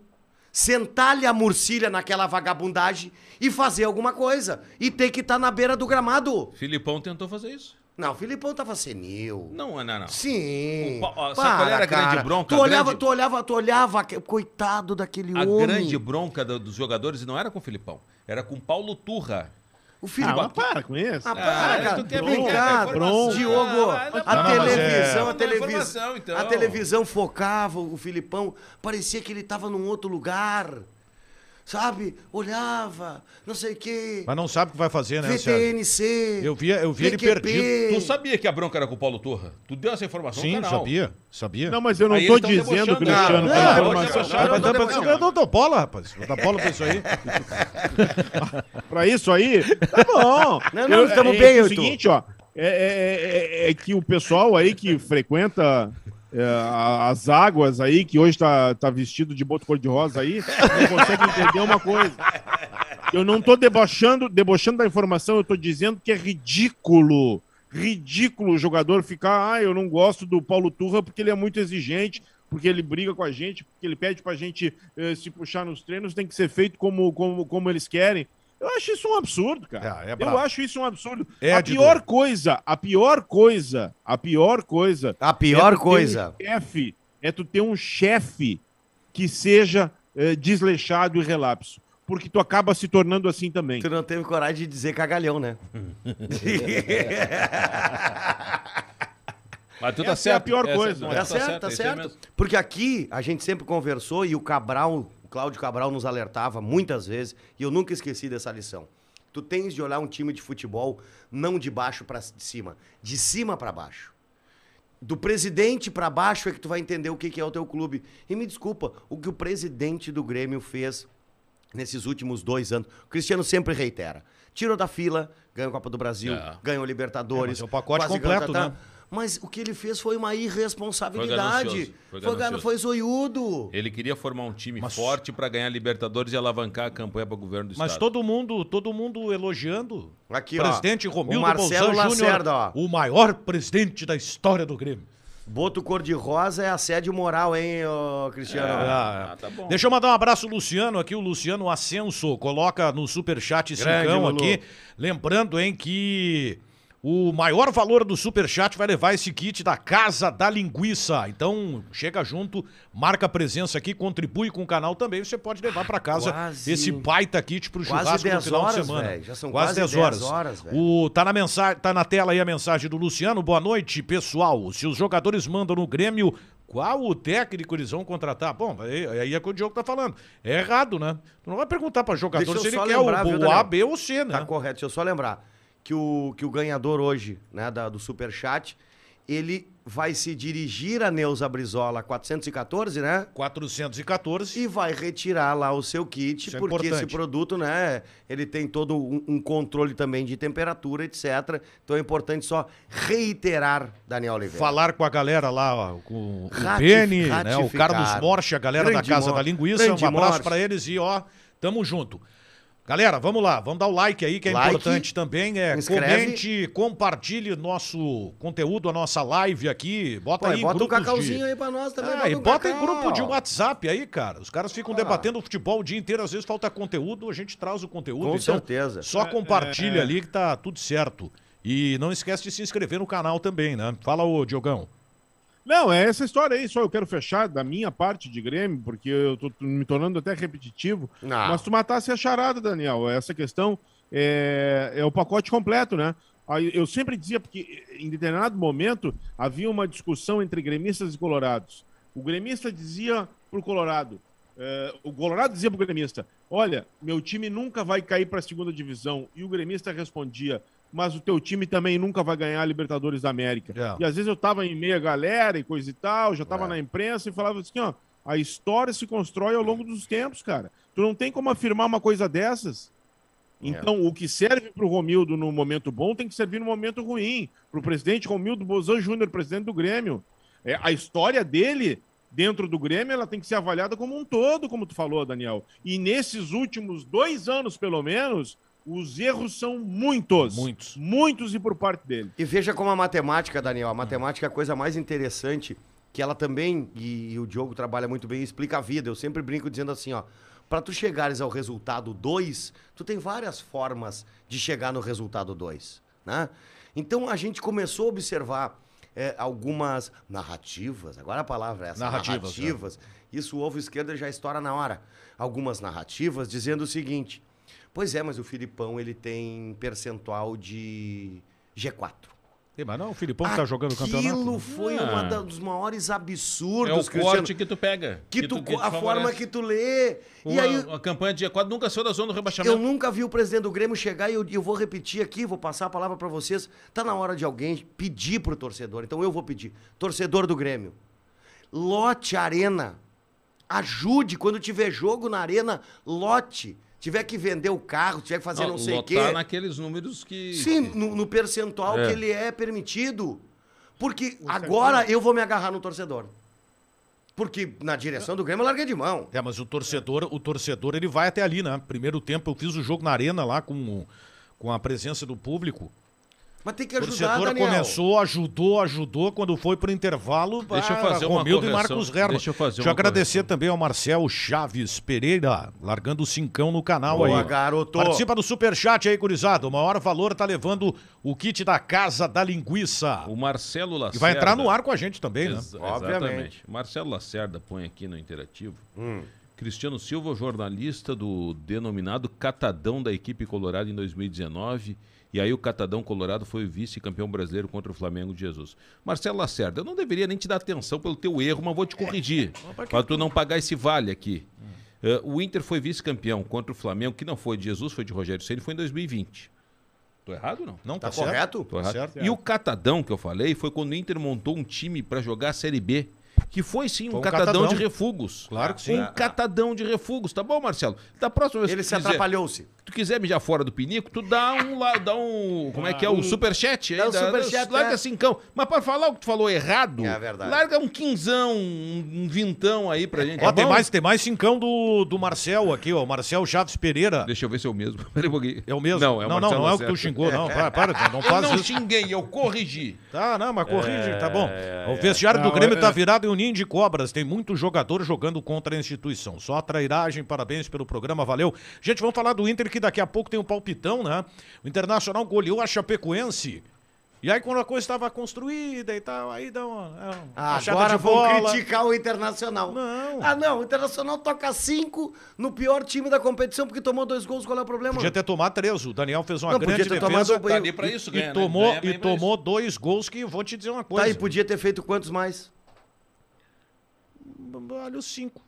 Speaker 3: sentar-lhe a murcilha naquela vagabundagem e fazer alguma coisa. E ter que estar na beira do gramado.
Speaker 2: Filipão tentou fazer isso.
Speaker 3: Não, o Filipão tava senil.
Speaker 2: Não, não, não.
Speaker 3: Sim.
Speaker 2: O pa- ó, sabe qual era a grande bronca?
Speaker 3: Tu
Speaker 2: A
Speaker 3: olhava,
Speaker 2: grande-
Speaker 3: tu olhava, tu olhava, aque- coitado daquele
Speaker 2: A
Speaker 3: homem.
Speaker 2: grande bronca do- dos jogadores e não era com o Filipão, era com o Paulo Turra.
Speaker 3: O
Speaker 4: Ah,
Speaker 3: Filipão.
Speaker 4: mas para com isso.
Speaker 3: Ah,
Speaker 2: Ah,
Speaker 3: para, cara.
Speaker 2: tu quer
Speaker 3: Vem
Speaker 4: bronca,
Speaker 3: cá,
Speaker 4: é informação.
Speaker 3: bronca. Diogo,
Speaker 2: Ah, não,
Speaker 3: a
Speaker 2: não, mas
Speaker 1: é-
Speaker 3: televisão, a
Speaker 2: não é
Speaker 3: televisão,
Speaker 2: informação, então.
Speaker 3: a televisão focava o Filipão, parecia que ele tava num outro lugar. Sabe? Olhava, não sei o quê.
Speaker 1: Mas não sabe o que vai fazer, né, Sérgio?
Speaker 3: VTNC.
Speaker 1: Eu via- eu via ele
Speaker 2: Tu sabia que a bronca era com o Paulo Turra? Tu deu essa informação no
Speaker 1: Sim,
Speaker 2: canal.
Speaker 1: sabia, sabia.
Speaker 4: É. Não, mas eu não
Speaker 2: Aí
Speaker 4: tô
Speaker 2: eles tão
Speaker 4: dizendo,
Speaker 2: debochando,
Speaker 4: Cristiano, tá
Speaker 3: cara.
Speaker 4: que a
Speaker 3: Não,
Speaker 4: informação-
Speaker 3: mas eu já-
Speaker 1: Ah, mas
Speaker 2: não
Speaker 1: dá pra-
Speaker 2: debochando.
Speaker 1: eu não dou bola, rapaz. Eu dou bola pra isso aí.
Speaker 4: Pra isso aí, tá bom.
Speaker 3: [LAUGHS] Não, não, estamos
Speaker 4: é,
Speaker 3: bem,
Speaker 4: é o
Speaker 3: eu e tu.
Speaker 4: seguinte, ó. É, é- é- é que o pessoal aí que frequenta é, a- as águas aí, que hoje tá, tá vestido de boto cor-de-rosa aí, não consegue entender uma coisa. Eu não tô debochando, debochando da informação, eu tô dizendo que é ridículo. Ridículo o jogador ficar, ah, eu não gosto do Paulo Turra porque ele é muito exigente, porque ele briga com a gente, porque ele pede pra gente eh, se puxar nos treinos, tem que ser feito como, como, como eles querem. Eu Eu acho isso um absurdo, cara.
Speaker 1: É, é brabo.
Speaker 4: eu acho isso um absurdo.
Speaker 1: É,
Speaker 4: a
Speaker 1: Dudu.
Speaker 4: pior coisa, a pior coisa, a pior coisa
Speaker 3: A pior
Speaker 4: é tu ter
Speaker 3: coisa.
Speaker 4: Um chefe, é tu ter um chefe que seja eh, desleixado e relapso. Porque tu acaba se tornando assim também.
Speaker 3: Tu não teve coragem de dizer cagalhão, né?
Speaker 2: Mas tu tá
Speaker 4: Essa é a pior coisa.
Speaker 2: não,
Speaker 3: Tá
Speaker 2: tu
Speaker 3: certo, tá
Speaker 2: é isso aí
Speaker 3: certo.
Speaker 2: mesmo.
Speaker 3: Porque aqui a gente sempre conversou e o Cabral, o Cláudio Cabral nos alertava muitas vezes e eu nunca esqueci dessa lição. Tu tens de olhar um time de futebol não de baixo para de cima, de cima para baixo. Do presidente pra baixo é que tu vai entender o que que é o teu clube. E me desculpa, o que o presidente do Grêmio fez nesses últimos dois anos, o Cristiano sempre reitera. Tirou da fila, ganhou a Copa do Brasil,
Speaker 2: É.
Speaker 3: ganhou o Libertadores.
Speaker 1: É, mas é o pacote
Speaker 3: quase
Speaker 1: completo,
Speaker 3: ganhou o
Speaker 1: né?
Speaker 3: Tatá. Mas o que ele fez foi uma
Speaker 2: Foi
Speaker 3: irresponsabilidade. Foi,
Speaker 2: ganancioso, foi
Speaker 3: foi,
Speaker 2: ganancioso.
Speaker 3: gana- foi zoiudo.
Speaker 2: Ele queria formar um time
Speaker 1: Mas-
Speaker 2: forte pra ganhar Libertadores e alavancar a campanha para o governo
Speaker 1: [LAUGHS]
Speaker 2: do
Speaker 1: Mas
Speaker 2: estado.
Speaker 1: todo mundo, todo mundo elogiando.
Speaker 3: Aqui,
Speaker 1: presidente
Speaker 3: ó,
Speaker 1: Romildo
Speaker 3: o Marcelo
Speaker 1: Bolzan
Speaker 3: Lacerda,
Speaker 1: Júnior,
Speaker 3: ó.
Speaker 1: o maior presidente da história do Grêmio.
Speaker 3: Boto cor-de-rosa é assédio moral, hein, ô, Cristiano?
Speaker 1: Ah,
Speaker 2: Ah, tá bom.
Speaker 1: Deixa eu mandar um abraço ao Luciano aqui, o Luciano Ascenso, coloca no superchat
Speaker 3: Grande,
Speaker 1: cincão
Speaker 3: Lulu.
Speaker 1: aqui, lembrando, hein, que o maior valor do superchat vai levar esse kit da Casa da Linguiça, então chega junto, marca a presença aqui, contribui com o canal também, você pode levar pra casa
Speaker 3: Quase-
Speaker 1: esse baita kit pro
Speaker 3: quase
Speaker 1: churrasco no
Speaker 3: 10
Speaker 1: final de
Speaker 3: horas,
Speaker 1: semana.
Speaker 3: velho, já são quase 10 horas, velho.
Speaker 1: O, tá, na mensagem, tá na tela aí a mensagem do Luciano. Boa noite, pessoal. Se os jogadores mandam no Grêmio, qual o técnico eles vão contratar? Bom, aí, aí é o que o Diogo tá falando. É errado, né? Tu não vai perguntar pra jogador
Speaker 3: Deixa eu
Speaker 1: se ele
Speaker 3: só
Speaker 1: quer
Speaker 3: lembrar,
Speaker 1: o,
Speaker 3: viu,
Speaker 1: o
Speaker 3: Daniel?
Speaker 1: A, B ou C, né?
Speaker 3: Tá correto. Deixa eu só lembrar que o, que o ganhador hoje, né, da- do Superchat, ele vai se dirigir a Neuza Brizola 414, né?
Speaker 1: 414.
Speaker 3: E vai retirar lá o seu kit,
Speaker 1: Isso é
Speaker 3: porque esse
Speaker 1: importante.
Speaker 3: produto, né, ele tem todo um, um controle também de temperatura, etc. Então é importante só reiterar, Daniel Oliveira.
Speaker 1: Falar com a galera lá, ó, com o
Speaker 3: Rati-
Speaker 1: Beni, né, o
Speaker 3: ratificar.
Speaker 1: Carlos Morche, a galera
Speaker 3: Grande
Speaker 1: da Casa
Speaker 3: Mor-
Speaker 1: da Linguiça.
Speaker 3: Grande
Speaker 1: Um abraço
Speaker 3: Morche.
Speaker 1: pra eles e ó, tamo junto. Galera, vamos lá, vamos dar o like aí que é
Speaker 3: Like,
Speaker 1: importante também. É,
Speaker 3: inscreve.
Speaker 1: comente, compartilhe nosso conteúdo, a nossa live aqui. Bota
Speaker 3: Pô,
Speaker 1: aí em
Speaker 3: bota um
Speaker 1: grupos de-
Speaker 3: cacauzinho aí pra nós também.
Speaker 1: Ah, e
Speaker 3: um
Speaker 1: bota em
Speaker 3: cacau.
Speaker 1: grupo de WhatsApp aí, cara. Os caras ficam
Speaker 3: Ah.
Speaker 1: debatendo futebol o dia inteiro, às vezes falta conteúdo, a gente traz o conteúdo.
Speaker 3: Com
Speaker 1: então,
Speaker 3: certeza.
Speaker 1: Só compartilha ali que tá tudo certo. E não esquece de se inscrever no canal também, né? Fala, ô Diogão.
Speaker 4: Não, é essa história aí, só eu quero fechar da minha parte de Grêmio, porque eu tô me tornando até repetitivo.
Speaker 3: Não.
Speaker 4: Mas tu matasse a charada, Daniel. Essa questão é, é o pacote completo, né? Aí Eu sempre dizia, porque em determinado momento havia uma discussão entre gremistas e colorados. O gremista dizia pro Colorado, é, o Colorado dizia pro gremista, olha, meu time nunca vai cair para a segunda divisão. E o gremista respondia, mas o teu time também nunca vai ganhar a Libertadores da América.
Speaker 1: É.
Speaker 4: E às vezes eu tava em meia galera e coisa e tal, já tava
Speaker 3: É.
Speaker 4: na imprensa e falava assim, ó, a história se constrói ao longo dos tempos, cara. Tu não tem como afirmar uma coisa dessas.
Speaker 3: É.
Speaker 4: Então, o que serve pro Romildo no momento bom tem que servir no momento ruim. Pro presidente Romildo Bozan Júnior, presidente do Grêmio. É, a história dele dentro do Grêmio, ela tem que ser avaliada como um todo, como tu falou, Daniel. E nesses últimos dois anos, pelo menos, os erros são muitos.
Speaker 1: Muitos.
Speaker 4: Muitos e por parte dele.
Speaker 3: E veja como a matemática, Daniel, a matemática é a coisa mais interessante que ela também, e, e o Diogo trabalha muito bem, explica a vida. Eu sempre brinco dizendo assim, ó, para tu chegares ao resultado 2, tu tem várias formas de chegar no resultado 2, né? Então a gente começou a observar é, algumas narrativas, agora a palavra é essa,
Speaker 1: Narrativas,
Speaker 3: narrativa, narrativas. Isso o ovo esquerda já estoura na hora. Algumas narrativas dizendo o seguinte: pois é, mas o Filipão ele tem percentual de G4.
Speaker 1: Ih, Mas não, o Filipão que tá jogando o campeonato.
Speaker 3: Aquilo
Speaker 1: né?
Speaker 3: foi
Speaker 2: Ah.
Speaker 3: um dos maiores
Speaker 2: É o
Speaker 3: absurdos, Cristiano.
Speaker 2: corte que tu pega.
Speaker 3: Que tu,
Speaker 2: que
Speaker 3: a forma
Speaker 2: favorece.
Speaker 3: que tu lê.
Speaker 2: Uma,
Speaker 3: e aí,
Speaker 2: a campanha de G4 nunca saiu da zona do
Speaker 3: eu
Speaker 2: rebaixamento.
Speaker 3: nunca vi o presidente do Grêmio chegar e eu, eu vou repetir aqui, vou passar a palavra pra vocês. Tá na hora de alguém pedir pro torcedor. Então eu vou pedir. Torcedor do Grêmio, lote a arena. Ajude quando tiver jogo na arena, lote. Tiver que vender o carro, tiver que fazer não, sei o
Speaker 2: lotar
Speaker 3: quê.
Speaker 2: naqueles números que...
Speaker 3: Sim, no, no percentual
Speaker 2: É.
Speaker 3: que ele é permitido. Porque agora eu vou me agarrar no torcedor. Porque na direção do Grêmio eu larguei de mão.
Speaker 1: É, mas o torcedor, o torcedor, ele vai até ali, né? Primeiro tempo eu fiz o jogo na arena lá com, com a presença do público.
Speaker 3: Mas tem que
Speaker 1: O
Speaker 3: ajudar,
Speaker 1: torcedor
Speaker 3: Daniel.
Speaker 1: começou, ajudou, ajudou. Quando foi pro intervalo,
Speaker 2: Deixa eu
Speaker 1: ah,
Speaker 2: fazer uma
Speaker 1: Romildo e
Speaker 2: correção.
Speaker 1: Marcos Herman.
Speaker 2: Deixa eu fazer uma
Speaker 1: agradecer
Speaker 2: correção.
Speaker 1: também ao Marcel Chaves Pereira, largando o cincão no canal
Speaker 3: Boa,
Speaker 1: aí.
Speaker 3: garoto.
Speaker 1: Participa do superchat aí, gurizada. O maior valor tá levando o kit da Casa da Linguiça.
Speaker 2: O Marcelo Lacerda.
Speaker 1: E vai entrar no ar com a gente também, né?
Speaker 2: Ex-
Speaker 3: Obviamente.
Speaker 2: Exatamente. Marcelo Lacerda põe aqui no interativo. Cristiano Silva, jornalista do denominado Catadão da equipe colorada em 2019. E aí o Catadão Colorado foi o vice-campeão brasileiro contra o Flamengo de Jesus. Marcelo Lacerda, eu não deveria nem te dar atenção pelo teu erro, mas vou te corrigir. para tu não pagar esse vale aqui. Eh, o Inter foi vice-campeão contra o Flamengo, que não foi de Jesus, foi de Rogério Ceni, foi em 2020. Tô errado ou não?
Speaker 1: Não,
Speaker 3: Tá
Speaker 1: certo?
Speaker 3: correto?
Speaker 2: Tô errado.
Speaker 1: certo.
Speaker 2: E o catadão que eu falei foi quando o Inter montou um time pra jogar a Série B. Que foi sim um,
Speaker 1: Foi um
Speaker 2: catadão,
Speaker 1: catadão.
Speaker 2: de refugos.
Speaker 1: Claro que sim.
Speaker 2: Um catadão de refugos, tá bom, Marcelo? Da próxima vez
Speaker 3: Ele
Speaker 2: que
Speaker 3: se
Speaker 2: tu quiser,
Speaker 3: atrapalhou-se.
Speaker 2: tu quiser mijar fora do pinico, tu dá um lá, dá um. Como é que é?
Speaker 1: Ah,
Speaker 2: O superchat aí.
Speaker 3: Dá um superchat,
Speaker 2: Larga
Speaker 1: é.
Speaker 3: né?
Speaker 2: cincão. Mas pra falar o que tu falou errado,
Speaker 3: É verdade.
Speaker 2: larga um quinzão, um vintão aí pra gente.
Speaker 1: Ó,
Speaker 2: tá
Speaker 1: tem
Speaker 2: bom?
Speaker 1: mais, tem mais cincão do, do Marcel aqui, ó. Marcel Chaves Pereira.
Speaker 2: Deixa eu ver se é o mesmo. [LAUGHS] Peraí um pouquinho.
Speaker 1: É o mesmo?
Speaker 2: Não, é o
Speaker 1: não, não,
Speaker 2: Marcelo
Speaker 1: não é o que tu
Speaker 2: Lacerda.
Speaker 1: xingou, não. Para, para,
Speaker 2: [LAUGHS]
Speaker 1: não
Speaker 2: Eu
Speaker 1: faz
Speaker 2: não
Speaker 1: isso.
Speaker 2: xinguei, eu corrigi.
Speaker 1: Tá, não, mas corrige, tá bom. o vestiário do
Speaker 4: Não,
Speaker 1: Grêmio
Speaker 4: é-
Speaker 1: tá virado em um ninho de cobras. Tem muito jogador jogando contra a instituição. Só a trairagem, parabéns pelo programa, valeu. Gente, vamos falar do Inter que daqui a pouco tem um palpitão, né? O Internacional goleou a Chapecoense. E aí quando a coisa estava construída e tal, aí dá uma, é uma
Speaker 3: Ah,
Speaker 1: achada
Speaker 3: Agora
Speaker 1: de
Speaker 3: vão
Speaker 1: bola.
Speaker 3: criticar o Internacional.
Speaker 1: Não.
Speaker 3: Ah, não. O Internacional toca cinco no pior time da competição porque tomou dois gols. Qual é o problema?
Speaker 1: Podia ter tomado três, o Daniel fez uma
Speaker 3: Não,
Speaker 1: grande
Speaker 3: podia ter
Speaker 1: defesa.
Speaker 3: tomado-
Speaker 2: Tá ali pra isso,
Speaker 1: e
Speaker 2: ganha, né?
Speaker 1: tomou,
Speaker 2: Ganha
Speaker 1: e
Speaker 2: bem pra isso.
Speaker 1: tomou dois gols que vou te dizer uma coisa.
Speaker 3: Tá, e podia ter feito quantos mais?
Speaker 1: Olha os cinco.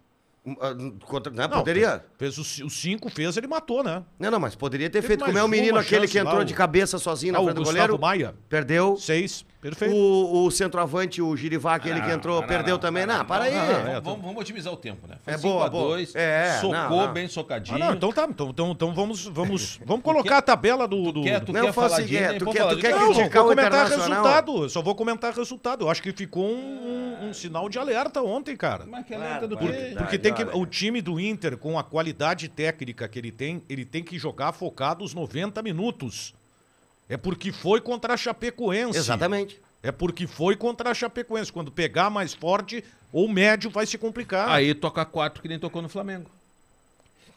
Speaker 3: Um, ah, um, contra- né?
Speaker 1: Não,
Speaker 3: Poderia?
Speaker 1: Fez os os cinco, fez, ele matou, né?
Speaker 3: Não, não, mas poderia ter
Speaker 1: Teve
Speaker 3: feito. Como
Speaker 1: mais
Speaker 3: é o
Speaker 1: uma
Speaker 3: menino aquele
Speaker 1: chance
Speaker 3: que
Speaker 1: lá,
Speaker 3: entrou
Speaker 1: o-
Speaker 3: de cabeça sozinho na
Speaker 1: Ah, o
Speaker 3: frente do
Speaker 1: Gustavo
Speaker 3: goleiro?
Speaker 1: Maia.
Speaker 3: Perdeu.
Speaker 1: Seis. Perfeito.
Speaker 3: O, o centroavante, o Girivá, aquele
Speaker 2: Ah,
Speaker 3: que entrou, perdeu também. Não, para aí.
Speaker 1: não, não,
Speaker 2: Vamos, vamos- vamos otimizar o tempo, né? Foi
Speaker 3: É
Speaker 2: 5
Speaker 3: boa,
Speaker 2: a
Speaker 3: boa.
Speaker 2: 2
Speaker 3: É,
Speaker 2: socou
Speaker 3: não, não.
Speaker 2: bem socadinho.
Speaker 1: Ah, não, então tá. Então, então, então vamos,
Speaker 3: [LAUGHS]
Speaker 1: vamos, vamos colocar a tabela do. do...
Speaker 2: quer, tu
Speaker 3: Não,
Speaker 2: quer
Speaker 3: faz o
Speaker 2: falar
Speaker 3: seguinte,
Speaker 2: de Inter,
Speaker 3: tu
Speaker 2: vou
Speaker 3: quer-
Speaker 2: falar
Speaker 3: tu
Speaker 2: de
Speaker 3: quer
Speaker 2: Inter.
Speaker 1: Não, vou
Speaker 3: criticar o
Speaker 1: comentar
Speaker 3: Internacional.
Speaker 1: resultado. Eu só vou comentar resultado. Eu acho que ficou um, um- um sinal de alerta ontem, cara.
Speaker 2: Mas que alerta do
Speaker 3: Por-
Speaker 2: quê?
Speaker 3: por-
Speaker 1: Porque tem que,
Speaker 3: é, olha.
Speaker 1: o time do Inter, com a qualidade técnica que ele tem, ele tem que jogar focado os 90 minutos. É porque foi contra a Chapecoense.
Speaker 3: Exatamente.
Speaker 1: É porque foi contra a Chapecoense. Quando pegar mais forte ou médio, vai se
Speaker 3: tá-
Speaker 1: complicar.
Speaker 2: Tá. Aí toca 4 que nem tocou no Flamengo.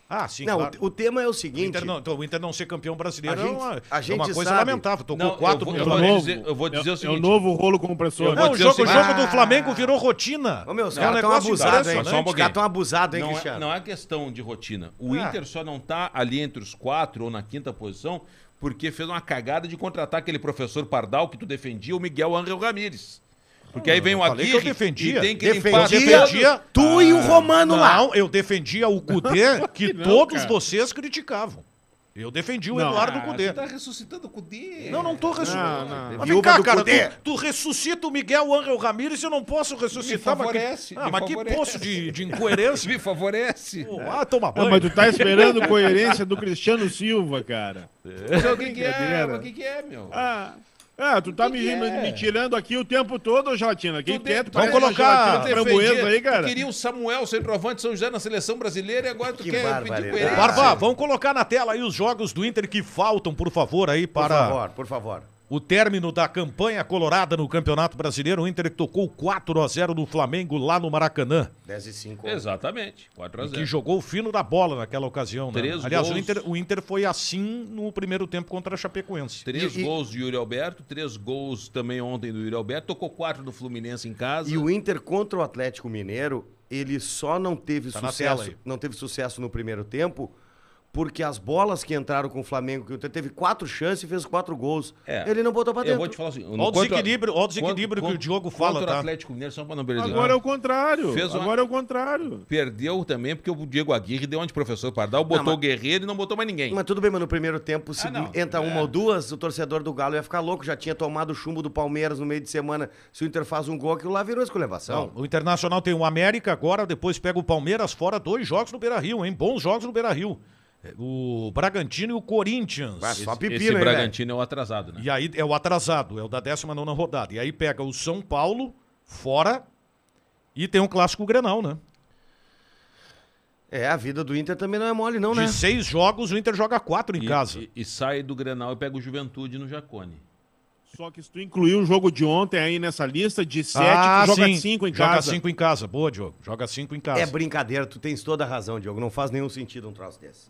Speaker 1: Ah, sim,
Speaker 3: Não,
Speaker 1: claro.
Speaker 3: o, o tema é o
Speaker 1: O
Speaker 3: seguinte.
Speaker 1: Inter, não, então, o Inter não ser campeão brasileiro
Speaker 3: A
Speaker 1: é
Speaker 3: gente-
Speaker 1: uma,
Speaker 3: a
Speaker 1: é
Speaker 3: gente
Speaker 1: uma coisa
Speaker 3: sabe.
Speaker 1: lamentar. Tocou
Speaker 2: Não, eu
Speaker 1: quatro
Speaker 2: vou-
Speaker 1: no
Speaker 2: eu
Speaker 4: É o
Speaker 2: vou
Speaker 1: Flamengo.
Speaker 2: dizer- eu vou dizer
Speaker 4: é-
Speaker 2: o seguinte.
Speaker 4: É o novo rolo compressor.
Speaker 2: Eu vou
Speaker 1: Não, o
Speaker 2: dizer o
Speaker 1: jogo, o
Speaker 2: seguinte.
Speaker 1: jogo do Flamengo virou rotina.
Speaker 3: Ô, meu, os
Speaker 1: É um
Speaker 3: caras estão
Speaker 1: negócio
Speaker 3: abusados, hein?
Speaker 1: impressionante.
Speaker 2: Só um
Speaker 3: Os
Speaker 2: pouquinho.
Speaker 3: caras estão abusados, hein,
Speaker 2: Não é,
Speaker 3: Cristiano?
Speaker 2: não é questão de rotina. O
Speaker 1: Ah.
Speaker 2: Inter só não tá ali entre os quatro ou na quinta posição porque fez uma cagada de contratar aquele professor Pardal que tu defendia, o Miguel Ángel Ramírez. Porque
Speaker 3: Ah,
Speaker 2: aí vem o
Speaker 1: falei que eu
Speaker 2: Aguirre
Speaker 1: defendia.
Speaker 2: e tem que limpar
Speaker 3: Defendia,
Speaker 2: defendia.
Speaker 3: tu e o Romano lá.
Speaker 1: Não, eu defendia o Cudê que
Speaker 4: não,
Speaker 1: todos
Speaker 4: cara.
Speaker 1: vocês criticavam. Eu defendi o
Speaker 4: Não.
Speaker 1: Eduardo Cudê.
Speaker 2: tá ressuscitando o Cudê.
Speaker 1: Não, não tô ressuscitando.
Speaker 4: não.
Speaker 1: Mas vem
Speaker 3: Viúva
Speaker 1: cá,
Speaker 3: do
Speaker 1: cara,
Speaker 3: Cudê.
Speaker 1: tu, tu ressuscita o Miguel Ángel Ramírez, eu não posso ressuscitar. mas que-
Speaker 2: favorece,
Speaker 1: ah,
Speaker 2: me
Speaker 1: mas que
Speaker 2: favorece.
Speaker 1: poço de, de
Speaker 2: [LAUGHS]
Speaker 1: incoerência.
Speaker 2: Me favorece.
Speaker 1: Pô, ah, toma
Speaker 4: Ah,
Speaker 1: banho.
Speaker 4: mas tu tá esperando coerência do Cristiano Silva, cara.
Speaker 2: Então, o que, que é?
Speaker 4: Brincadeira.
Speaker 2: O que, que é, meu?
Speaker 4: Ah, ah, tu tá me,
Speaker 2: que é?
Speaker 4: me tirando aqui o tempo todo, Gelatina. Quem
Speaker 2: Tu
Speaker 4: quer,
Speaker 2: de-
Speaker 4: tu
Speaker 1: Vamos
Speaker 4: parece uma
Speaker 1: colocar-
Speaker 4: gelatina
Speaker 2: defendia-
Speaker 4: framboesa aí, cara.
Speaker 2: Tu queria o Samuel, centroavante de São José na seleção brasileira e agora tu
Speaker 3: Que
Speaker 2: quer
Speaker 3: barbaridade.
Speaker 2: pedir coerência.
Speaker 1: Barba,
Speaker 3: Ah, sim.
Speaker 1: vamos colocar na tela aí os jogos do Inter que faltam, por favor, aí
Speaker 3: Por
Speaker 1: para
Speaker 3: favor, por favor.
Speaker 1: o término da campanha colorada no Campeonato Brasileiro. O Inter que tocou 4 a 0 no Flamengo lá no Maracanã,
Speaker 3: 10 e 5.
Speaker 2: Exatamente. 4 a
Speaker 1: que
Speaker 2: 0
Speaker 1: jogou o fino da bola naquela ocasião, né?
Speaker 2: é. Três
Speaker 1: Aliás, o
Speaker 2: gols.
Speaker 1: Inter, o Inter foi assim no primeiro tempo contra a Chapecoense.
Speaker 2: Três
Speaker 3: E- e-
Speaker 2: gols de Yuri Alberto, três gols também ontem do Yuri Alberto, tocou quatro do Fluminense em casa.
Speaker 3: E o Inter contra o Atlético Mineiro, ele só não teve
Speaker 1: Tá na tela
Speaker 3: sucesso,
Speaker 1: aí.
Speaker 3: não teve sucesso no primeiro tempo, porque as bolas que entraram com o Flamengo, que o Inter teve quatro chances e fez quatro gols.
Speaker 2: É.
Speaker 3: Ele não botou pra dentro.
Speaker 2: Eu vou te falar assim.
Speaker 1: Olha o desequilíbrio- olha o desequilíbrio que o Diogo fala,
Speaker 2: Contra
Speaker 1: tá?
Speaker 2: o Atlético Mineiro, só pra não perder.
Speaker 4: Agora é o contrário.
Speaker 2: um Fez um uma-
Speaker 4: Agora é o contrário.
Speaker 2: Perdeu também porque o Diego Aguirre deu onde professor Pardal, botou
Speaker 3: mas-
Speaker 2: o Guerreiro e não botou mais ninguém.
Speaker 3: Mas tudo bem, mas no primeiro tempo, se
Speaker 2: Ah, não. É.
Speaker 3: entra uma ou duas, o torcedor do Galo ia ficar louco, já tinha tomado o chumbo do Palmeiras no meio de semana. Se o Inter faz um gol, aquilo lá virou esculhambação.
Speaker 1: Não, Então, o Internacional tem o América agora, depois pega o Palmeiras fora, dois jogos no Beira-Rio, hein? Bons jogos no Beira-Rio. É, O Bragantino e o Corinthians.
Speaker 3: Vai, só pepino,
Speaker 2: Esse
Speaker 3: hein, velho?
Speaker 2: Bragantino é o atrasado, né?
Speaker 1: E aí é o atrasado, é o da 19 rodada. E aí pega o São Paulo fora e tem um clássico Grenal, né?
Speaker 3: É, a vida do Inter também não é mole, não, né?
Speaker 1: De seis jogos, o Inter joga quatro em
Speaker 2: E-
Speaker 1: casa.
Speaker 2: E, e sai do Grenal e pega o Juventude no Jacone.
Speaker 4: Só que se tu incluir o jogo de ontem aí nessa lista, de 7,
Speaker 1: Ah,
Speaker 4: tu joga
Speaker 1: sim.
Speaker 4: 5 em
Speaker 1: Joga
Speaker 4: casa.
Speaker 1: 5 em casa. Boa, Diogo. Joga 5 em casa.
Speaker 3: É brincadeira, tu tens toda a razão, Diogo. Não faz nenhum sentido um troço desse.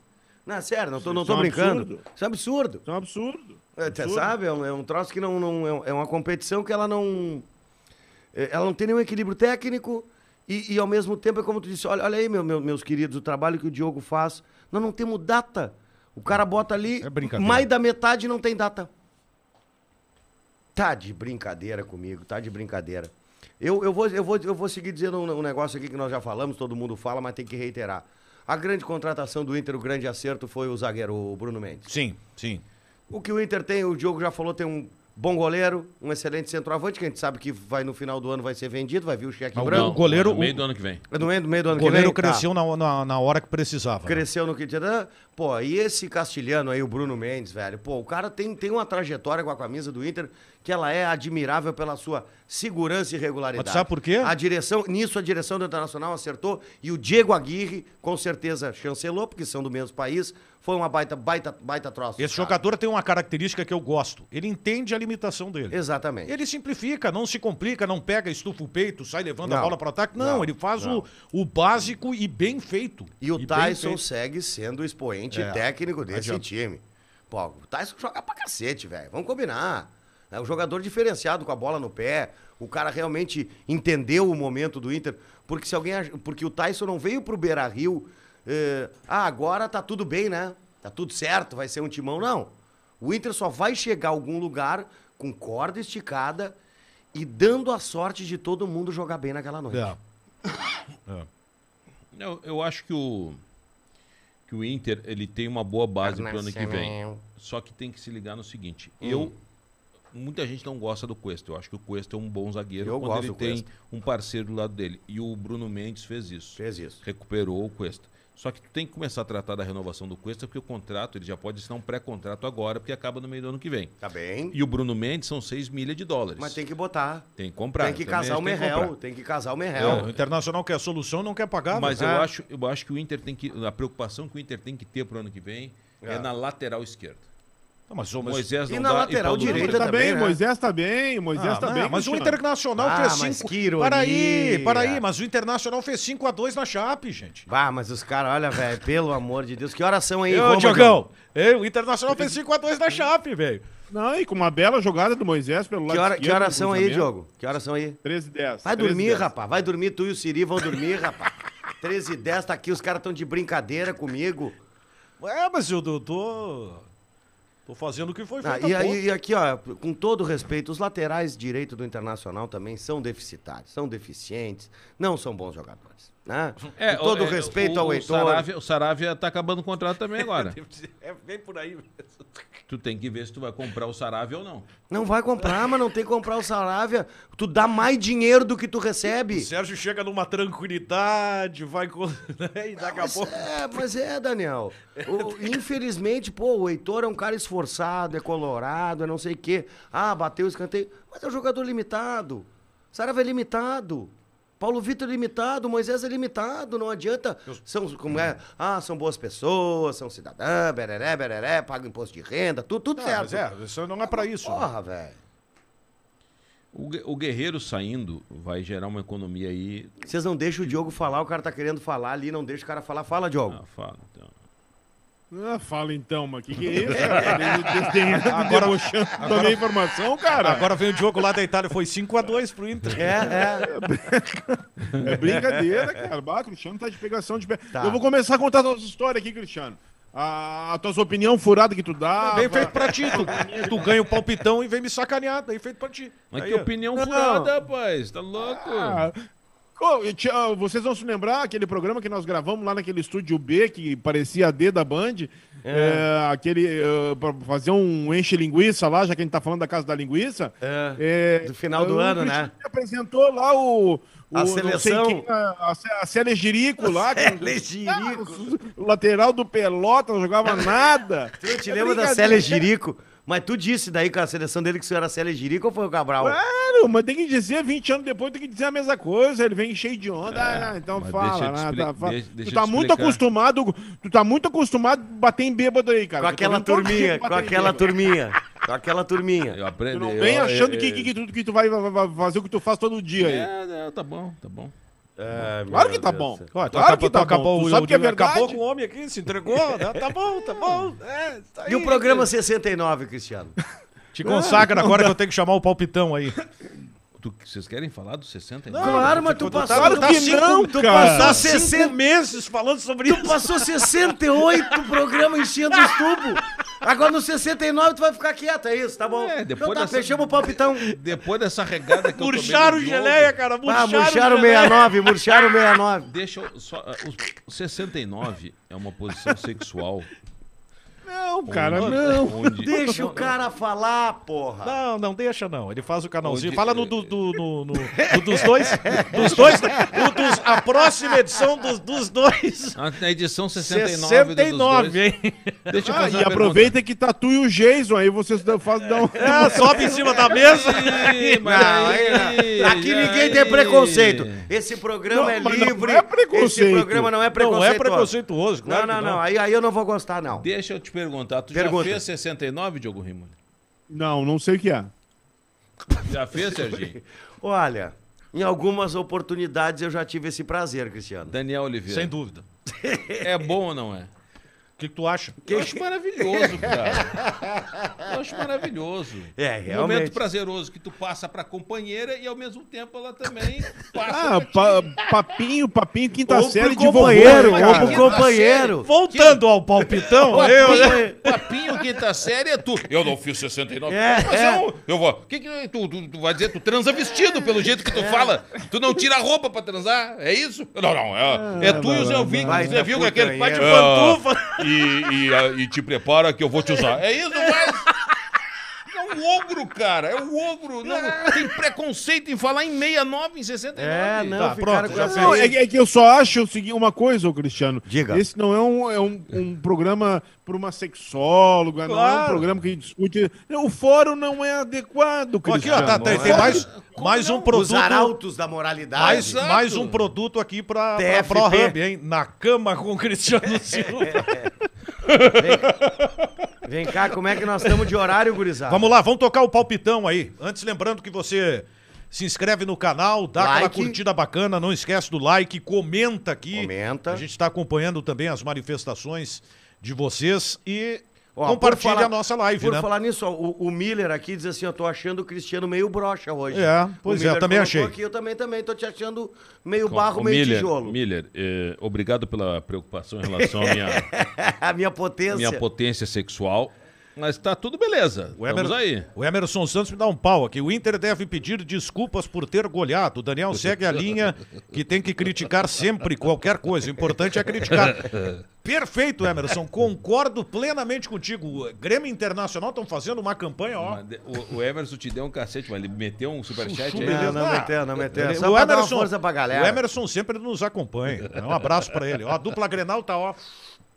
Speaker 3: Não, sério, não tô,
Speaker 4: Isso
Speaker 3: não tô
Speaker 4: é um
Speaker 3: brincando.
Speaker 4: absurdo.
Speaker 3: Isso é um absurdo.
Speaker 4: Isso é um absurdo.
Speaker 3: É, Você
Speaker 4: absurdo.
Speaker 3: sabe, é um, é um troço que não, não- é um- é uma competição que ela não. é, Ela não tem nenhum equilíbrio técnico e, e, ao mesmo tempo é como tu disse, olha, olha aí, meu- meu- meus queridos, o trabalho que o Diogo faz. Nós não temos data. O cara bota ali,
Speaker 1: É brincadeira.
Speaker 3: mais da metade não tem data. Tá de brincadeira comigo, tá de brincadeira. Eu, eu, vou, eu, vou, eu vou seguir dizendo um, um negócio aqui que nós já falamos, todo mundo fala, mas tem que reiterar. A grande contratação do Inter, o grande acerto foi o zagueiro, o Bruno Mendes.
Speaker 1: Sim, sim.
Speaker 3: O que o Inter tem, o Diogo já falou, tem um bom goleiro, um excelente centroavante, que a gente sabe que vai no final do ano vai ser vendido, vai vir o cheque
Speaker 1: Mas o
Speaker 3: branco.
Speaker 2: Não,
Speaker 1: goleiro-
Speaker 2: No meio do ano que vem.
Speaker 3: No meio, no meio do
Speaker 1: O
Speaker 3: ano
Speaker 1: goleiro
Speaker 3: que vem, tá.
Speaker 1: cresceu na, na, na hora que precisava. né?
Speaker 3: Cresceu no que tinha. Pô, e esse castilhano aí, o Bruno Mendes, velho? Pô, o cara tem, tem uma trajetória com a camisa do Inter que ela é admirável pela sua segurança e regularidade.
Speaker 1: Mas sabe por quê?
Speaker 3: A direção, nisso a direção do Internacional acertou e o Diego Aguirre, com certeza, chancelou, porque são do mesmo país. Foi uma baita, baita, baita troça.
Speaker 1: Esse
Speaker 3: cara.
Speaker 1: jogador tem uma característica que eu gosto. Ele entende a limitação dele.
Speaker 3: Exatamente.
Speaker 1: Ele simplifica, não se complica, não pega, estufa o peito, sai levando a
Speaker 3: Não.
Speaker 1: bola para ataque. Não,
Speaker 3: Não,
Speaker 1: ele faz
Speaker 3: não.
Speaker 1: O, o básico e bem feito.
Speaker 3: E o
Speaker 1: bem
Speaker 3: Tyson
Speaker 1: feito.
Speaker 3: segue sendo o expoente
Speaker 1: É,
Speaker 3: técnico
Speaker 1: não
Speaker 3: desse
Speaker 1: adianta.
Speaker 3: time. Pô, o Tyson joga pra cacete, velho. Vamos combinar. É um jogador diferenciado com a bola no pé. O cara realmente entendeu o momento do Inter. Porque se alguém. ach- Porque o Tyson não veio pro Beira Rio. ah, agora tá tudo bem, né? Tá tudo certo, vai ser um timão. Não. O Inter só vai chegar a algum lugar com corda esticada e dando a sorte de todo mundo jogar bem naquela noite.
Speaker 1: É. É.
Speaker 2: Eu, eu acho que o que o Inter ele tem uma boa base pro ano que vem. Só que tem que se ligar no seguinte.
Speaker 3: Hum.
Speaker 2: Eu muita gente não gosta do Cuesta. Eu acho que o Cuesta é um bom zagueiro
Speaker 3: Eu
Speaker 2: quando
Speaker 3: gosto
Speaker 2: ele
Speaker 3: do
Speaker 2: tem
Speaker 3: Cuesta.
Speaker 2: um parceiro do lado dele. E o Bruno Mendes fez isso.
Speaker 3: Fez isso.
Speaker 2: Recuperou o Cuesta. Só que tu tem que começar a tratar da renovação do Cuesta porque o contrato ele já pode assinar um pré-contrato agora porque acaba no meio do ano que vem.
Speaker 3: Tá bem.
Speaker 2: E o Bruno Mendes são 6 milhas de dólares.
Speaker 3: Mas tem que botar.
Speaker 2: Tem que comprar.
Speaker 3: tem que
Speaker 2: também
Speaker 3: casar
Speaker 2: acho
Speaker 3: o
Speaker 2: que tem que
Speaker 3: Merrel,
Speaker 2: comprar.
Speaker 3: tem que casar o
Speaker 1: É, O
Speaker 3: Merrel.
Speaker 1: Internacional quer solução, não quer pagar.
Speaker 2: Mas
Speaker 1: né?
Speaker 2: eu,
Speaker 1: É.
Speaker 2: acho, eu acho que o Inter tem que. A preocupação que o Inter tem que ter pro ano que vem é,
Speaker 3: É.
Speaker 2: na lateral esquerda.
Speaker 1: Não, Ah, mas, o- mas-
Speaker 2: Moisés
Speaker 3: e
Speaker 2: não
Speaker 3: na
Speaker 2: dá.
Speaker 3: lateral
Speaker 2: Paulo
Speaker 3: direita
Speaker 4: Ele
Speaker 2: Nunes-
Speaker 4: tá
Speaker 3: também,
Speaker 4: bem,
Speaker 3: né?
Speaker 4: Moisés tá bem, Moisés
Speaker 1: Ah,
Speaker 4: tá
Speaker 1: não,
Speaker 4: bem.
Speaker 1: mas o
Speaker 4: Cristiano.
Speaker 1: Internacional
Speaker 3: Ah,
Speaker 1: fez
Speaker 3: mas
Speaker 1: 5
Speaker 3: que ironia.
Speaker 1: Para aí, para aí, mas o Internacional fez 5 a 2 na Chape, gente.
Speaker 3: Bah, mas os caras, olha, velho, pelo amor de Deus, que horas são aí?
Speaker 1: Ô,
Speaker 3: Vamos,
Speaker 1: Diogão, ei, o Internacional fez 5 a 2 na Chape, velho.
Speaker 4: Não, e com uma bela jogada do Moisés pelo lado
Speaker 3: Que, hora, que
Speaker 4: esquerdo,
Speaker 3: horas
Speaker 4: no
Speaker 3: são aí,
Speaker 4: cruzamento.
Speaker 3: Diogo? Que horas são aí?
Speaker 4: 13 e 10.
Speaker 3: Vai
Speaker 4: 13 e
Speaker 3: dormir,
Speaker 4: 10.
Speaker 3: rapaz, vai dormir, tu e o Siri vão dormir, rapaz. [LAUGHS] 13 e 10 tá aqui, os caras estão de brincadeira comigo.
Speaker 1: É, mas eu tô- tô tô fazendo o que foi
Speaker 3: Ah,
Speaker 1: feito.
Speaker 3: e,
Speaker 1: há pouco.
Speaker 3: aí- e aqui, ó, com todo respeito, os laterais direito do Internacional também são deficitários, são deficientes, não são bons jogadores. Né?
Speaker 2: É,
Speaker 3: com todo
Speaker 2: o- é,
Speaker 3: respeito
Speaker 2: o,
Speaker 3: ao
Speaker 2: o
Speaker 3: Heitor.
Speaker 2: Saravia, o Saravia tá acabando o contrato
Speaker 1: [LAUGHS]
Speaker 2: também agora.
Speaker 1: É bem por aí.
Speaker 2: tu tem que ver se tu vai comprar o Saravia ou não.
Speaker 3: Não vai comprar, mas não tem que comprar o Saravia. Tu dá mais dinheiro do que tu
Speaker 1: O
Speaker 3: recebe.
Speaker 1: Sérgio chega numa tranquilidade, vai com... [LAUGHS] né, e daqui a
Speaker 3: Mas
Speaker 1: pouco...
Speaker 3: é, mas é, Daniel. O- infelizmente, pô, o Heitor é um cara esforçado, é colorado, é não sei o quê. Ah, bateu o escanteio. Mas é um jogador limitado. Sarava é limitado. Paulo Vitor é limitado, Moisés é limitado, não adianta. São, como é? Ah, são boas pessoas, são cidadãs, bereré, bereré, pagam imposto de renda, tudo, tudo
Speaker 1: Ah, mas
Speaker 3: certo.
Speaker 1: é, isso não é pra isso. né?
Speaker 3: Porra, velho.
Speaker 2: O, Gue- o Guerreiro saindo vai gerar uma economia aí.
Speaker 3: Vocês não deixam o Diogo falar, o cara tá querendo falar ali, não deixa o cara falar. Fala, Diogo.
Speaker 2: Ah, fala, então.
Speaker 4: Ah, fala então, mas que que
Speaker 1: [LAUGHS]
Speaker 4: é isso, cara? Desdenhando,
Speaker 1: Agora-
Speaker 4: debochando da minha informação, cara.
Speaker 1: Agora vem o Diogo lá da Itália, foi 5 a 2 pro Inter.
Speaker 3: É, é.
Speaker 4: É brincadeira, cara. Bah, Cristiano tá de pegação de pé.
Speaker 3: Tá.
Speaker 4: Eu vou começar a contar as histórias aqui, Cristiano. A, a tuas opinião furada que tu dá.
Speaker 1: Ah, Bem
Speaker 4: pá.
Speaker 1: feito pra ti, tu, tu ganha o palpitão e vem me sacanear, daí feito pra ti.
Speaker 2: Mas
Speaker 1: Aí,
Speaker 2: que
Speaker 1: ó.
Speaker 2: opinião
Speaker 4: Não,
Speaker 2: furada, rapaz. Tá louco?
Speaker 4: Ah, co- eu te- ah, vocês vão se lembrar aquele programa que nós gravamos lá naquele estúdio B, que parecia a D da Band, é, aquele eh, pra fazer um enche linguiça lá, já que a gente tá falando da Casa da Linguiça.
Speaker 3: É.
Speaker 4: É,
Speaker 3: Do final do
Speaker 4: o
Speaker 3: ano,
Speaker 4: Cristiano
Speaker 3: né?
Speaker 4: apresentou lá o. o
Speaker 3: A
Speaker 4: não sei
Speaker 3: seleção.
Speaker 4: quem, a, a, Ce- a Célia Jerico
Speaker 1: [LAUGHS]
Speaker 4: lá.
Speaker 3: [LAUGHS]
Speaker 4: que-
Speaker 3: Célia Jerico.
Speaker 4: Ah, o lateral do Pelota, não jogava nada.
Speaker 3: Tu te
Speaker 4: É
Speaker 3: lembra da
Speaker 4: brincadeira.
Speaker 3: Célia Girico? Mas tu disse daí com a seleção dele que o senhor era Célia Girico ou foi o Cabral?
Speaker 4: Claro, mas tem que dizer, 20 anos depois tem que dizer a mesma coisa, ele vem cheio de onda, ah, então
Speaker 2: mas
Speaker 4: fala,
Speaker 2: deixa eu te
Speaker 4: né,
Speaker 2: expli-
Speaker 4: tá, fala.
Speaker 2: deixa- deixa
Speaker 4: tu
Speaker 2: eu
Speaker 4: tá
Speaker 2: te
Speaker 4: muito
Speaker 2: explicar.
Speaker 4: acostumado, tu tá muito acostumado a bater em bêbado aí, cara.
Speaker 3: com
Speaker 4: Eu tô
Speaker 3: aquela
Speaker 4: vendo todo
Speaker 3: turminha,
Speaker 4: mundo
Speaker 3: com
Speaker 4: bater em
Speaker 3: aquela
Speaker 4: bêbado.
Speaker 3: turminha. Aquela turminha.
Speaker 2: Eu aprendi.
Speaker 4: Tu não
Speaker 2: eu-
Speaker 4: vem achando
Speaker 2: eu-
Speaker 4: que, que, que tu, que tu vai, vai- vai fazer é o que tu faz todo dia aí.
Speaker 2: É, é, tá bom, tá bom.
Speaker 3: Ai, meu
Speaker 4: Claro que tá
Speaker 3: Deus
Speaker 4: bom.
Speaker 3: do céu.
Speaker 1: Ó, tu
Speaker 4: Claro
Speaker 1: acabou-
Speaker 4: que
Speaker 1: tu
Speaker 4: tá
Speaker 1: acabou
Speaker 4: bom.
Speaker 1: o-
Speaker 4: Tu sabe que é
Speaker 1: o- Acabou
Speaker 4: verdade?
Speaker 1: com o homem aqui, se entregou. né? Tá bom, tá bom. É, tá aí.
Speaker 3: E o programa 69, Cristiano?
Speaker 1: Te consagra agora que eu tenho que chamar o palpitão aí.
Speaker 2: Tu- vocês querem falar do 60?
Speaker 3: Claro, mas tu passou.
Speaker 4: Claro que não,
Speaker 3: tu
Speaker 4: cara.
Speaker 1: Tá
Speaker 3: passou
Speaker 1: cinco
Speaker 3: 60,
Speaker 1: meses falando sobre
Speaker 3: tu
Speaker 1: isso.
Speaker 3: passou 68 programas enchendo os tubos. Agora no 69 tu vai ficar quieto, é isso, tá bom?
Speaker 2: É, depois
Speaker 3: então tá,
Speaker 2: dessa-
Speaker 3: fechamos o palpitão.
Speaker 2: Depois dessa regada
Speaker 1: [LAUGHS]
Speaker 2: que eu tomei
Speaker 1: Murcharam
Speaker 2: no jogo,
Speaker 1: geleia, cara.
Speaker 3: Ah, murcharam
Speaker 1: Murcharam
Speaker 3: o
Speaker 1: geleia.
Speaker 3: 69, murcharam
Speaker 2: [LAUGHS]
Speaker 3: o 69.
Speaker 2: Deixa eu só. ah, O 69 é uma posição sexual.
Speaker 4: Não, cara,
Speaker 2: Onde-
Speaker 4: não.
Speaker 2: onde-
Speaker 3: Deixa o cara falar, porra.
Speaker 1: Não, não deixa não. Ele faz o canalzinho.
Speaker 2: Onde-
Speaker 1: Fala no, do, do- no- no- do- dos dois. Dos dois. o dos- a próxima edição dos, dos dois.
Speaker 2: Na na edição 69.
Speaker 1: 69,
Speaker 2: dos dois.
Speaker 1: hein?
Speaker 2: Deixa eu
Speaker 4: Ah,
Speaker 2: fazer uma
Speaker 4: e aproveita que tá tu e o Jason aí, vocês dão- fazem dar um.
Speaker 1: É, sobe em cima da mesa.
Speaker 2: pergunta. Ih, mas aí-
Speaker 3: Aqui ninguém tem
Speaker 2: aí-
Speaker 3: preconceito. Esse programa
Speaker 4: Não,
Speaker 3: é
Speaker 4: mas não
Speaker 3: livre.
Speaker 4: é preconceito.
Speaker 3: Esse programa não é
Speaker 1: Não
Speaker 3: preconceituoso.
Speaker 1: é preconceituoso, claro.
Speaker 3: Não, não,
Speaker 1: que
Speaker 3: não. Aí, aí eu não vou gostar, não.
Speaker 2: Deixa eu te perguntar. Tu
Speaker 3: Pergunta.
Speaker 2: já fez 69, Diogo Rimoni?
Speaker 4: Não, não sei o que é.
Speaker 2: Já fez, Serginho?
Speaker 3: Olha, em algumas oportunidades eu já tive esse prazer, Cristiano.
Speaker 2: Daniel Oliveira.
Speaker 1: Sem dúvida.
Speaker 2: É bom ou não é?
Speaker 1: O que, que tu acha?
Speaker 2: Eu acho maravilhoso, cara. Eu acho maravilhoso.
Speaker 3: É,
Speaker 2: Um momento
Speaker 3: realmente.
Speaker 2: prazeroso que tu passa pra companheira e ao mesmo tempo ela também passa.
Speaker 4: Ah, pa- papinho, papinho, quinta
Speaker 3: Ou pro
Speaker 4: série de
Speaker 3: companheiro,
Speaker 4: vovô, né,
Speaker 3: ou
Speaker 4: cara?
Speaker 3: pro companheiro.
Speaker 1: Voltando ao palpitão, eu, né?
Speaker 2: Papinho quinta série é tu. Eu não fiz 69.
Speaker 3: É,
Speaker 2: mas
Speaker 3: é.
Speaker 2: eu, eu vou. Que que tu, tu, tu vai dizer? Tu transa vestido, pelo jeito que tu
Speaker 3: É.
Speaker 2: fala. Tu não tira a roupa pra transar? É isso? Não, não. É, é tu e o Zé Vigo.
Speaker 3: Ah, vai,
Speaker 2: O Zé
Speaker 3: tá
Speaker 2: Vigo
Speaker 3: puta
Speaker 2: é aquele que vai de
Speaker 3: aí, é. [LAUGHS]
Speaker 2: pantufa. E, e, ah, e te prepara que eu vou te usar. É isso, mas... É o ogro, cara. É o ogro. Não, tem preconceito em falar em 69, em 69.
Speaker 3: É, não,
Speaker 1: Tá,
Speaker 3: ficaram
Speaker 1: pronto,
Speaker 3: com
Speaker 1: já
Speaker 3: essa-
Speaker 4: Não, é, que- é que eu só acho o seguinte, uma coisa, ô Cristiano.
Speaker 3: Diga.
Speaker 4: Esse não é um, é um, um programa para uma sexóloga, não é um
Speaker 1: Claro.
Speaker 4: programa que discute. O fórum não é adequado,
Speaker 1: Ó, Aqui, ó,
Speaker 4: Cristiano.
Speaker 1: tá, tem, tem mais, mais um
Speaker 3: Os
Speaker 1: produto.
Speaker 3: arautos da moralidade.
Speaker 1: Mais,
Speaker 2: Exato.
Speaker 1: mais um produto aqui pra, pra
Speaker 3: TFP.
Speaker 1: ProHub, hein? Na cama com o Cristiano Silva.
Speaker 3: Vem cá, como é que nós estamos de horário,
Speaker 1: [LAUGHS]
Speaker 3: gurizada?
Speaker 1: Vamos lá, vamos tocar o palpitão aí. Antes, lembrando que você se inscreve no canal, dá aquela
Speaker 3: Like.
Speaker 1: curtida bacana, não esquece do like, comenta aqui.
Speaker 3: Comenta.
Speaker 1: A gente está acompanhando também as manifestações de vocês e
Speaker 3: Ó, por
Speaker 1: compartilha
Speaker 3: falar-
Speaker 1: a nossa live,
Speaker 3: Por
Speaker 1: né?
Speaker 3: falar nisso, ó, o, o Miller aqui diz assim, eu tô achando o Cristiano meio broxa hoje.
Speaker 1: É,
Speaker 3: O
Speaker 1: pois é,
Speaker 3: Miller
Speaker 1: eu também
Speaker 3: colocou
Speaker 1: achei.
Speaker 3: Aqui, eu também, também, tô te achando meio
Speaker 2: Com-
Speaker 3: barro,
Speaker 2: ô,
Speaker 3: meio
Speaker 2: Miller,
Speaker 3: tijolo.
Speaker 2: Miller, eh, obrigado pela preocupação em relação à
Speaker 3: [LAUGHS]
Speaker 2: minha,
Speaker 3: [LAUGHS] A minha potência.
Speaker 2: minha potência sexual. Mas tá tudo beleza.
Speaker 1: O
Speaker 2: Vamos
Speaker 1: Emerson,
Speaker 2: aí.
Speaker 1: o Emerson Santos me dá um pau aqui. O Inter deve pedir desculpas por ter goleado. O Daniel segue a linha que tem que criticar sempre qualquer coisa. O importante é criticar. Perfeito, Emerson. Concordo plenamente contigo. O Grêmio e Internacional estão fazendo uma campanha, ó.
Speaker 2: Mas de- O, o Emerson te deu um cacete, mas ele meteu um superchat aí.
Speaker 1: beleza.
Speaker 3: Não, não
Speaker 1: Ah,
Speaker 3: meteu, não meteu.
Speaker 1: Ele-
Speaker 3: Só pra dar uma força pra galera.
Speaker 1: o Emerson sempre nos acompanha. Um abraço pra ele. Ó, a dupla Grenal tá, ó.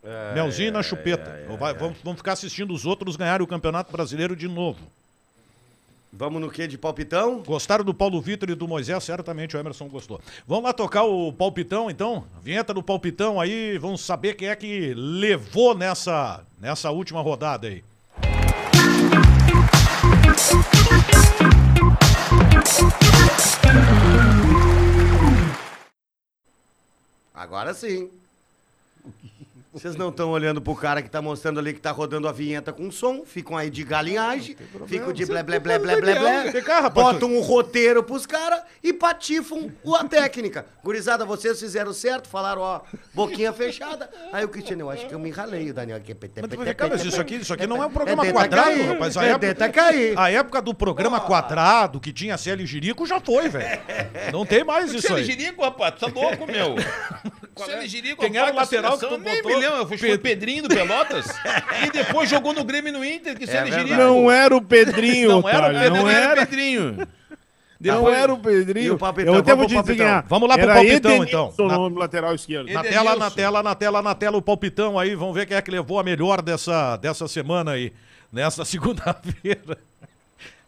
Speaker 3: É,
Speaker 1: Melzinho na chupeta. Vai- vamos, vamos ficar assistindo os outros ganharem o Campeonato Brasileiro de novo.
Speaker 3: Vamos no quê de palpitão?
Speaker 1: Gostaram do Paulo Vitor e do Moisés? Certamente o Emerson gostou. Vamos lá tocar o palpitão, então? Vinheta do palpitão aí, vamos saber quem é que levou nessa, nessa última rodada aí.
Speaker 3: Agora sim. Vocês não estão olhando pro cara que tá mostrando ali que tá rodando a vinheta com som, ficam aí de galinhagem, ficam de blé blé blé blé blé blé,
Speaker 1: tá Vem cá, rapaz.
Speaker 3: botam um roteiro pros caras e patifam o- a técnica. Gurizada, vocês fizeram certo, falaram, ó, boquinha fechada. Aí o Cristiano, eu acho que eu me ralei, o Daniel aqui.
Speaker 1: Mas, cara, mas isso aqui, isso aqui não é um programa
Speaker 3: Tenta
Speaker 1: quadrado,
Speaker 3: cair, É
Speaker 1: rapaz. é A
Speaker 3: tenta cair.
Speaker 1: época, a época do programa quadrado, que tinha Célio Girico, já foi, velho. Não tem mais
Speaker 2: Você
Speaker 1: isso
Speaker 2: é
Speaker 1: aí.
Speaker 2: ligirico, rapaz, tá louco, meu. Você é ligirico,
Speaker 1: Quem era o
Speaker 2: rapaz,
Speaker 1: lateral
Speaker 2: seleção,
Speaker 1: que tu
Speaker 2: nem
Speaker 1: botou?
Speaker 2: me lembro, eu fui foi o Pedrinho do
Speaker 1: [LAUGHS]
Speaker 2: Pelotas e depois jogou no Grêmio e no Inter, que você é,
Speaker 3: É
Speaker 2: ligirico.
Speaker 3: verdade.
Speaker 4: Não era o
Speaker 1: [LAUGHS]
Speaker 4: Pedrinho,
Speaker 1: Não era o Tá,
Speaker 4: otário,
Speaker 2: Pedrinho
Speaker 4: tá, não era.
Speaker 2: o Pedrinho.
Speaker 4: Não
Speaker 2: Depois-
Speaker 4: era o
Speaker 3: E
Speaker 4: Pedrinho.
Speaker 3: o Papitão,
Speaker 4: eu até vou
Speaker 3: vamos
Speaker 4: te
Speaker 3: pro
Speaker 4: dizer quem
Speaker 3: Papitão.
Speaker 4: é.
Speaker 1: Vamos lá pro
Speaker 4: Era
Speaker 1: Papitão,
Speaker 4: Edenilson,
Speaker 1: então.
Speaker 4: o
Speaker 1: Na-
Speaker 4: nome do lateral esquerdo.
Speaker 1: Na
Speaker 2: Edenilson.
Speaker 1: tela, na tela, na tela, na tela, o palpitão aí. Vamos ver quem é que levou a melhor dessa, dessa semana aí. Nessa [LAUGHS] segunda-feira.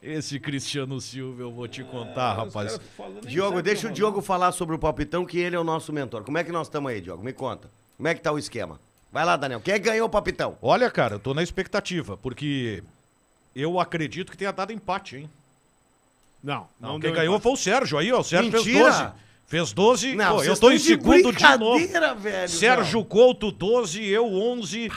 Speaker 1: Esse Cristiano Silva, eu vou te contar,
Speaker 3: É,
Speaker 1: rapaz.
Speaker 3: Diogo, deixa o Diogo falar sobre o palpitão, que ele é o nosso mentor. Como é que nós estamos aí, Diogo? Me conta. Como é que tá o esquema? Vai lá, Daniel. Quem é que ganhou o palpitão?
Speaker 1: Olha, cara, eu tô na expectativa, porque Eu acredito que tenha dado empate, hein?
Speaker 4: Não, não,
Speaker 1: Quem
Speaker 4: deu
Speaker 1: ganhou
Speaker 4: empate.
Speaker 1: foi o Sérgio aí, ó. O Sérgio
Speaker 3: Mentira!
Speaker 1: fez 12. Fez 12.
Speaker 3: Não,
Speaker 1: pô, eu
Speaker 3: vocês
Speaker 1: tô
Speaker 3: tão
Speaker 1: em
Speaker 3: de
Speaker 1: segundo de novo.
Speaker 3: brincadeira, velho.
Speaker 1: Sérgio Couto, 12. Eu, 11.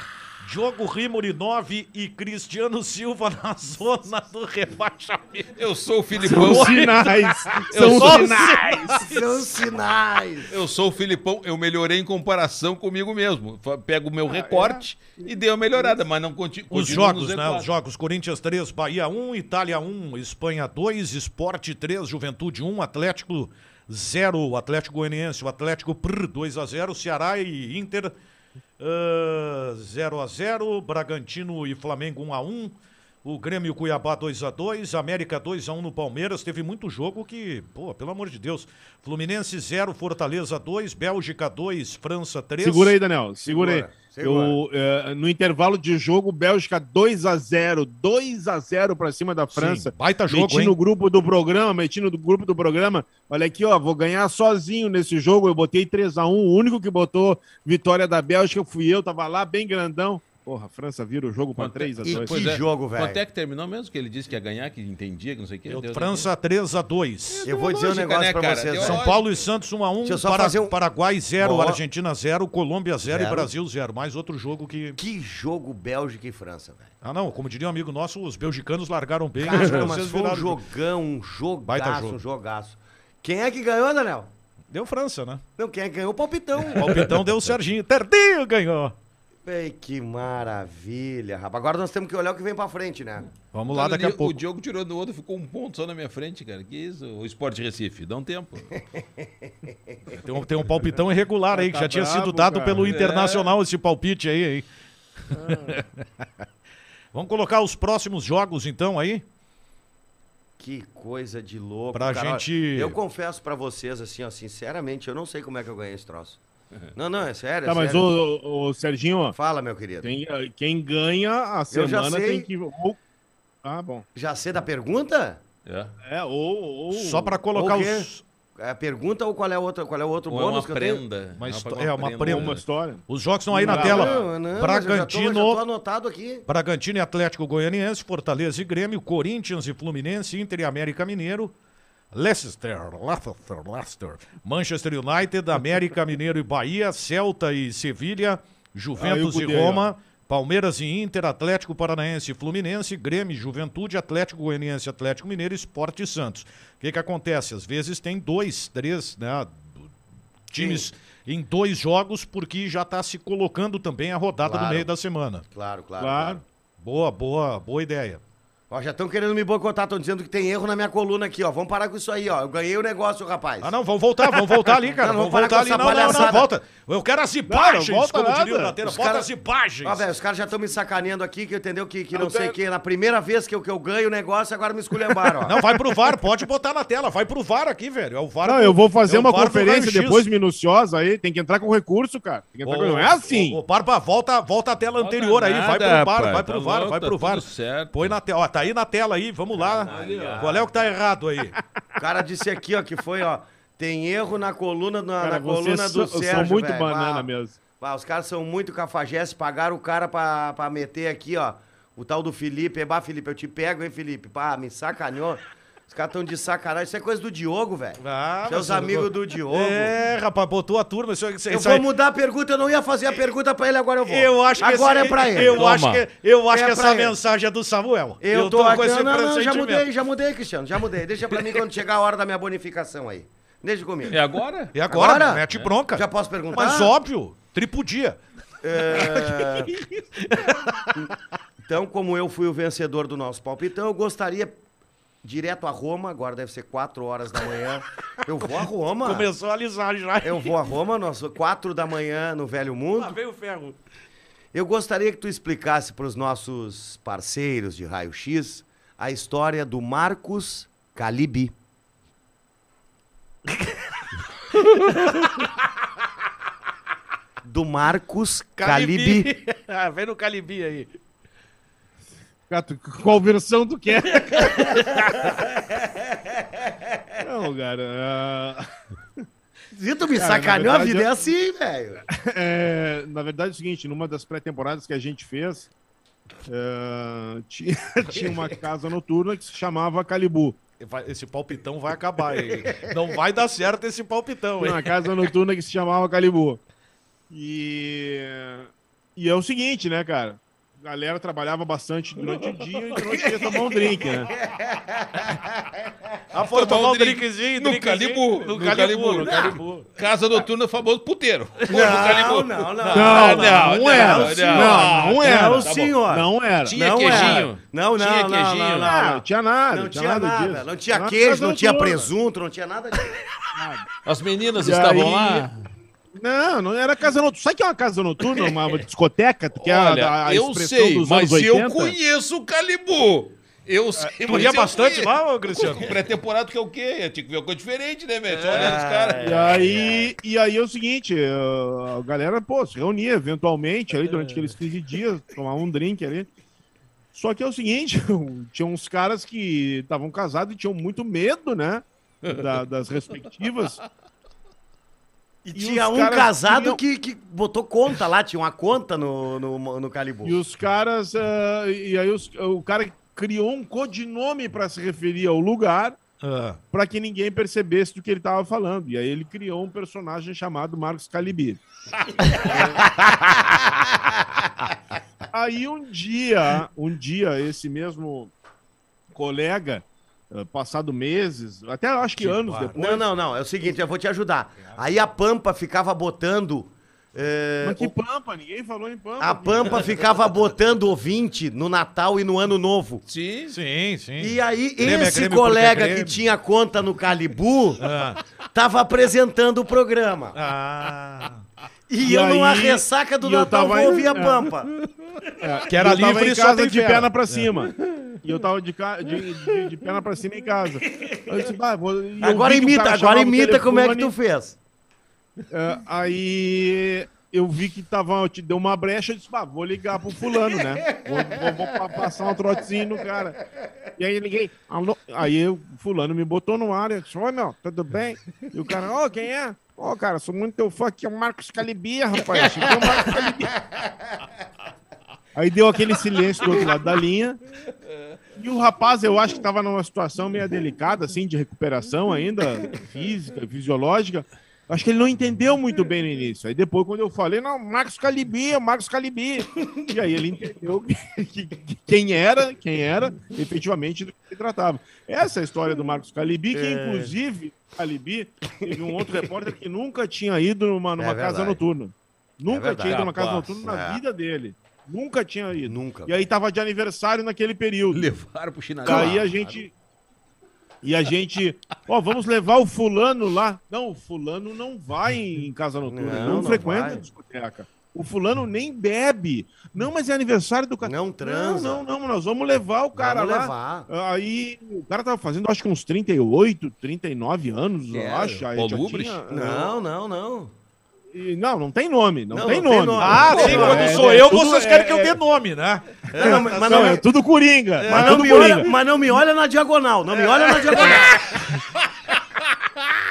Speaker 1: Diogo Rimori, 9. E Cristiano Silva na [LAUGHS] zona do rebaixamento.
Speaker 2: Eu sou o Filipão.
Speaker 4: São sinais.
Speaker 2: Eu
Speaker 4: São
Speaker 2: sou-
Speaker 4: sinais.
Speaker 3: não. São sinais.
Speaker 2: Eu sou o Filipão, eu melhorei em comparação comigo mesmo. Fa- Pego o meu recorte e dei uma melhorada, mas não conti- continuo.
Speaker 1: Ah, é? Os jogos,
Speaker 2: no
Speaker 1: né?
Speaker 2: Z4.
Speaker 1: Os jogos. Corinthians 3, Bahia 1, Itália 1, Espanha 2, Esporte 3, Juventude 1, Atlético 0, Atlético Goianiense, o Atlético prr, 2 a 0, Ceará e Inter ah, 0 a 0, Bragantino e Flamengo 1 a 1, o Grêmio e o Cuiabá 2 a 2, América 2 a 1 no Palmeiras, teve muito jogo que, pô, pelo amor de Deus. Fluminense 0, Fortaleza 2, Bélgica 2, França 3.
Speaker 4: Segura aí, Daniel. Segura,
Speaker 3: Segura,
Speaker 4: aí.
Speaker 3: segura.
Speaker 4: Eu, eh, no intervalo de jogo, Bélgica 2x0. 2x0 pra cima da França.
Speaker 1: Sim, baita jogo,
Speaker 4: meti
Speaker 1: hein?
Speaker 4: no grupo do programa, meti no grupo do programa. Olha aqui, ó, vou ganhar sozinho nesse jogo. Eu botei 3x1. O único que botou vitória da Bélgica fui eu, tava lá bem grandão. Porra, a França vira o jogo pra
Speaker 2: Quanto-
Speaker 3: E que
Speaker 4: 3x2.
Speaker 2: Pois é.
Speaker 3: jogo, velho.
Speaker 2: Quanto é que terminou mesmo? Que ele disse que ia ganhar, que entendia, que não sei o que.
Speaker 1: Eu-
Speaker 2: Deus
Speaker 1: França 3 a 2.
Speaker 3: Eu vou dizer um
Speaker 2: Lógica,
Speaker 3: negócio
Speaker 2: né,
Speaker 3: pra
Speaker 2: cara?
Speaker 3: vocês.
Speaker 2: Deu
Speaker 3: ó.
Speaker 1: São Paulo e Santos 1 a 1,
Speaker 3: Deixa eu só
Speaker 1: Para-
Speaker 3: fazer um-
Speaker 1: Paraguai 0,
Speaker 3: Boa.
Speaker 1: Argentina 0, Colômbia 0 e
Speaker 3: Zero.
Speaker 1: Brasil 0. Mais outro jogo que
Speaker 3: Que jogo Bélgica e França, velho.
Speaker 1: Ah não, como diria um amigo nosso, os belgicanos largaram bem, os
Speaker 3: Cara, mas
Speaker 1: franceses
Speaker 3: foi um
Speaker 1: viraram.
Speaker 3: jogão, um jogaço,
Speaker 1: Baita jogo.
Speaker 3: um jogaço. Quem é que ganhou, Daniel?
Speaker 1: Deu França, né?
Speaker 3: Não, quem é que ganhou?
Speaker 1: [LAUGHS]
Speaker 3: O palpitão.
Speaker 1: O palpitão deu o Serginho. Tardinho ganhou.
Speaker 3: Ei, que maravilha, rapaz. Agora nós temos que olhar o que vem pra frente, né?
Speaker 1: Vamos lá daqui a
Speaker 2: o
Speaker 1: pouco.
Speaker 2: O Diogo tirou do outro, ficou um ponto só na minha frente, cara. Que isso? O Sport Recife, dá um tempo.
Speaker 1: Tem um, tem um palpitão irregular aí que
Speaker 4: Tá
Speaker 1: já tinha
Speaker 4: brabo,
Speaker 1: sido dado
Speaker 4: cara.
Speaker 1: pelo
Speaker 3: É.
Speaker 1: Internacional esse palpite aí, hein?
Speaker 3: [LAUGHS]
Speaker 1: Vamos colocar os próximos jogos então aí?
Speaker 3: Que coisa de louco.
Speaker 1: Pra
Speaker 3: cara.
Speaker 1: gente-
Speaker 3: Eu confesso pra vocês, assim, ó, sinceramente, eu não sei como é que eu ganhei esse troço. Não, não, é sério. é
Speaker 4: Tá, mas
Speaker 3: sério.
Speaker 4: o, Serginho, ó,
Speaker 3: Fala, meu querido.
Speaker 4: tem, eh, quem ganha a
Speaker 3: já
Speaker 4: semana
Speaker 3: sei.
Speaker 4: tem que. ou- Ah, bom.
Speaker 3: Já sei da pergunta?
Speaker 2: É.
Speaker 4: É, ou. ou-
Speaker 1: Só pra colocar
Speaker 3: Uh, o quê?
Speaker 1: os
Speaker 3: É a pergunta ou qual é, a outra, qual é o outro
Speaker 2: Ou é uma
Speaker 3: bônus que eu tenho?
Speaker 2: prenda.
Speaker 1: Mas
Speaker 2: Dá pra
Speaker 1: to-
Speaker 2: colocar
Speaker 1: é uma
Speaker 4: ou
Speaker 1: prenda.
Speaker 4: uma história.
Speaker 1: os jogos estão aí na
Speaker 4: Não,
Speaker 1: tela.
Speaker 3: Não, não, mas eu já tô-
Speaker 1: Bragantino
Speaker 3: já tô anotado aqui.
Speaker 1: Bragantino e Atlético Goianiense, Fortaleza e Grêmio, Corinthians e Fluminense, Inter e América Mineiro, Leicester, Leicester, Leicester, Manchester United, América Mineiro e Bahia, Celta e Sevilha, Juventus
Speaker 4: Aí o
Speaker 1: e
Speaker 4: Cudê,
Speaker 1: Roma, Palmeiras e Inter, Atlético Paranaense e Fluminense, Grêmio, e Juventude, Atlético Goianiense, Atlético Mineiro, Esporte e Santos. O que que acontece? Às vezes tem dois, três, né, times em dois jogos porque já está se colocando também a rodada do
Speaker 3: Claro.
Speaker 1: meio da semana.
Speaker 3: Claro, claro.
Speaker 4: Claro.
Speaker 3: claro.
Speaker 1: Boa, boa, boa ideia.
Speaker 3: Ó, já estão querendo me boicotar, estão dizendo que tem erro na minha coluna aqui, ó. Vamos parar com isso aí, ó. Eu ganhei o negócio, rapaz.
Speaker 1: Ah, não, vamos voltar, vamos voltar ali, cara.
Speaker 3: [LAUGHS] Não,
Speaker 1: vamos
Speaker 3: vamos
Speaker 1: voltar
Speaker 3: parar com
Speaker 1: ali.
Speaker 3: essa
Speaker 1: Não, não, não,
Speaker 3: palhaçada.
Speaker 1: volta. Eu quero as imagens,
Speaker 4: volta
Speaker 1: como
Speaker 4: nada.
Speaker 1: diria o Datena.
Speaker 3: Os
Speaker 1: Bota
Speaker 3: cara-
Speaker 1: as imagens.
Speaker 3: Ó, velho, os caras já estão me sacaneando aqui, que entendeu que, que
Speaker 4: Ah,
Speaker 3: não
Speaker 4: eu
Speaker 3: sei o
Speaker 4: tenho-
Speaker 3: que. Na primeira vez que eu, que eu ganho o negócio, agora
Speaker 1: [LAUGHS]
Speaker 3: me esculhambaram, ó.
Speaker 1: Não, vai pro VAR, pode botar na tela. Vai pro VAR aqui, velho. É o VAR.
Speaker 4: Não,
Speaker 1: do-
Speaker 4: eu vou fazer
Speaker 1: é o
Speaker 4: uma
Speaker 1: VAR do
Speaker 4: conferência
Speaker 1: raio-x.
Speaker 4: depois minuciosa aí, tem que entrar com recurso, cara. Tem que entrar
Speaker 1: Ô,
Speaker 4: com- Não é assim.
Speaker 1: Ô, ô, Barba, volta, volta a tela
Speaker 2: Volta
Speaker 1: anterior aí. Vai
Speaker 2: nada,
Speaker 1: pro VAR,
Speaker 2: rapaz,
Speaker 1: vai pro
Speaker 2: tá
Speaker 1: VAR,
Speaker 2: louco,
Speaker 1: vai pro
Speaker 2: tá
Speaker 1: VAR.
Speaker 2: tudo certo.
Speaker 1: Põe na tela. Ó, tá aí na tela aí, vamos lá. Qual é o que tá errado aí?
Speaker 3: O cara disse aqui, ó, que foi, ó. Tem erro na coluna, na,
Speaker 4: Cara,
Speaker 3: na coluna
Speaker 4: vocês
Speaker 3: do
Speaker 4: são-
Speaker 3: Sérgio,
Speaker 4: são muito
Speaker 3: velho.
Speaker 4: banana
Speaker 3: Ah,
Speaker 4: mesmo.
Speaker 3: ah, os caras são muito cafajeste, pagaram o cara pra, pra meter aqui, ó. O tal do Felipe. Bah, Felipe, eu te pego, hein, Felipe? Pá, me sacaneou. Os caras estão de sacanagem. Isso é coisa do Diogo, velho.
Speaker 1: Ah,
Speaker 3: Isso é os
Speaker 1: mas-
Speaker 3: amigos do Diogo.
Speaker 1: É, rapaz, botou a turma. Isso, isso,
Speaker 3: Eu
Speaker 1: isso
Speaker 3: vou
Speaker 1: aí-
Speaker 3: mudar a pergunta, eu não ia fazer a pergunta pra ele, agora eu vou.
Speaker 1: Eu acho que
Speaker 3: agora
Speaker 1: esse-
Speaker 3: é pra ele.
Speaker 1: Eu
Speaker 2: Toma.
Speaker 1: acho que, eu acho
Speaker 3: É
Speaker 1: que
Speaker 3: pra
Speaker 1: essa
Speaker 3: ele.
Speaker 1: mensagem é do Samuel.
Speaker 3: Eu, tô, aqui. Não, não, não, já
Speaker 1: pressentimento.
Speaker 3: mudei, já mudei, Cristiano, já mudei. Deixa pra mim quando chegar a hora da minha bonificação aí. Deixa comigo.
Speaker 2: É agora?
Speaker 1: E agora?
Speaker 3: Agora?
Speaker 1: Mete bronca.
Speaker 3: Já posso perguntar?
Speaker 1: Mas óbvio, tripudia.
Speaker 3: Então, como eu fui o vencedor do nosso palpitão, eu gostaria direto a Roma, agora deve ser 4 horas da
Speaker 1: [LAUGHS]
Speaker 3: manhã. Eu vou a Roma.
Speaker 1: Começou a alisar já.
Speaker 3: Eu vou a Roma, nosso 4 da manhã no Velho Mundo.
Speaker 1: veio o ferro.
Speaker 3: Eu gostaria que tu explicasse para os nossos parceiros de Raio X a história do Marcos
Speaker 1: [LAUGHS]
Speaker 3: Calibi. do Marcos
Speaker 1: [LAUGHS]
Speaker 3: Calibi.
Speaker 1: [LAUGHS] Calibi. Ah, Vem no Calibi aí.
Speaker 4: Cara, tu- qual versão tu quer? não, cara. ah,
Speaker 3: Zito tu me
Speaker 4: Cara, na
Speaker 3: sacaneou, a
Speaker 4: verdade,
Speaker 3: vida
Speaker 4: eu-
Speaker 3: é assim, velho.
Speaker 4: é, na verdade é o seguinte, numa das pré-temporadas que a gente fez, eh, tinha, [LAUGHS] tinha uma casa noturna que se chamava Calibu.
Speaker 1: Vai- Esse palpitão vai acabar, hein? Não vai dar certo esse palpitão, hein?
Speaker 4: Uma casa noturna que se chamava Calibu. E, e é o seguinte, né, cara? A galera trabalhava bastante durante o dia, então eu tinha que tomar um drink, né?
Speaker 1: Ah, foi tomar um
Speaker 2: drink.
Speaker 1: drinkzinho,
Speaker 2: No
Speaker 1: drinkzinho.
Speaker 2: Calibu,
Speaker 1: No
Speaker 2: no
Speaker 1: Calibu,
Speaker 2: Calibu,
Speaker 1: no
Speaker 3: né?
Speaker 2: no
Speaker 1: Calibu.
Speaker 2: Casa noturna, famoso puteiro.
Speaker 3: Não, não, não.
Speaker 4: Não,
Speaker 2: Ah,
Speaker 4: não,
Speaker 2: não,
Speaker 4: era.
Speaker 2: não,
Speaker 4: Não, não
Speaker 2: não,
Speaker 4: era.
Speaker 3: Não,
Speaker 2: tá bom.
Speaker 3: senhor.
Speaker 4: Não era.
Speaker 2: Tinha
Speaker 3: Não
Speaker 2: queijinho?
Speaker 3: era. Não, não,
Speaker 2: Tinha
Speaker 3: não,
Speaker 2: queijinho?
Speaker 3: não,
Speaker 4: Ah,
Speaker 3: não,
Speaker 4: não tinha nada.
Speaker 3: Não tinha
Speaker 4: nada.
Speaker 3: nada.
Speaker 4: disso.
Speaker 3: Não tinha
Speaker 4: Era
Speaker 3: queijo,
Speaker 4: casa
Speaker 3: não tinha
Speaker 4: noturna.
Speaker 3: presunto, não tinha nada disso.
Speaker 2: As meninas
Speaker 4: E
Speaker 2: estavam
Speaker 4: aí-
Speaker 2: lá.
Speaker 4: Não, não era casa noturna. Sabe o que é uma casa noturna? Uma discoteca? Que é a-
Speaker 2: Olha,
Speaker 4: a, a
Speaker 2: eu
Speaker 4: expressão
Speaker 2: sei,
Speaker 4: dos
Speaker 2: mas
Speaker 4: anos
Speaker 2: eu
Speaker 4: 80?
Speaker 2: conheço o Calibu. Eu sei,
Speaker 1: Tu
Speaker 2: mas
Speaker 1: ia
Speaker 2: eu
Speaker 1: bastante
Speaker 2: conheço.
Speaker 1: lá, ô, Cristiano?
Speaker 2: Pré-temporada que é o quê? Eu tinha que ver uma coisa diferente, né, velho? Só olhando os
Speaker 3: É.
Speaker 2: caras.
Speaker 4: E aí, e aí é o seguinte, eh, a galera, pô, se reunia eventualmente ali durante aqueles 15 dias, tomar um drink ali. Só que é o seguinte, [LAUGHS] tinha uns caras que estavam casados e tinham muito medo, né? da- das respectivas.
Speaker 3: E,
Speaker 4: os
Speaker 3: tinha um
Speaker 4: caras
Speaker 3: casado
Speaker 4: tinham-
Speaker 3: que, que botou conta lá, tinha uma conta no, no, no Calibu.
Speaker 4: E os caras. eh, e aí os- o cara criou um codinome para se referir ao lugar.
Speaker 1: Ah,
Speaker 4: para que ninguém percebesse do que ele estava falando. E aí ele criou um personagem chamado Marcos Calibi. É. [LAUGHS] aí um dia, um dia, esse mesmo colega, eh, passado meses, até acho que, anos
Speaker 1: barba.
Speaker 4: depois. É.
Speaker 3: Não, não, não. É o seguinte, eu vou te ajudar. Aí a Pampa ficava botando. eh,
Speaker 4: Mas que
Speaker 3: o-
Speaker 4: pampa, ninguém falou em pampa.
Speaker 3: a Pampa ficava botando ouvinte no Natal e no Ano Novo.
Speaker 2: Sim.
Speaker 1: Sim, sim.
Speaker 3: E aí,
Speaker 1: Grêmio é
Speaker 3: esse
Speaker 1: Grêmio,
Speaker 3: colega
Speaker 1: Porto é Grêmio.
Speaker 3: que tinha conta no Calibu
Speaker 1: Ah,
Speaker 3: tava apresentando o programa.
Speaker 1: ah.
Speaker 3: E,
Speaker 4: E
Speaker 3: eu numa
Speaker 4: aí-
Speaker 3: ressaca do
Speaker 4: e eu
Speaker 3: Natal
Speaker 4: tava
Speaker 3: vou ouvir a
Speaker 4: aí- é.
Speaker 3: Pampa.
Speaker 1: Que era
Speaker 4: eu tava
Speaker 1: livre
Speaker 4: em
Speaker 1: e só É.
Speaker 4: casa
Speaker 1: tem
Speaker 4: de
Speaker 1: fera.
Speaker 4: perna pra cima. E eu tava de, ca- de- de- de perna pra cima em casa. Eu disse, "Bah, vou-" e eu
Speaker 3: Agora
Speaker 4: vi que o
Speaker 3: imita,
Speaker 4: cara
Speaker 3: agora
Speaker 4: chamava o
Speaker 3: imita como é que tu
Speaker 4: telefone.
Speaker 3: fez.
Speaker 4: É, aí eu vi que tava, te deu uma brecha, eu disse, "Bah, vou ligar pro fulano, né? Vou, vou- vou pa- passar um trotezinho no cara. E aí ninguém. alô? Aí o fulano me botou no ar, eu disse, oi meu, tudo bem? E o cara, ô, quem é? Ô, cara, sou muito teu fã aqui, é o Marcos Calibia, rapaz. Aqui é o Marcos Calibia. Aí deu aquele silêncio do outro lado da linha. E o rapaz, eu acho que estava numa situação meio delicada, assim, de recuperação ainda, física, fisiológica. Acho que ele não entendeu muito bem no início. Aí depois, quando eu falei, não, Marcos Calibi, é o Marcos Calibi. E aí ele entendeu [LAUGHS] que- que- que- quem era, quem era, efetivamente, do que se tratava. Essa é a história do Marcos Calibi,
Speaker 3: É.
Speaker 4: que inclusive, Calibi, teve um outro repórter que nunca tinha ido numa, numa casa
Speaker 3: É verdade. É
Speaker 4: noturna. Nunca
Speaker 3: verdade.
Speaker 4: tinha ido numa casa
Speaker 2: Capaz.
Speaker 4: noturna na
Speaker 3: É.
Speaker 4: vida dele. Nunca tinha ido.
Speaker 3: Nunca.
Speaker 4: E aí tava de aniversário naquele período.
Speaker 2: Levaram pro chinelo.
Speaker 4: Daí a gente. E a gente. Ó, vamos levar o fulano lá. Não, o fulano não vai em casa noturna.
Speaker 3: Não,
Speaker 4: Não,
Speaker 3: não
Speaker 4: frequenta
Speaker 3: vai.
Speaker 4: a discoteca. O fulano nem bebe. Não, mas é aniversário do cara.
Speaker 3: Não transa.
Speaker 4: Não, não, não. Nós vamos levar o cara
Speaker 3: Vamos
Speaker 4: lá.
Speaker 3: levar.
Speaker 4: Aí o cara tava fazendo, acho que uns 38, 39 anos, eu
Speaker 2: É,
Speaker 4: acho. Aí já
Speaker 2: Polubres?
Speaker 4: tinha-
Speaker 3: Não, não,
Speaker 4: [LAUGHS]
Speaker 3: não.
Speaker 4: e- não, não tem nome. Não,
Speaker 3: Não,
Speaker 4: tem
Speaker 3: não
Speaker 4: nome.
Speaker 3: tem nome. Ah,
Speaker 1: Sim,
Speaker 3: É,
Speaker 1: quando
Speaker 3: é,
Speaker 1: sou eu, vocês querem que eu dê nome, né?
Speaker 3: É, não, mas,
Speaker 4: Mas
Speaker 3: não,
Speaker 4: é tudo É. coringa.
Speaker 3: mas
Speaker 4: mas
Speaker 3: não
Speaker 4: tudo
Speaker 3: me
Speaker 4: coringa.
Speaker 3: olha, mas não me olha na diagonal. Não me olha na diagonal.
Speaker 4: É.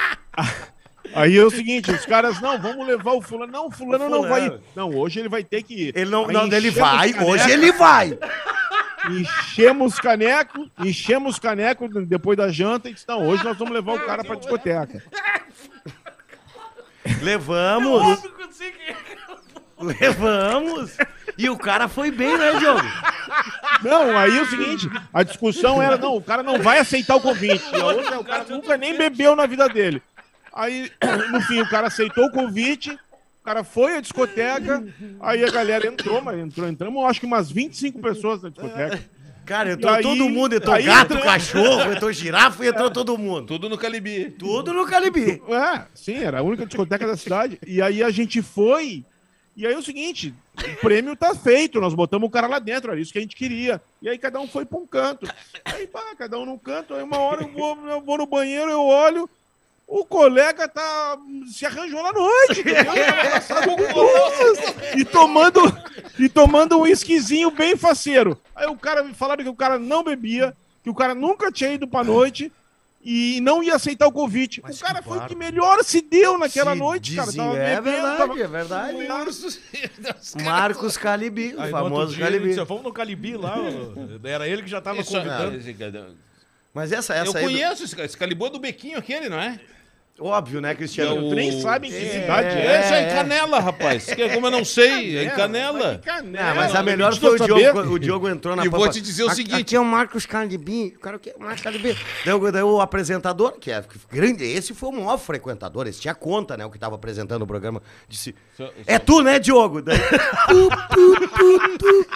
Speaker 4: Aí é o seguinte, os caras, não, vamos levar o fulano. Não, o fulano,
Speaker 3: O
Speaker 4: não vai
Speaker 3: fulano.
Speaker 4: ir. Não, hoje ele vai ter que ir.
Speaker 3: Ele não,
Speaker 4: Aí
Speaker 3: não ele
Speaker 4: enchemos
Speaker 3: vai,
Speaker 4: caneco,
Speaker 3: hoje ele vai.
Speaker 4: Enchemos caneco, enchemos caneco depois da janta e disse, não, hoje nós vamos levar o cara pra discoteca.
Speaker 3: Levamos, levamos. E o cara foi bem, né, Diogo?
Speaker 4: Não, aí é o seguinte, a discussão era, não, o cara não vai aceitar o convite. E a outra, o cara nunca nem bebeu na vida dele. Aí, [CLEARS THROAT] no fim, o cara aceitou o convite, o cara foi à discoteca, aí a galera entrou, mas entrou, entramos, acho que umas 25 pessoas na discoteca.
Speaker 3: Cara, entrou
Speaker 4: E aí-
Speaker 3: todo mundo, entrou
Speaker 4: aí
Speaker 3: gato,
Speaker 4: entrou-
Speaker 3: cachorro, entrou girafa e entrou todo mundo.
Speaker 2: Tudo no Calibi.
Speaker 3: Tudo no Calibi.
Speaker 4: É, sim, era a única discoteca da cidade. E aí a gente foi. E aí é o seguinte, o prêmio tá feito, nós botamos o cara lá dentro, era isso que a gente queria. E aí cada um foi pra um canto. Aí, pá, cada um num canto, aí uma hora eu vou, eu vou no banheiro, eu olho, o colega tá se arranjou lá noite, entendeu? Tava abraçado com duas, e tomando e tomando um esquisinho bem faceiro. Aí o cara me falaram que o cara não bebia, que o cara nunca tinha ido pra noite e não ia aceitar o convite.
Speaker 1: Mas
Speaker 4: o cara
Speaker 1: que
Speaker 4: foi o que
Speaker 1: bárbaro.
Speaker 4: melhor se deu naquela
Speaker 3: Se
Speaker 4: noite, cara.
Speaker 3: dizem-
Speaker 4: Tava
Speaker 3: é
Speaker 4: bebendo,
Speaker 3: verdade,
Speaker 4: tava-
Speaker 3: é verdade.
Speaker 2: Ursos. Os caras-
Speaker 3: Marcos Calibi, o
Speaker 1: Aí, no outro
Speaker 3: famoso
Speaker 1: dia, ele
Speaker 3: Calibi.
Speaker 1: disse, vamos no Calibi lá. ó. Era ele que já tava
Speaker 2: Isso-
Speaker 1: convidando.
Speaker 3: Mas essa, essa
Speaker 2: Eu
Speaker 3: aí, do-
Speaker 2: conheço esse, esse calibor do bequinho aquele, não é?
Speaker 3: óbvio, né, Cristiano?
Speaker 2: Eu-
Speaker 4: Tu nem sabe em que
Speaker 3: É,
Speaker 4: cidade é.
Speaker 2: Essa é em Canela, rapaz. Que- Como eu não sei, é em Canela.
Speaker 4: Que canela,
Speaker 3: Ah, mas a
Speaker 4: né?
Speaker 3: melhor
Speaker 4: Pediu
Speaker 3: foi o
Speaker 4: pra saber.
Speaker 3: Diogo. O Diogo entrou na
Speaker 2: E vou
Speaker 3: pampa-
Speaker 2: te dizer o
Speaker 3: "A-
Speaker 2: seguinte."
Speaker 3: Aqui é o Marcos Calibi. O cara o que é o Marcos Calibi. Daí o, daí o apresentador, que é grande, esse foi o maior frequentador, esse tinha conta, né? O que estava apresentando o programa. Disse.
Speaker 2: Só-
Speaker 3: É tu, né, Diogo? Daí, "Tu, tu, tu, tu."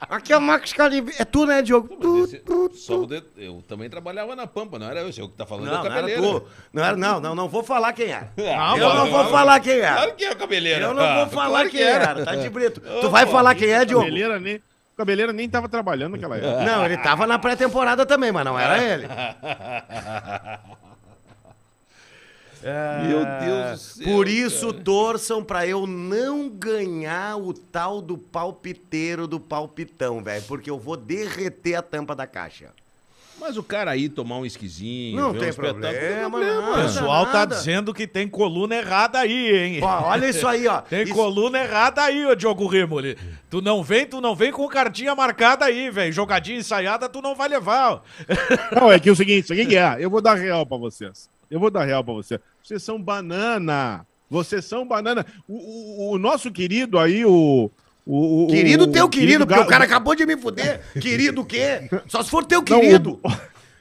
Speaker 3: Aqui é o Marcos Calibi. É tu, né, Diogo? Tu,
Speaker 2: Esse-
Speaker 3: tu,
Speaker 2: só
Speaker 3: tu."
Speaker 2: poder- eu também trabalhava na Pampa, não era eu, eu que tá falando, é o
Speaker 3: Não, não era
Speaker 2: cabeleiro.
Speaker 3: tu. Não, era, não, não, não vou falar quem é.
Speaker 2: Ah,
Speaker 3: Eu não
Speaker 2: claro,
Speaker 3: vou
Speaker 2: claro.
Speaker 3: falar quem é.
Speaker 2: Claro que é o cabeleiro.
Speaker 3: Eu não
Speaker 2: Ah,
Speaker 3: vou falar
Speaker 2: claro
Speaker 3: quem
Speaker 2: era.
Speaker 3: é. Tá
Speaker 2: [LAUGHS]
Speaker 3: de brito. Tu vai
Speaker 2: pô,
Speaker 3: falar quem é, Diogo? É.
Speaker 4: Cabeleira nem, cabeleira nem tava trabalhando naquela época.
Speaker 3: Não, ele tava na pré-temporada também, mas não
Speaker 2: É.
Speaker 3: era ele.
Speaker 2: Meu Deus do céu.
Speaker 3: Por isso, torçam pra eu não ganhar o tal do palpiteiro do palpitão, velho. Porque eu vou derreter a tampa da caixa.
Speaker 2: Mas o cara aí tomar um esquisinho,
Speaker 3: Não
Speaker 2: ver um
Speaker 3: tem
Speaker 2: espetáculo,
Speaker 3: problema,
Speaker 2: não tem
Speaker 3: não.
Speaker 1: O pessoal tá
Speaker 3: Nada.
Speaker 1: dizendo que tem coluna errada aí, hein?
Speaker 3: Ó, olha isso
Speaker 2: [LAUGHS]
Speaker 3: aí, ó.
Speaker 1: Tem
Speaker 3: Isso-
Speaker 1: coluna errada aí, ô Diogo Rimoli. Tu não vem, tu não vem com cartinha marcada aí, velho. Jogadinha ensaiada, tu não vai levar. ó.
Speaker 4: Não, é que é o seguinte, o que que é? Eu vou dar real pra vocês. Eu vou dar real pra vocês. Vocês são banana. Vocês são banana. O, o- o nosso querido aí, o... o- o-
Speaker 3: Querido
Speaker 4: o-
Speaker 3: teu querido, porque é o
Speaker 4: Ga-
Speaker 3: cara acabou de me fuder. Querido o
Speaker 2: [LAUGHS]
Speaker 3: quê? Só se for teu
Speaker 4: Não, o-
Speaker 3: querido.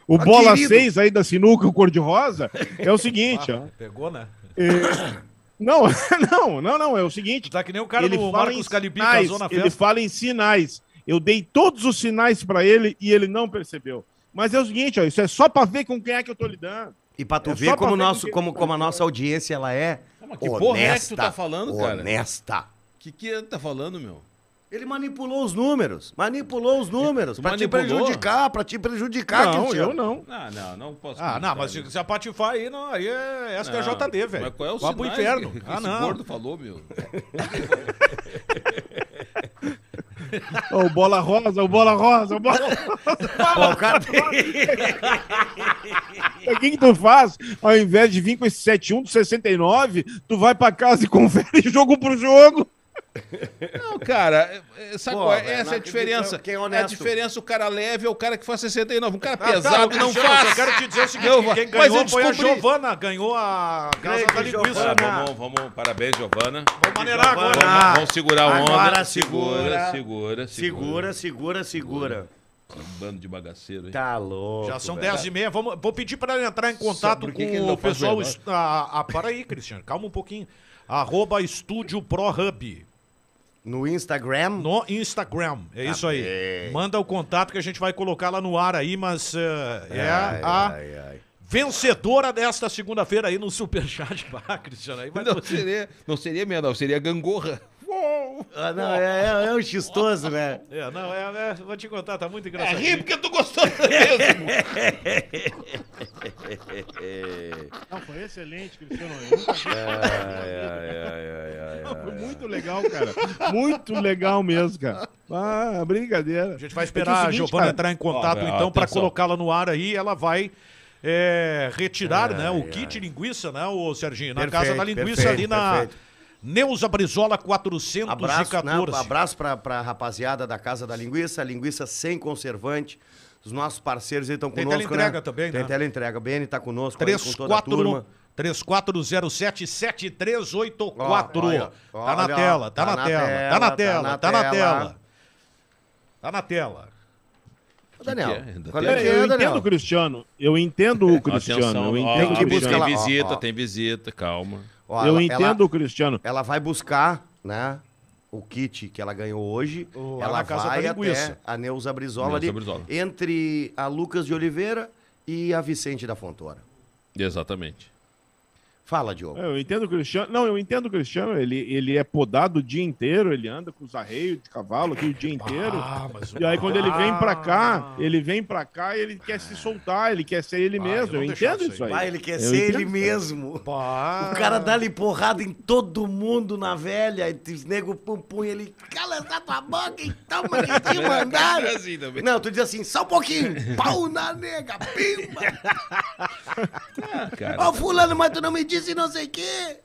Speaker 4: O,
Speaker 3: Ah,
Speaker 4: bola
Speaker 3: querido.
Speaker 4: 6 aí da sinuca, o cor-de-rosa,
Speaker 3: [LAUGHS]
Speaker 4: é o seguinte, ó.
Speaker 1: [LAUGHS] Pegou, né?
Speaker 4: Não, [LAUGHS] não, não, não, é o seguinte.
Speaker 1: Tu tá que nem o cara do Marcos Calibi
Speaker 4: sinais,
Speaker 1: casou na
Speaker 4: Ele
Speaker 1: festa.
Speaker 4: fala em sinais. Eu dei todos os sinais pra ele e ele não percebeu. Mas é o seguinte, ó, isso é só pra ver com quem é que eu tô lidando.
Speaker 3: E pra tu
Speaker 4: É
Speaker 3: ver
Speaker 4: só
Speaker 3: como,
Speaker 4: pra ver
Speaker 3: nosso-
Speaker 4: com quem-
Speaker 3: como, como a nossa audiência ela é.
Speaker 2: Não, mas que porra é que tu tá falando, cara?
Speaker 3: Honesta.
Speaker 2: O que, que ele tá falando, meu?
Speaker 3: Ele manipulou os números. Manipulou os números.
Speaker 2: Tu
Speaker 3: Pra te
Speaker 2: manipulou?
Speaker 3: prejudicar, pra te prejudicar,
Speaker 4: não,
Speaker 3: Cristiano.
Speaker 4: eu não.
Speaker 2: Ah, não, não posso.
Speaker 1: Ah, não,
Speaker 2: comentar,
Speaker 1: mas
Speaker 2: meu.
Speaker 1: se, se a patifar aí, não, aí é
Speaker 2: Não,
Speaker 1: STJD, velho.
Speaker 2: Mas qual é o
Speaker 1: Vai pro
Speaker 2: sinais
Speaker 1: inferno.
Speaker 2: que- que
Speaker 1: Ah,
Speaker 2: esse
Speaker 1: não.
Speaker 2: gordo falou, meu.
Speaker 4: Ó, o bola rosa, o bola rosa, o bola
Speaker 3: Ó, o cara-
Speaker 4: O que, que tu faz? Ao invés de vir com esse 7-1 do 69, tu vai pra casa e [LAUGHS] confere jogo por jogo.
Speaker 2: Não, cara, é- é- sabe
Speaker 3: Pô,
Speaker 2: qual é?
Speaker 3: velho,
Speaker 2: essa
Speaker 3: não
Speaker 2: é a diferença.
Speaker 3: acredito, quem é
Speaker 2: É a
Speaker 3: honesto.
Speaker 2: diferença, o cara leve é o cara que faz 69. Um cara
Speaker 1: Ah, tá,
Speaker 2: pesado
Speaker 1: ô,
Speaker 2: não
Speaker 1: Cristiano,
Speaker 2: faz.
Speaker 1: Eu quero te dizer o seguinte:
Speaker 2: Não
Speaker 1: que
Speaker 2: vai.
Speaker 1: quem
Speaker 2: Mas
Speaker 1: ganhou
Speaker 2: eu
Speaker 1: foi a
Speaker 2: descobri.
Speaker 1: Giovana, ganhou a casa
Speaker 3: Grande
Speaker 1: da linguiça.
Speaker 3: Giovana.
Speaker 1: Vamos
Speaker 2: Vamos, vamos, parabéns, Giovana.
Speaker 1: maneirar agora. Ah,
Speaker 3: Giovana.
Speaker 2: Vamos, vamos segurar a onda.
Speaker 3: Agora
Speaker 2: segura,
Speaker 3: segura.
Speaker 2: segura,
Speaker 3: Segura, segura, segura.
Speaker 2: Um bando de bagaceiro, hein?
Speaker 3: Tá louco.
Speaker 1: Já são
Speaker 3: velho.
Speaker 1: 10 e meia. Vamos, vou pedir para ele entrar em contato
Speaker 2: por que
Speaker 1: com
Speaker 2: que ele
Speaker 1: o
Speaker 2: não faz
Speaker 1: pessoal.
Speaker 2: o
Speaker 1: est- Ah, ah, para aí, Cristiano. Calma um pouquinho. Arroba Estúdio Pro Hub
Speaker 3: No Instagram.
Speaker 1: no Instagram. É
Speaker 2: Tá
Speaker 1: isso aí.
Speaker 3: bem.
Speaker 1: Manda o contato que a gente vai colocar lá no ar aí, mas eh, é
Speaker 3: Ai,
Speaker 1: a
Speaker 3: ai, ai.
Speaker 1: vencedora desta segunda-feira aí no Superchat. [LAUGHS] Bah, Cristiano, aí vai
Speaker 2: Não seria, não seria minha, não, seria gangorra.
Speaker 3: Ah, não, é, é, é um chistoso, né?
Speaker 1: É, não, é, é, vou te contar, tá muito
Speaker 2: É
Speaker 1: engraçado.
Speaker 2: rir porque eu tô gostando mesmo.
Speaker 4: Não, foi excelente, Cristiano. Eu nunca vi. Não, foi muito legal, cara. Muito legal mesmo, cara. Ah, brincadeira. É
Speaker 1: A gente vai esperar a Giovana entrar em contato,
Speaker 2: Ó, velho,
Speaker 1: então, para
Speaker 2: atenção.
Speaker 1: colocá-la no ar aí. Ela vai é, retirar né, o kit linguiça, né, o Serginho? Na
Speaker 3: Perfeito,
Speaker 1: Casa da Linguiça,
Speaker 3: perfeito,
Speaker 1: ali na
Speaker 3: perfeito. né,
Speaker 1: Neuza Brizola 414.
Speaker 3: Abraço, né? abraço pra, pra rapaziada da Casa da Linguiça, linguiça sem conservante. Os nossos parceiros aí estão
Speaker 1: Tem
Speaker 3: conosco,
Speaker 1: teleentrega
Speaker 3: né?
Speaker 1: também,
Speaker 3: Tem
Speaker 1: né?
Speaker 3: teleentrega. BN tá conosco aí, com toda a
Speaker 1: 34
Speaker 3: turma.
Speaker 1: 3407-7384.
Speaker 3: Ó, olha,
Speaker 1: tá na
Speaker 3: olha,
Speaker 1: tela, tá, na tela, tá na tela, tá na tela. Tá na tela.
Speaker 3: Ô, Daniel,
Speaker 2: Que que é? Ainda
Speaker 3: qual
Speaker 2: tem?
Speaker 3: é que
Speaker 4: Eu
Speaker 3: é,
Speaker 4: entendo
Speaker 3: Daniel?
Speaker 4: o Cristiano. Eu entendo o Cristiano.
Speaker 2: Atenção,
Speaker 4: eu
Speaker 2: ó,
Speaker 4: entendo
Speaker 3: que
Speaker 2: tem
Speaker 3: buscar
Speaker 4: o Cristiano.
Speaker 3: lá, ó,
Speaker 2: visita,
Speaker 3: ó.
Speaker 2: tem visita, calma.
Speaker 3: Ó,
Speaker 4: Eu
Speaker 3: ela-
Speaker 4: entendo o Cristiano.
Speaker 3: ela vai buscar, né? O kit que ela ganhou hoje,
Speaker 1: Lá
Speaker 3: ela
Speaker 1: na Casa da
Speaker 3: vai
Speaker 1: Linguiça.
Speaker 3: até a Neuza Brizola
Speaker 2: Neuza
Speaker 3: ali,
Speaker 2: Brizola.
Speaker 3: entre a Lucas de Oliveira e a Vicente da Fontoura.
Speaker 2: Exatamente.
Speaker 3: Fala, Diogo.
Speaker 4: Eu entendo o Cristiano. Não, eu entendo o Cristiano. Ele, ele é podado o dia inteiro, ele anda com os arreios de cavalo aqui o dia inteiro.
Speaker 1: Ah, mas ah. o-
Speaker 4: E aí, quando ele vem pra cá, ele vem pra cá e ele quer se soltar, ele quer ser ele
Speaker 1: Ah, eu
Speaker 4: mesmo.
Speaker 1: vou
Speaker 4: Eu,
Speaker 1: deixar
Speaker 4: entendo
Speaker 1: isso
Speaker 4: isso aí.
Speaker 3: Vai, Ah, ele quer
Speaker 4: Eu
Speaker 3: ser ele
Speaker 4: entendo.
Speaker 3: mesmo.
Speaker 1: Pá.
Speaker 3: O cara dá-lhe porrada em todo mundo na velha, e os nego pum pum, e ele cala essa tua boca, então, mano, eles
Speaker 2: [LAUGHS]
Speaker 3: te mandaram.
Speaker 2: Assim também.
Speaker 3: Não, tu diz assim, só um pouquinho, pau na nega, pimba.
Speaker 2: Ah, cara.
Speaker 3: Ó, fulano, mas tu não me disse não sei o quê.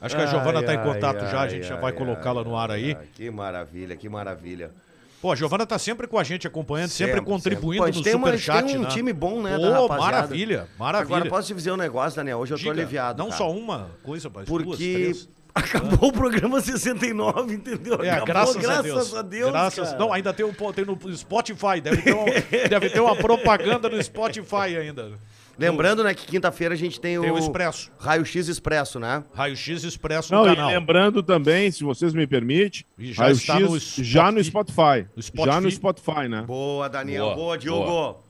Speaker 1: Acho que a Giovana tá em
Speaker 3: Ai,
Speaker 1: contato
Speaker 3: ai,
Speaker 1: já, a gente
Speaker 3: ai,
Speaker 1: já vai
Speaker 3: ai,
Speaker 1: colocá-la no ar aí.
Speaker 3: ai, que maravilha, que maravilha.
Speaker 1: Pô, a Giovana tá sempre com a gente acompanhando, sempre,
Speaker 3: Sempre,
Speaker 1: contribuindo
Speaker 3: sempre. Pô,
Speaker 1: no
Speaker 3: tem uma-
Speaker 1: superchat.
Speaker 3: tem um
Speaker 1: né?
Speaker 3: time bom, né, da
Speaker 1: Pô,
Speaker 3: rapaziada.
Speaker 1: maravilha, maravilha.
Speaker 3: Agora, posso te dizer um negócio, Daniel? Hoje eu tô
Speaker 1: Diga,
Speaker 3: aliviado.
Speaker 1: Não
Speaker 3: cara.
Speaker 1: só uma coisa, mas duas,
Speaker 3: Porque
Speaker 1: três.
Speaker 3: [LAUGHS] acabou o programa 69, entendeu?
Speaker 1: É,
Speaker 3: acabou,
Speaker 1: graças, a Deus. Graças-
Speaker 3: cara.
Speaker 1: Não, ainda tem, um, po- tem no Spotify. Deve ter, uma,
Speaker 3: [LAUGHS]
Speaker 1: deve ter uma propaganda no Spotify ainda.
Speaker 3: Lembrando, né, que quinta-feira a gente tem o...
Speaker 1: Tem o Expresso.
Speaker 3: Raio X Expresso, né?
Speaker 1: Raio X Expresso
Speaker 4: Não,
Speaker 1: no
Speaker 4: e
Speaker 1: canal.
Speaker 4: lembrando também, se vocês me permitem,
Speaker 1: E já
Speaker 4: já,
Speaker 1: está no Spotify.
Speaker 4: já no Spotify.
Speaker 1: No Spotify.
Speaker 4: Já no Spotify, né?
Speaker 3: Boa, Daniel. Boa,
Speaker 2: Boa,
Speaker 3: Diogo.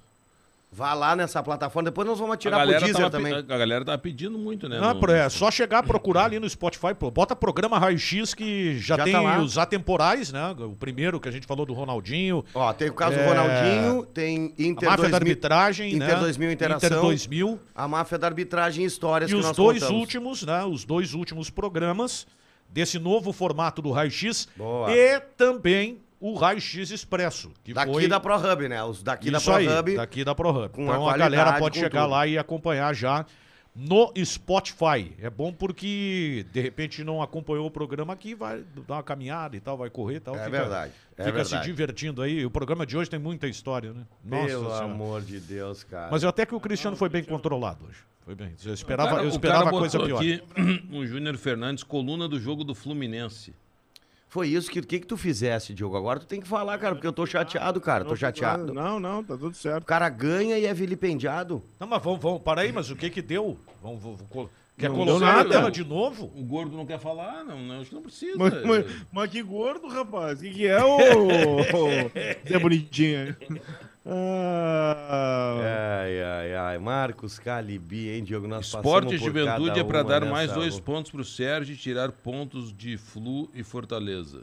Speaker 3: Vá lá nessa plataforma. Depois nós vamos
Speaker 2: a
Speaker 3: atirar pro
Speaker 2: galera
Speaker 3: Deezer
Speaker 2: tava pe-
Speaker 3: também.
Speaker 2: A galera tava pedindo muito, né?
Speaker 1: Não,
Speaker 2: no-
Speaker 1: é só chegar, procurar ali no Spotify. pô, Bota programa Raio X que já,
Speaker 3: Já
Speaker 1: tem
Speaker 3: tá lá.
Speaker 1: os atemporais, né? O primeiro que a gente falou do Ronaldinho.
Speaker 3: Ó, tem o caso
Speaker 1: É.
Speaker 3: do Ronaldinho, tem
Speaker 1: A
Speaker 3: Inter
Speaker 1: máfia da
Speaker 3: 2000,
Speaker 1: arbitragem, né?
Speaker 3: Inter 2000 Interação.
Speaker 1: Inter 2000.
Speaker 3: a máfia da arbitragem e histórias
Speaker 1: E
Speaker 3: que
Speaker 1: os
Speaker 3: nós
Speaker 1: dois
Speaker 3: contamos.
Speaker 1: últimos, né? Os dois últimos programas desse novo formato do Raio X
Speaker 3: Boa.
Speaker 1: e também o Raio X Expresso, que
Speaker 3: Daqui
Speaker 1: foi
Speaker 3: da ProHub, né? Os daqui
Speaker 1: isso
Speaker 3: da
Speaker 1: aí,
Speaker 3: ProHub.
Speaker 1: daqui da ProHub.
Speaker 3: com a
Speaker 1: Então a,
Speaker 3: qualidade,
Speaker 1: galera pode
Speaker 3: com
Speaker 1: chegar
Speaker 3: tudo.
Speaker 1: lá e acompanhar já no Spotify. É bom porque de repente não acompanhou o programa aqui, vai dar uma caminhada e tal, vai correr e tal.
Speaker 3: É verdade, é
Speaker 1: fica se
Speaker 3: verdade.
Speaker 1: divertindo aí. O programa de hoje tem muita história, né? Nossa
Speaker 3: Pelo
Speaker 1: Senhora.
Speaker 3: amor de Deus, cara.
Speaker 1: Mas eu até que o Cristiano foi bem controlado hoje. Foi bem. Eu esperava,
Speaker 2: Cara,
Speaker 1: eu
Speaker 2: o
Speaker 1: esperava
Speaker 2: cara
Speaker 1: coisa
Speaker 2: botou
Speaker 1: pior.
Speaker 2: Aqui, [CLEARS THROAT] o Júnior Fernandes, coluna do jogo do Fluminense.
Speaker 3: Foi isso que o que, que tu fizesse, Diogo? Agora tu tem que falar, cara, porque eu tô chateado, cara. Tô chateado.
Speaker 4: Não, não, tá tudo
Speaker 3: O
Speaker 4: certo.
Speaker 3: cara ganha e é vilipendiado.
Speaker 1: Não, mas vamos, vamos, para aí, mas o que que deu? Vamos, vamos, col- quer
Speaker 4: Não
Speaker 1: colocar
Speaker 4: deu
Speaker 1: na
Speaker 4: nada.
Speaker 1: tela de novo?
Speaker 2: O gordo não quer falar, ah, não, não acho que não precisa.
Speaker 4: Mas,
Speaker 3: É.
Speaker 4: mas- mas que gordo, rapaz. O que, que é o. Zé Bonitinho?
Speaker 1: É.
Speaker 4: Ah,
Speaker 3: Ai, ai, ai. Marcos Calibi, hein, Diogo? Nós
Speaker 2: Esporte e
Speaker 3: passamos por cada
Speaker 2: Juventude é para
Speaker 3: uma né,
Speaker 2: dar
Speaker 3: nessa
Speaker 2: mais dois
Speaker 3: luta.
Speaker 2: pontos pro Sérgio e tirar pontos de Flu e Fortaleza.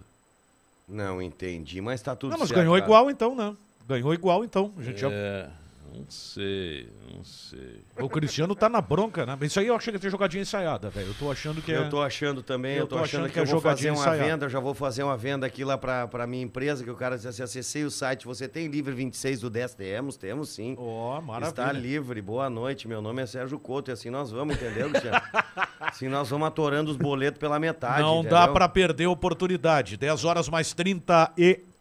Speaker 3: Não entendi, mas tá tudo
Speaker 1: Não, mas
Speaker 3: certo,
Speaker 1: ganhou
Speaker 3: cara.
Speaker 1: igual então, né? Ganhou igual então. A gente já
Speaker 2: É, não sei, não sei.
Speaker 3: É.
Speaker 1: O Cristiano tá na bronca, né? Isso aí eu achei que ia ter jogadinha ensaiada, velho. Eu tô achando que é.
Speaker 3: Eu tô achando também, eu, tô, achando, que,
Speaker 1: é
Speaker 3: eu vou fazer
Speaker 1: jogadinha
Speaker 3: uma
Speaker 1: ensaiada.
Speaker 3: venda, eu já vou fazer uma venda aqui lá pra, pra minha empresa, que o cara disse assim, acessei o site, você tem livre 26 do 10? Temos, temos sim.
Speaker 1: Ó, maravilha.
Speaker 3: Está livre, boa noite, meu nome é Sérgio Couto, e assim nós vamos, entendeu, Cristiano? assim nós vamos atorando os boletos pela metade,
Speaker 1: Não
Speaker 3: tá entendeu?
Speaker 1: dá pra perder a oportunidade. 10 horas mais 34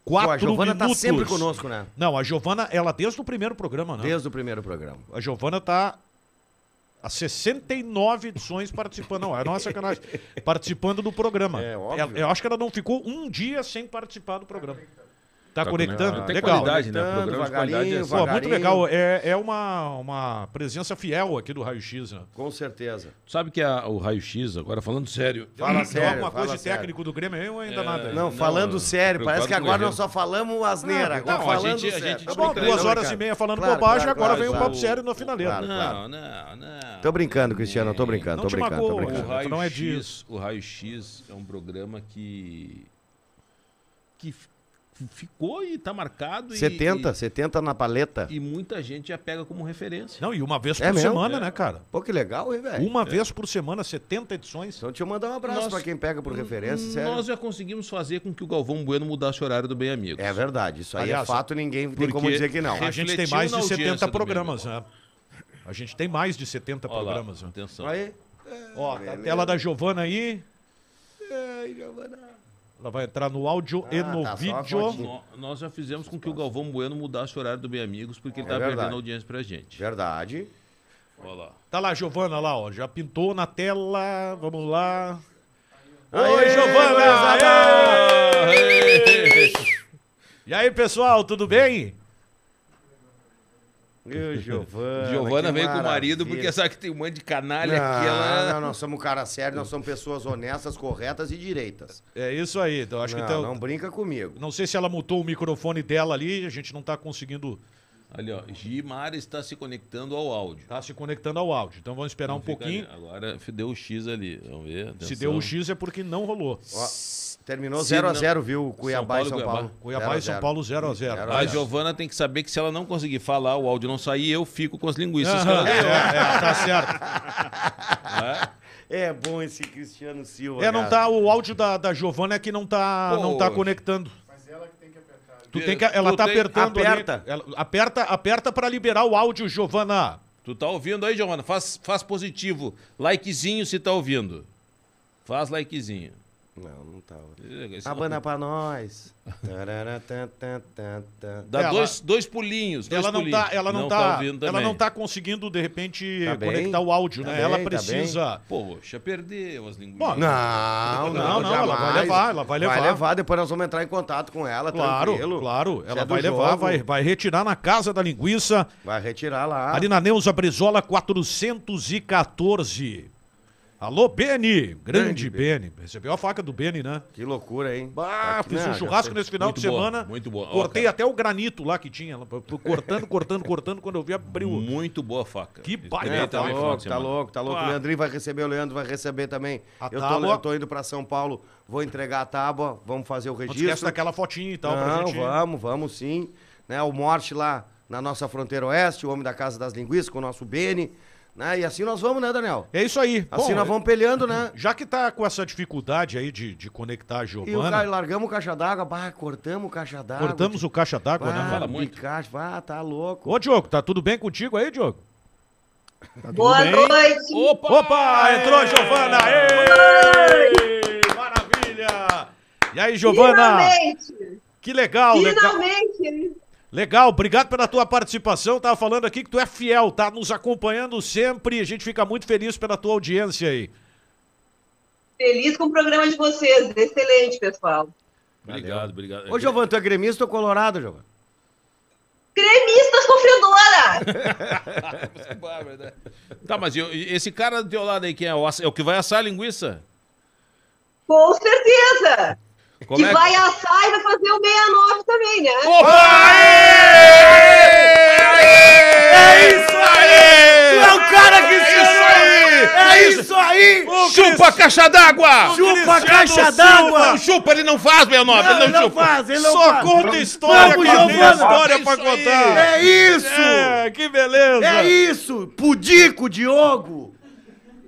Speaker 3: Pô, A Giovana
Speaker 1: minutos.
Speaker 3: tá sempre conosco, né?
Speaker 1: Não, a Giovana, ela desde o primeiro programa, né?
Speaker 3: Desde o primeiro programa.
Speaker 1: A Giovana tá há 69 edições participando. Não, é não é sacanagem. Participando do programa.
Speaker 3: É, óbvio.
Speaker 1: Ela- Eu acho que ela não ficou um dia sem participar do programa. Tá, conectando?
Speaker 2: conectado. Tem
Speaker 1: Legal.
Speaker 2: qualidade, né?
Speaker 3: Conectando,
Speaker 2: Programa de qualidade é
Speaker 3: devagarinho,
Speaker 2: assim.
Speaker 1: Pô, muito
Speaker 3: Devagarinho.
Speaker 1: legal. É, é uma, uma presença fiel aqui do Raio X, né?
Speaker 3: Com certeza.
Speaker 2: Sabe que a- o raio-x, agora falando sério,
Speaker 3: Fala
Speaker 1: Tem
Speaker 3: sério,
Speaker 1: alguma coisa
Speaker 3: fala
Speaker 1: de
Speaker 3: sério.
Speaker 1: técnico do Grêmio aí ou ainda nada?
Speaker 3: Não,
Speaker 2: Não,
Speaker 3: falando
Speaker 2: eu-
Speaker 3: sério,
Speaker 2: eu
Speaker 3: parece que
Speaker 2: concordo com
Speaker 3: agora
Speaker 2: o
Speaker 3: nós só falamos asneira. Agora
Speaker 2: não, a
Speaker 3: falando
Speaker 2: gente- a
Speaker 3: sério.
Speaker 2: gente
Speaker 3: Tá
Speaker 1: Tá
Speaker 3: bom,
Speaker 1: bom,
Speaker 2: brincando,
Speaker 1: duas
Speaker 2: né,
Speaker 1: horas e meia falando bobagem, agora vem o papo sério no finaleiro.
Speaker 3: Claro, claro.
Speaker 2: Não, não, não.
Speaker 3: Tô brincando, Cristiano, eu tô brincando,
Speaker 1: Não
Speaker 3: tô
Speaker 1: te
Speaker 3: brincando, tô
Speaker 1: magoa,
Speaker 2: O
Speaker 3: brincando.
Speaker 1: Cara,
Speaker 2: Raio
Speaker 1: não é
Speaker 2: X, o Raio X é um programa que que f- ficou e tá marcado e-
Speaker 3: 70, 70 na paleta.
Speaker 2: e, e muita gente já pega como referência.
Speaker 1: Não, e uma vez por
Speaker 3: É mesmo?
Speaker 1: semana, né, cara?
Speaker 3: Pô, que legal, hein, velho?
Speaker 1: Uma vez por semana, 70 edições.
Speaker 3: Então deixa eu mandar um abraço
Speaker 2: Nós-
Speaker 3: pra quem pega por referência, sério.
Speaker 2: Nós já conseguimos fazer com que o Galvão Bueno mudasse o horário do Bem Amigos.
Speaker 3: É verdade, isso aí
Speaker 1: Aliás,
Speaker 3: é fato, ninguém tem
Speaker 2: porque-
Speaker 3: como dizer que não.
Speaker 1: A gente tem
Speaker 2: refletiu
Speaker 1: mais
Speaker 2: na
Speaker 1: de 70
Speaker 2: audiência do
Speaker 1: programas, né? A gente tem mais de 70
Speaker 2: Olha lá,
Speaker 1: programas. Né?
Speaker 2: atenção.
Speaker 3: Aí,
Speaker 1: Ó, tá a tela da Giovana aí. Ela vai entrar no áudio e
Speaker 3: Ah,
Speaker 1: no
Speaker 3: tá, só a
Speaker 1: vídeo.
Speaker 3: fotinha.
Speaker 2: Nó- Nós já fizemos com que o Galvão Bueno mudasse o horário do Bem Amigos porque ele
Speaker 3: É
Speaker 2: tava perdendo
Speaker 3: verdade.
Speaker 2: audiência pra gente.
Speaker 3: verdade.
Speaker 2: Olha lá.
Speaker 1: Tá lá, Giovana, lá, ó. Já pintou na tela. Vamos lá.
Speaker 3: Aê,
Speaker 1: Giovana!
Speaker 3: gurizada!
Speaker 1: E aí, pessoal, tudo bem?
Speaker 3: Ê, Giovana,
Speaker 2: Giovana
Speaker 3: que
Speaker 2: veio com o marido
Speaker 3: maravilha.
Speaker 2: porque sabe que tem um monte de canalha aqui. Ela...
Speaker 3: Não, não, nós somos cara sério, nós somos pessoas honestas, corretas e direitas.
Speaker 1: É isso aí. Então, acho
Speaker 3: não,
Speaker 1: que tem,
Speaker 3: não brinca comigo.
Speaker 1: Não sei se ela mutou o microfone dela ali, a gente não tá conseguindo
Speaker 2: Ali, ó. Gimara está se conectando ao áudio.
Speaker 1: Tá se conectando ao áudio. Então vamos esperar um
Speaker 2: Fica ali.
Speaker 1: pouquinho.
Speaker 2: Agora deu o X ali. Vamos ver.
Speaker 1: Se
Speaker 2: atenção.
Speaker 1: deu o X é porque não rolou.
Speaker 3: Terminou
Speaker 2: Se
Speaker 3: 0x0,
Speaker 2: não-
Speaker 3: viu? Cuiabá
Speaker 2: Paulo e
Speaker 3: e São
Speaker 2: Cuiabá.
Speaker 3: Paulo.
Speaker 1: Cuiabá e
Speaker 3: 0 a 0.
Speaker 1: São Paulo 0 a 0
Speaker 3: Zero a
Speaker 2: A
Speaker 3: Olha.
Speaker 2: Giovana tem que saber que se ela não conseguir falar, o áudio não sair, eu fico com as linguiças. que
Speaker 1: Aham,
Speaker 2: ela
Speaker 1: é,
Speaker 2: deu,
Speaker 1: é, tá certo.
Speaker 2: né?
Speaker 3: É bom esse Cristiano Silva.
Speaker 1: É, não
Speaker 3: cara.
Speaker 1: tá, o áudio da, da Giovana é que não tá, não tá
Speaker 2: Pô.
Speaker 1: conectando. Tu
Speaker 2: É,
Speaker 1: tem que, ela
Speaker 2: tu
Speaker 1: tá
Speaker 2: tem-
Speaker 1: apertando
Speaker 3: aperta.
Speaker 1: ali. Ela, aperta, aperta para liberar o áudio, Giovana.
Speaker 2: Tu tá ouvindo aí, Giovana? Faz, faz positivo. Likezinho se tá ouvindo. Faz likezinho.
Speaker 3: Não, não tá.
Speaker 2: Esse-
Speaker 3: Abana pra nós. Tarará, tan, tan, tan, tan.
Speaker 2: Dá
Speaker 1: Ela-
Speaker 2: dois, dois pulinhos. Dois
Speaker 1: Ela não
Speaker 2: pulinhos.
Speaker 1: tá, ela não,
Speaker 2: tá
Speaker 1: tá,
Speaker 2: ouvindo
Speaker 1: ela
Speaker 2: também.
Speaker 1: não tá conseguindo de repente
Speaker 3: Tá bem.
Speaker 1: conectar o áudio,
Speaker 3: Tá
Speaker 1: né?
Speaker 3: bem,
Speaker 1: ela
Speaker 3: tá
Speaker 1: precisa
Speaker 2: Poxa, perdeu as linguiças.
Speaker 1: Bom,
Speaker 3: Não,
Speaker 1: Não,
Speaker 3: não,
Speaker 1: não, ela vai
Speaker 3: jamais.
Speaker 1: levar, ela vai levar.
Speaker 3: Vai levar, depois nós vamos entrar em contato com ela,
Speaker 1: Claro,
Speaker 3: Tá tranquilo.
Speaker 1: claro.
Speaker 3: Isso
Speaker 1: Ela
Speaker 3: é do
Speaker 1: vai levar,
Speaker 3: jogo.
Speaker 1: vai, vai retirar na casa da linguiça,
Speaker 3: Vai retirar lá.
Speaker 1: ali na Neuza Brizola 414. Alô, Beni! Grande
Speaker 3: Grande
Speaker 1: Beni. Recebeu a faca do Beni, né?
Speaker 3: Que loucura, hein? Tá né?
Speaker 1: Ah, fiz
Speaker 3: Não,
Speaker 1: um
Speaker 3: já
Speaker 1: churrasco
Speaker 3: foi.
Speaker 1: nesse final
Speaker 2: Muito
Speaker 1: de
Speaker 2: boa,
Speaker 1: semana.
Speaker 2: muito boa. Ó,
Speaker 1: Cortei
Speaker 2: cara.
Speaker 1: até o granito lá que tinha. lá, p- p- Cortando, cortando, cortando. Quando eu vi, abriu.
Speaker 2: Muito boa faca.
Speaker 1: Que
Speaker 2: Isso
Speaker 1: baita
Speaker 2: também
Speaker 3: É,
Speaker 1: Eita,
Speaker 3: tá,
Speaker 2: também, final
Speaker 3: louco,
Speaker 2: de
Speaker 3: tá
Speaker 2: semana.
Speaker 3: louco, tá louco.
Speaker 1: Ah.
Speaker 3: O Leandrinho vai receber, o Leandro vai receber também.
Speaker 1: A
Speaker 3: eu, tô,
Speaker 1: tábua.
Speaker 3: eu tô indo pra São Paulo, vou entregar a tábua, vamos fazer o
Speaker 1: Não esquece
Speaker 3: registro.
Speaker 1: daquela fotinha e tal Então, pra
Speaker 3: Não,
Speaker 1: gente.
Speaker 3: vamos, vamos sim. Né, o Morte lá na nossa fronteira oeste, o homem da Casa das Linguiças, com o nosso Bene. Né, e assim nós vamos, né, Daniel?
Speaker 1: É isso aí.
Speaker 3: Assim
Speaker 1: Bom,
Speaker 3: nós vamos
Speaker 1: [COUGHS]
Speaker 3: peleando, né?
Speaker 1: Já que tá com essa dificuldade aí de, de conectar a
Speaker 3: E o cara,
Speaker 1: Giovana,
Speaker 3: largamos o caixa d'água, bah, cortamos o caixa d'água. tipo,
Speaker 1: cortamos o caixa d'água, né?
Speaker 3: Bah,
Speaker 2: Fala muito.
Speaker 3: Picasso, bah, tá louco.
Speaker 1: Ô, Diogo, tá tudo bem contigo aí, Diogo?
Speaker 4: Tá tudo
Speaker 5: Boa
Speaker 4: bem?
Speaker 5: noite.
Speaker 1: Opa! entrou a Giovana! Ê! Maravilha! E aí, Giovana?
Speaker 5: Finalmente.
Speaker 1: Que legal, legal.
Speaker 5: Finalmente.
Speaker 1: Legal, obrigado pela tua participação. Tava falando aqui que tu é fiel, tá nos acompanhando sempre. A gente fica muito feliz pela tua audiência aí.
Speaker 5: Feliz com o programa de vocês. Excelente, pessoal.
Speaker 2: Obrigado, obrigado.
Speaker 3: Ô, Giovanni, tu é gremista ou colorado, Giovanni?
Speaker 5: Cremista sofredora.
Speaker 2: Que bárbaro, né? [LAUGHS] Tá, mas eu- e esse cara do teu lado aí, quem é? O ass- é o que vai assar a linguiça?
Speaker 5: Com certeza.
Speaker 2: Como
Speaker 5: que
Speaker 2: é que-
Speaker 5: vai assar e vai fazer o 69 também, né?
Speaker 3: É isso aí! Tu é o cara que se É isso aí!
Speaker 2: Chupa a caixa d'água!
Speaker 3: Chupa a caixa
Speaker 2: Não
Speaker 3: d'água!
Speaker 2: chupa, ele não faz, meu nome, ele não, chupa.
Speaker 3: faz, ele é um
Speaker 1: Só conta história,
Speaker 3: Vamos,
Speaker 1: cadê a
Speaker 3: Giovana.
Speaker 1: história pra
Speaker 2: Isso aí.
Speaker 1: contar?
Speaker 3: É isso!
Speaker 1: É, que beleza!
Speaker 3: É isso! Pudico, Diogo!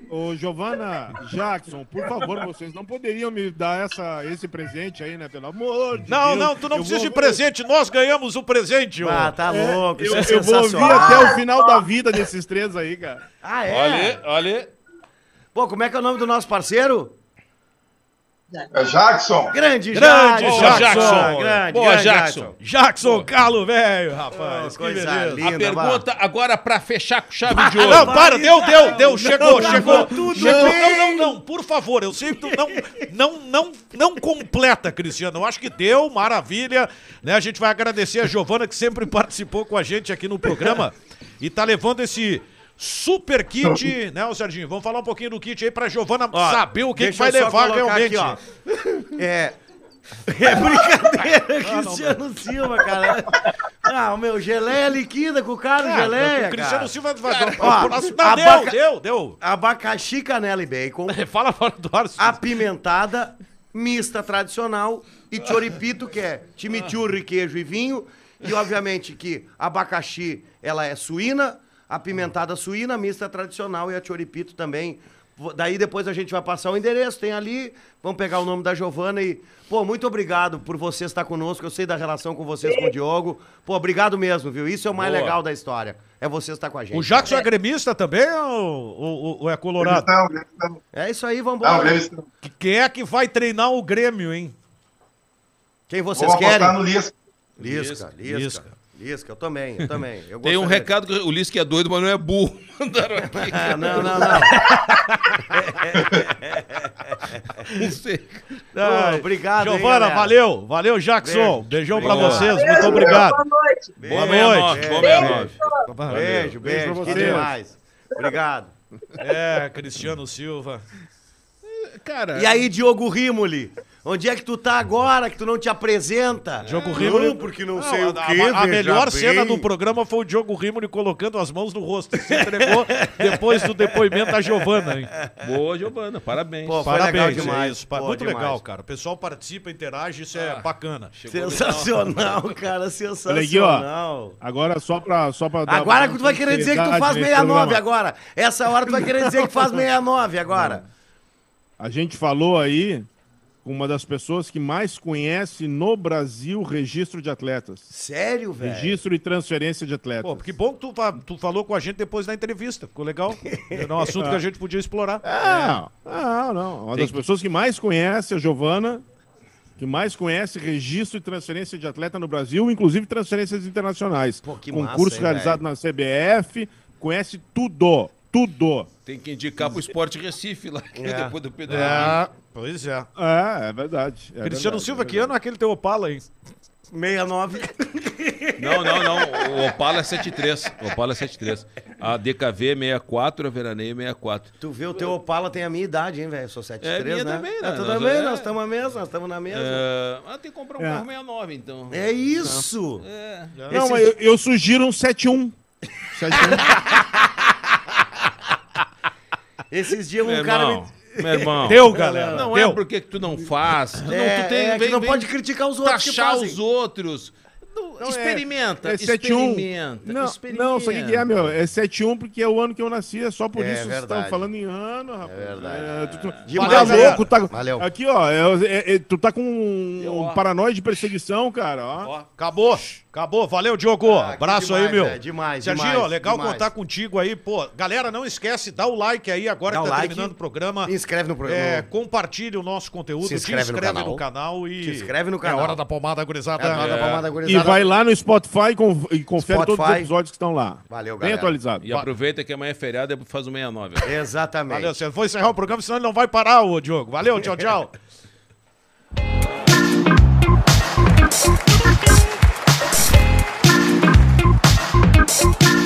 Speaker 4: Ô, Giovana, Jackson, por favor, vocês não poderiam me dar essa, esse presente aí, né? Pelo amor de
Speaker 1: Não,
Speaker 4: Deus.
Speaker 1: não, tu não
Speaker 4: Eu
Speaker 1: precisa
Speaker 4: vou-
Speaker 1: de presente, nós ganhamos o presente, ó.
Speaker 3: Ah, tá louco,
Speaker 4: Eu,
Speaker 3: isso é
Speaker 4: eu vou ouvir até
Speaker 3: sensacional!
Speaker 4: o final da vida desses três aí, cara.
Speaker 3: Ah,
Speaker 2: Olha,
Speaker 3: é?
Speaker 2: aí, olha. aí.
Speaker 3: Pô, como é que é o nome do nosso parceiro?
Speaker 6: É Jackson.
Speaker 3: Grande
Speaker 1: Grande
Speaker 3: Jackson!
Speaker 1: Jackson.
Speaker 3: Grande,
Speaker 2: Boa,
Speaker 3: grande
Speaker 2: Jackson.
Speaker 1: Jackson Galo, velho, rapaz.
Speaker 3: Oh,
Speaker 1: que
Speaker 3: coisa
Speaker 1: beleza.
Speaker 3: linda.
Speaker 2: A pergunta agora pra fechar com chave de
Speaker 1: Ah,
Speaker 2: ouro.
Speaker 1: Não, para, deu, deu, deu, chegou,
Speaker 3: tá
Speaker 1: chegou.
Speaker 3: bom, tudo
Speaker 1: chegou. Não,
Speaker 3: bem.
Speaker 1: não, não, por favor, eu sei que tu não, não, não, não completa, Cristiano. Eu acho que deu, maravilha. Né? A gente vai agradecer a Giovana, que sempre participou com a gente aqui no programa e tá levando esse. Super kit, né, ô Serginho? Vamos falar um pouquinho do kit aí pra Giovana saber o que, que
Speaker 3: Deixa
Speaker 1: vai
Speaker 3: eu só
Speaker 1: levar
Speaker 3: colocar
Speaker 1: realmente.
Speaker 3: aqui, ó. É. [LAUGHS] É brincadeira, Cristiano Silva, cara. Ah, o meu, geleia liquida com o cara,
Speaker 1: Ah,
Speaker 3: geleia.
Speaker 1: o Cristiano
Speaker 3: cara.
Speaker 1: Silva vai dar
Speaker 3: Ó,
Speaker 1: o próximo. Não, deu,
Speaker 3: abaca-
Speaker 1: deu, deu.
Speaker 3: Abacaxi, canela e bacon,
Speaker 1: Fala fora do ar. Silvio.
Speaker 3: apimentada, mista tradicional e choripito, que é chimichurri, queijo e vinho. E, obviamente, que abacaxi, ela é suína, apimentada suína, mista tradicional e a choripito também. Vo- Daí depois a gente vai passar o endereço, tem ali, vamos pegar o nome da Giovana e... Pô, muito obrigado por você estar conosco, eu sei da relação com vocês, com o Diogo. Pô, obrigado mesmo, viu? Isso é o mais
Speaker 2: Boa.
Speaker 3: legal da história, é você estar com a gente.
Speaker 1: O Jackson é gremista também ou, ou- ou é colorado?
Speaker 6: Não, não,
Speaker 3: É isso aí,
Speaker 6: não,
Speaker 3: vambora.
Speaker 6: eles não.
Speaker 1: Quem é que vai treinar o Grêmio, hein?
Speaker 3: Quem vocês
Speaker 6: Vou
Speaker 3: querem?
Speaker 6: apostar no Lisca.
Speaker 3: Lisca,
Speaker 2: Lisca,
Speaker 3: lisca, lisca. eu também, eu também. Eu
Speaker 2: [LAUGHS] Tem um
Speaker 3: gostaria-
Speaker 2: recado que o Lisca é doido, mas não é burro. [LAUGHS] Mandaram
Speaker 3: [LAUGHS]
Speaker 2: aqui.
Speaker 3: Ah, não, não, não.
Speaker 2: Não sei.
Speaker 1: Ai,
Speaker 3: obrigado, hein,
Speaker 1: Ah, Giovana,
Speaker 3: galera.
Speaker 1: valeu. Valeu, Jackson.
Speaker 3: Beijo.
Speaker 1: Beijão pra
Speaker 3: Obrigado.
Speaker 1: vocês.
Speaker 5: Beijo,
Speaker 1: Muito obrigado.
Speaker 5: Boa noite.
Speaker 2: Boa
Speaker 3: Beijo,
Speaker 2: meia-nove, boa
Speaker 3: beijo.
Speaker 2: meia-nove.
Speaker 3: Beijo,
Speaker 4: Beijo
Speaker 3: beijo,
Speaker 4: pra
Speaker 3: que
Speaker 4: vocês.
Speaker 3: demais. Obrigado.
Speaker 1: É, Cristiano Silva.
Speaker 2: Cara,
Speaker 3: E aí, Diogo Rimoli, Onde é que tu tá agora que tu não te apresenta?
Speaker 1: Diogo
Speaker 7: Não,
Speaker 1: Rimoli.
Speaker 7: porque não, sei
Speaker 1: a,
Speaker 7: o quê,
Speaker 1: a-
Speaker 7: veja
Speaker 1: a melhor cena
Speaker 7: bem.
Speaker 1: do programa foi o Diogo Rimoli colocando as mãos no rosto. Se
Speaker 3: [LAUGHS]
Speaker 1: entregou depois do depoimento da Giovana, hein?
Speaker 2: Boa, Giovana, parabéns.
Speaker 3: É. Pô, foi
Speaker 1: Parabéns,
Speaker 3: legal
Speaker 1: é
Speaker 3: demais.
Speaker 1: isso. pa-
Speaker 3: Pô,
Speaker 1: Muito
Speaker 3: demais. Ah,
Speaker 1: legal, cara. O pessoal participa, interage, isso é bacana.
Speaker 2: Chegou
Speaker 3: Sensacional, cara,
Speaker 4: Olha aqui,
Speaker 3: sensacional.
Speaker 4: ó. Agora só pra. Só pra dar
Speaker 3: Agora que tu vai querer dizer que tu faz
Speaker 4: sinceridade nesse
Speaker 3: 69
Speaker 4: programa.
Speaker 3: agora. Essa hora tu vai querer dizer que faz 69 agora.
Speaker 4: A gente falou aí com uma das pessoas que mais conhece no Brasil registro de atletas.
Speaker 3: Sério, velho?
Speaker 4: Registro e transferência de atletas.
Speaker 1: Pô, que bom que tu, fa- tu falou com a gente depois da entrevista. Ficou
Speaker 3: [LAUGHS]
Speaker 1: legal. Era um assunto que a gente podia explorar.
Speaker 4: Ah, ah, não. Uma das pessoas que mais conhece a Giovana, que mais conhece registro e transferência de atleta no Brasil, inclusive transferências internacionais.
Speaker 3: Pô, que massa,
Speaker 4: Concurso
Speaker 3: hein,
Speaker 4: realizado na CBF, conhece tudo, tudo.
Speaker 2: Tem que indicar pro Esporte Recife lá, que é.
Speaker 3: É.
Speaker 2: depois do Pedro.
Speaker 1: É, pois é.
Speaker 4: É, é verdade. é
Speaker 1: Cristiano
Speaker 4: verdade,
Speaker 1: Silva,
Speaker 4: é
Speaker 1: que ano é aquele teu Opala, hein?
Speaker 3: 69.
Speaker 2: Não, não, não. O Opala é 73. O Opala é 73. A DKV é 64, a Veraneia é 64.
Speaker 3: Tu vê, o teu Opala tem a minha idade, hein, velho? Eu sou 73,
Speaker 2: É, minha
Speaker 3: né?
Speaker 2: também, né?
Speaker 3: Ah, tu
Speaker 2: Nós-
Speaker 3: também,
Speaker 2: é.
Speaker 3: nós estamos na mesma, nós estamos na mesma.
Speaker 2: É, ah, tem que comprar um
Speaker 4: É.
Speaker 2: carro 69, então.
Speaker 3: É, isso!
Speaker 2: É.
Speaker 4: verdade. Não, mas eu, eu sugiro um 7-1. 7-1.
Speaker 3: Esses dias um
Speaker 2: Meu
Speaker 3: cara
Speaker 2: irmão,
Speaker 3: me...
Speaker 2: meu
Speaker 3: [LAUGHS]
Speaker 2: irmão.
Speaker 1: Deu, galera.
Speaker 2: Não
Speaker 1: deu.
Speaker 2: é porque que tu não faz. Tu não,
Speaker 3: É,
Speaker 2: tu tem,
Speaker 3: é, que
Speaker 2: vem-
Speaker 3: não
Speaker 2: vem
Speaker 3: pode criticar os outros que
Speaker 2: taxar
Speaker 3: fazem.
Speaker 2: os outros. Tu-
Speaker 4: Não, é-
Speaker 2: experimenta,
Speaker 4: é 7-1.
Speaker 2: Tá, experimenta,
Speaker 4: Não,
Speaker 2: experimenta.
Speaker 4: não, sabe o que é, meu? É 7-1 porque é o ano que eu nasci, é só por
Speaker 3: É
Speaker 4: isso que vocês
Speaker 3: verdade.
Speaker 4: estão falando em ano, rapaz.
Speaker 3: É verdade.
Speaker 4: tu, tu,
Speaker 3: Demais,
Speaker 4: tu tá
Speaker 3: galera.
Speaker 4: louco, tá...
Speaker 3: Valeu.
Speaker 4: Aqui, ó, é- é- é- tu tá com
Speaker 2: Eu,
Speaker 4: um
Speaker 2: ó.
Speaker 4: paranoia de perseguição, cara, ó.
Speaker 2: Ó,
Speaker 1: Acabou, acabou. Valeu, Diogo.
Speaker 2: Um
Speaker 3: Ah, que
Speaker 1: Abraço aí,
Speaker 3: demais,
Speaker 1: meu.
Speaker 3: é, demais,
Speaker 1: Serginho,
Speaker 3: demais,
Speaker 1: legal
Speaker 3: demais.
Speaker 1: contar contigo aí. Pô, galera, não esquece, dá o like aí agora
Speaker 3: Dá
Speaker 1: que
Speaker 3: o
Speaker 1: tá
Speaker 3: like.
Speaker 1: terminando o programa.
Speaker 3: Se inscreve no programa.
Speaker 1: É, compartilha o nosso conteúdo,
Speaker 3: Se inscreve no canal.
Speaker 1: no canal e.
Speaker 3: Se inscreve no canal.
Speaker 1: É hora da pomada gurizada.
Speaker 3: É a hora da palmada
Speaker 4: E
Speaker 3: gurizada.
Speaker 4: vai lá no Spotify e con- e confere todos os
Speaker 3: Spotify.
Speaker 4: episódios que estão lá.
Speaker 3: Valeu,
Speaker 4: Bem
Speaker 3: galera.
Speaker 4: atualizado.
Speaker 2: E aproveita que amanhã é feriado e faz o 69.
Speaker 3: Exatamente.
Speaker 1: Valeu, você vou encerrar o programa, senão ele não vai parar, ô Diogo. Valeu, tchau, tchau.
Speaker 3: [LAUGHS]
Speaker 8: Thank you.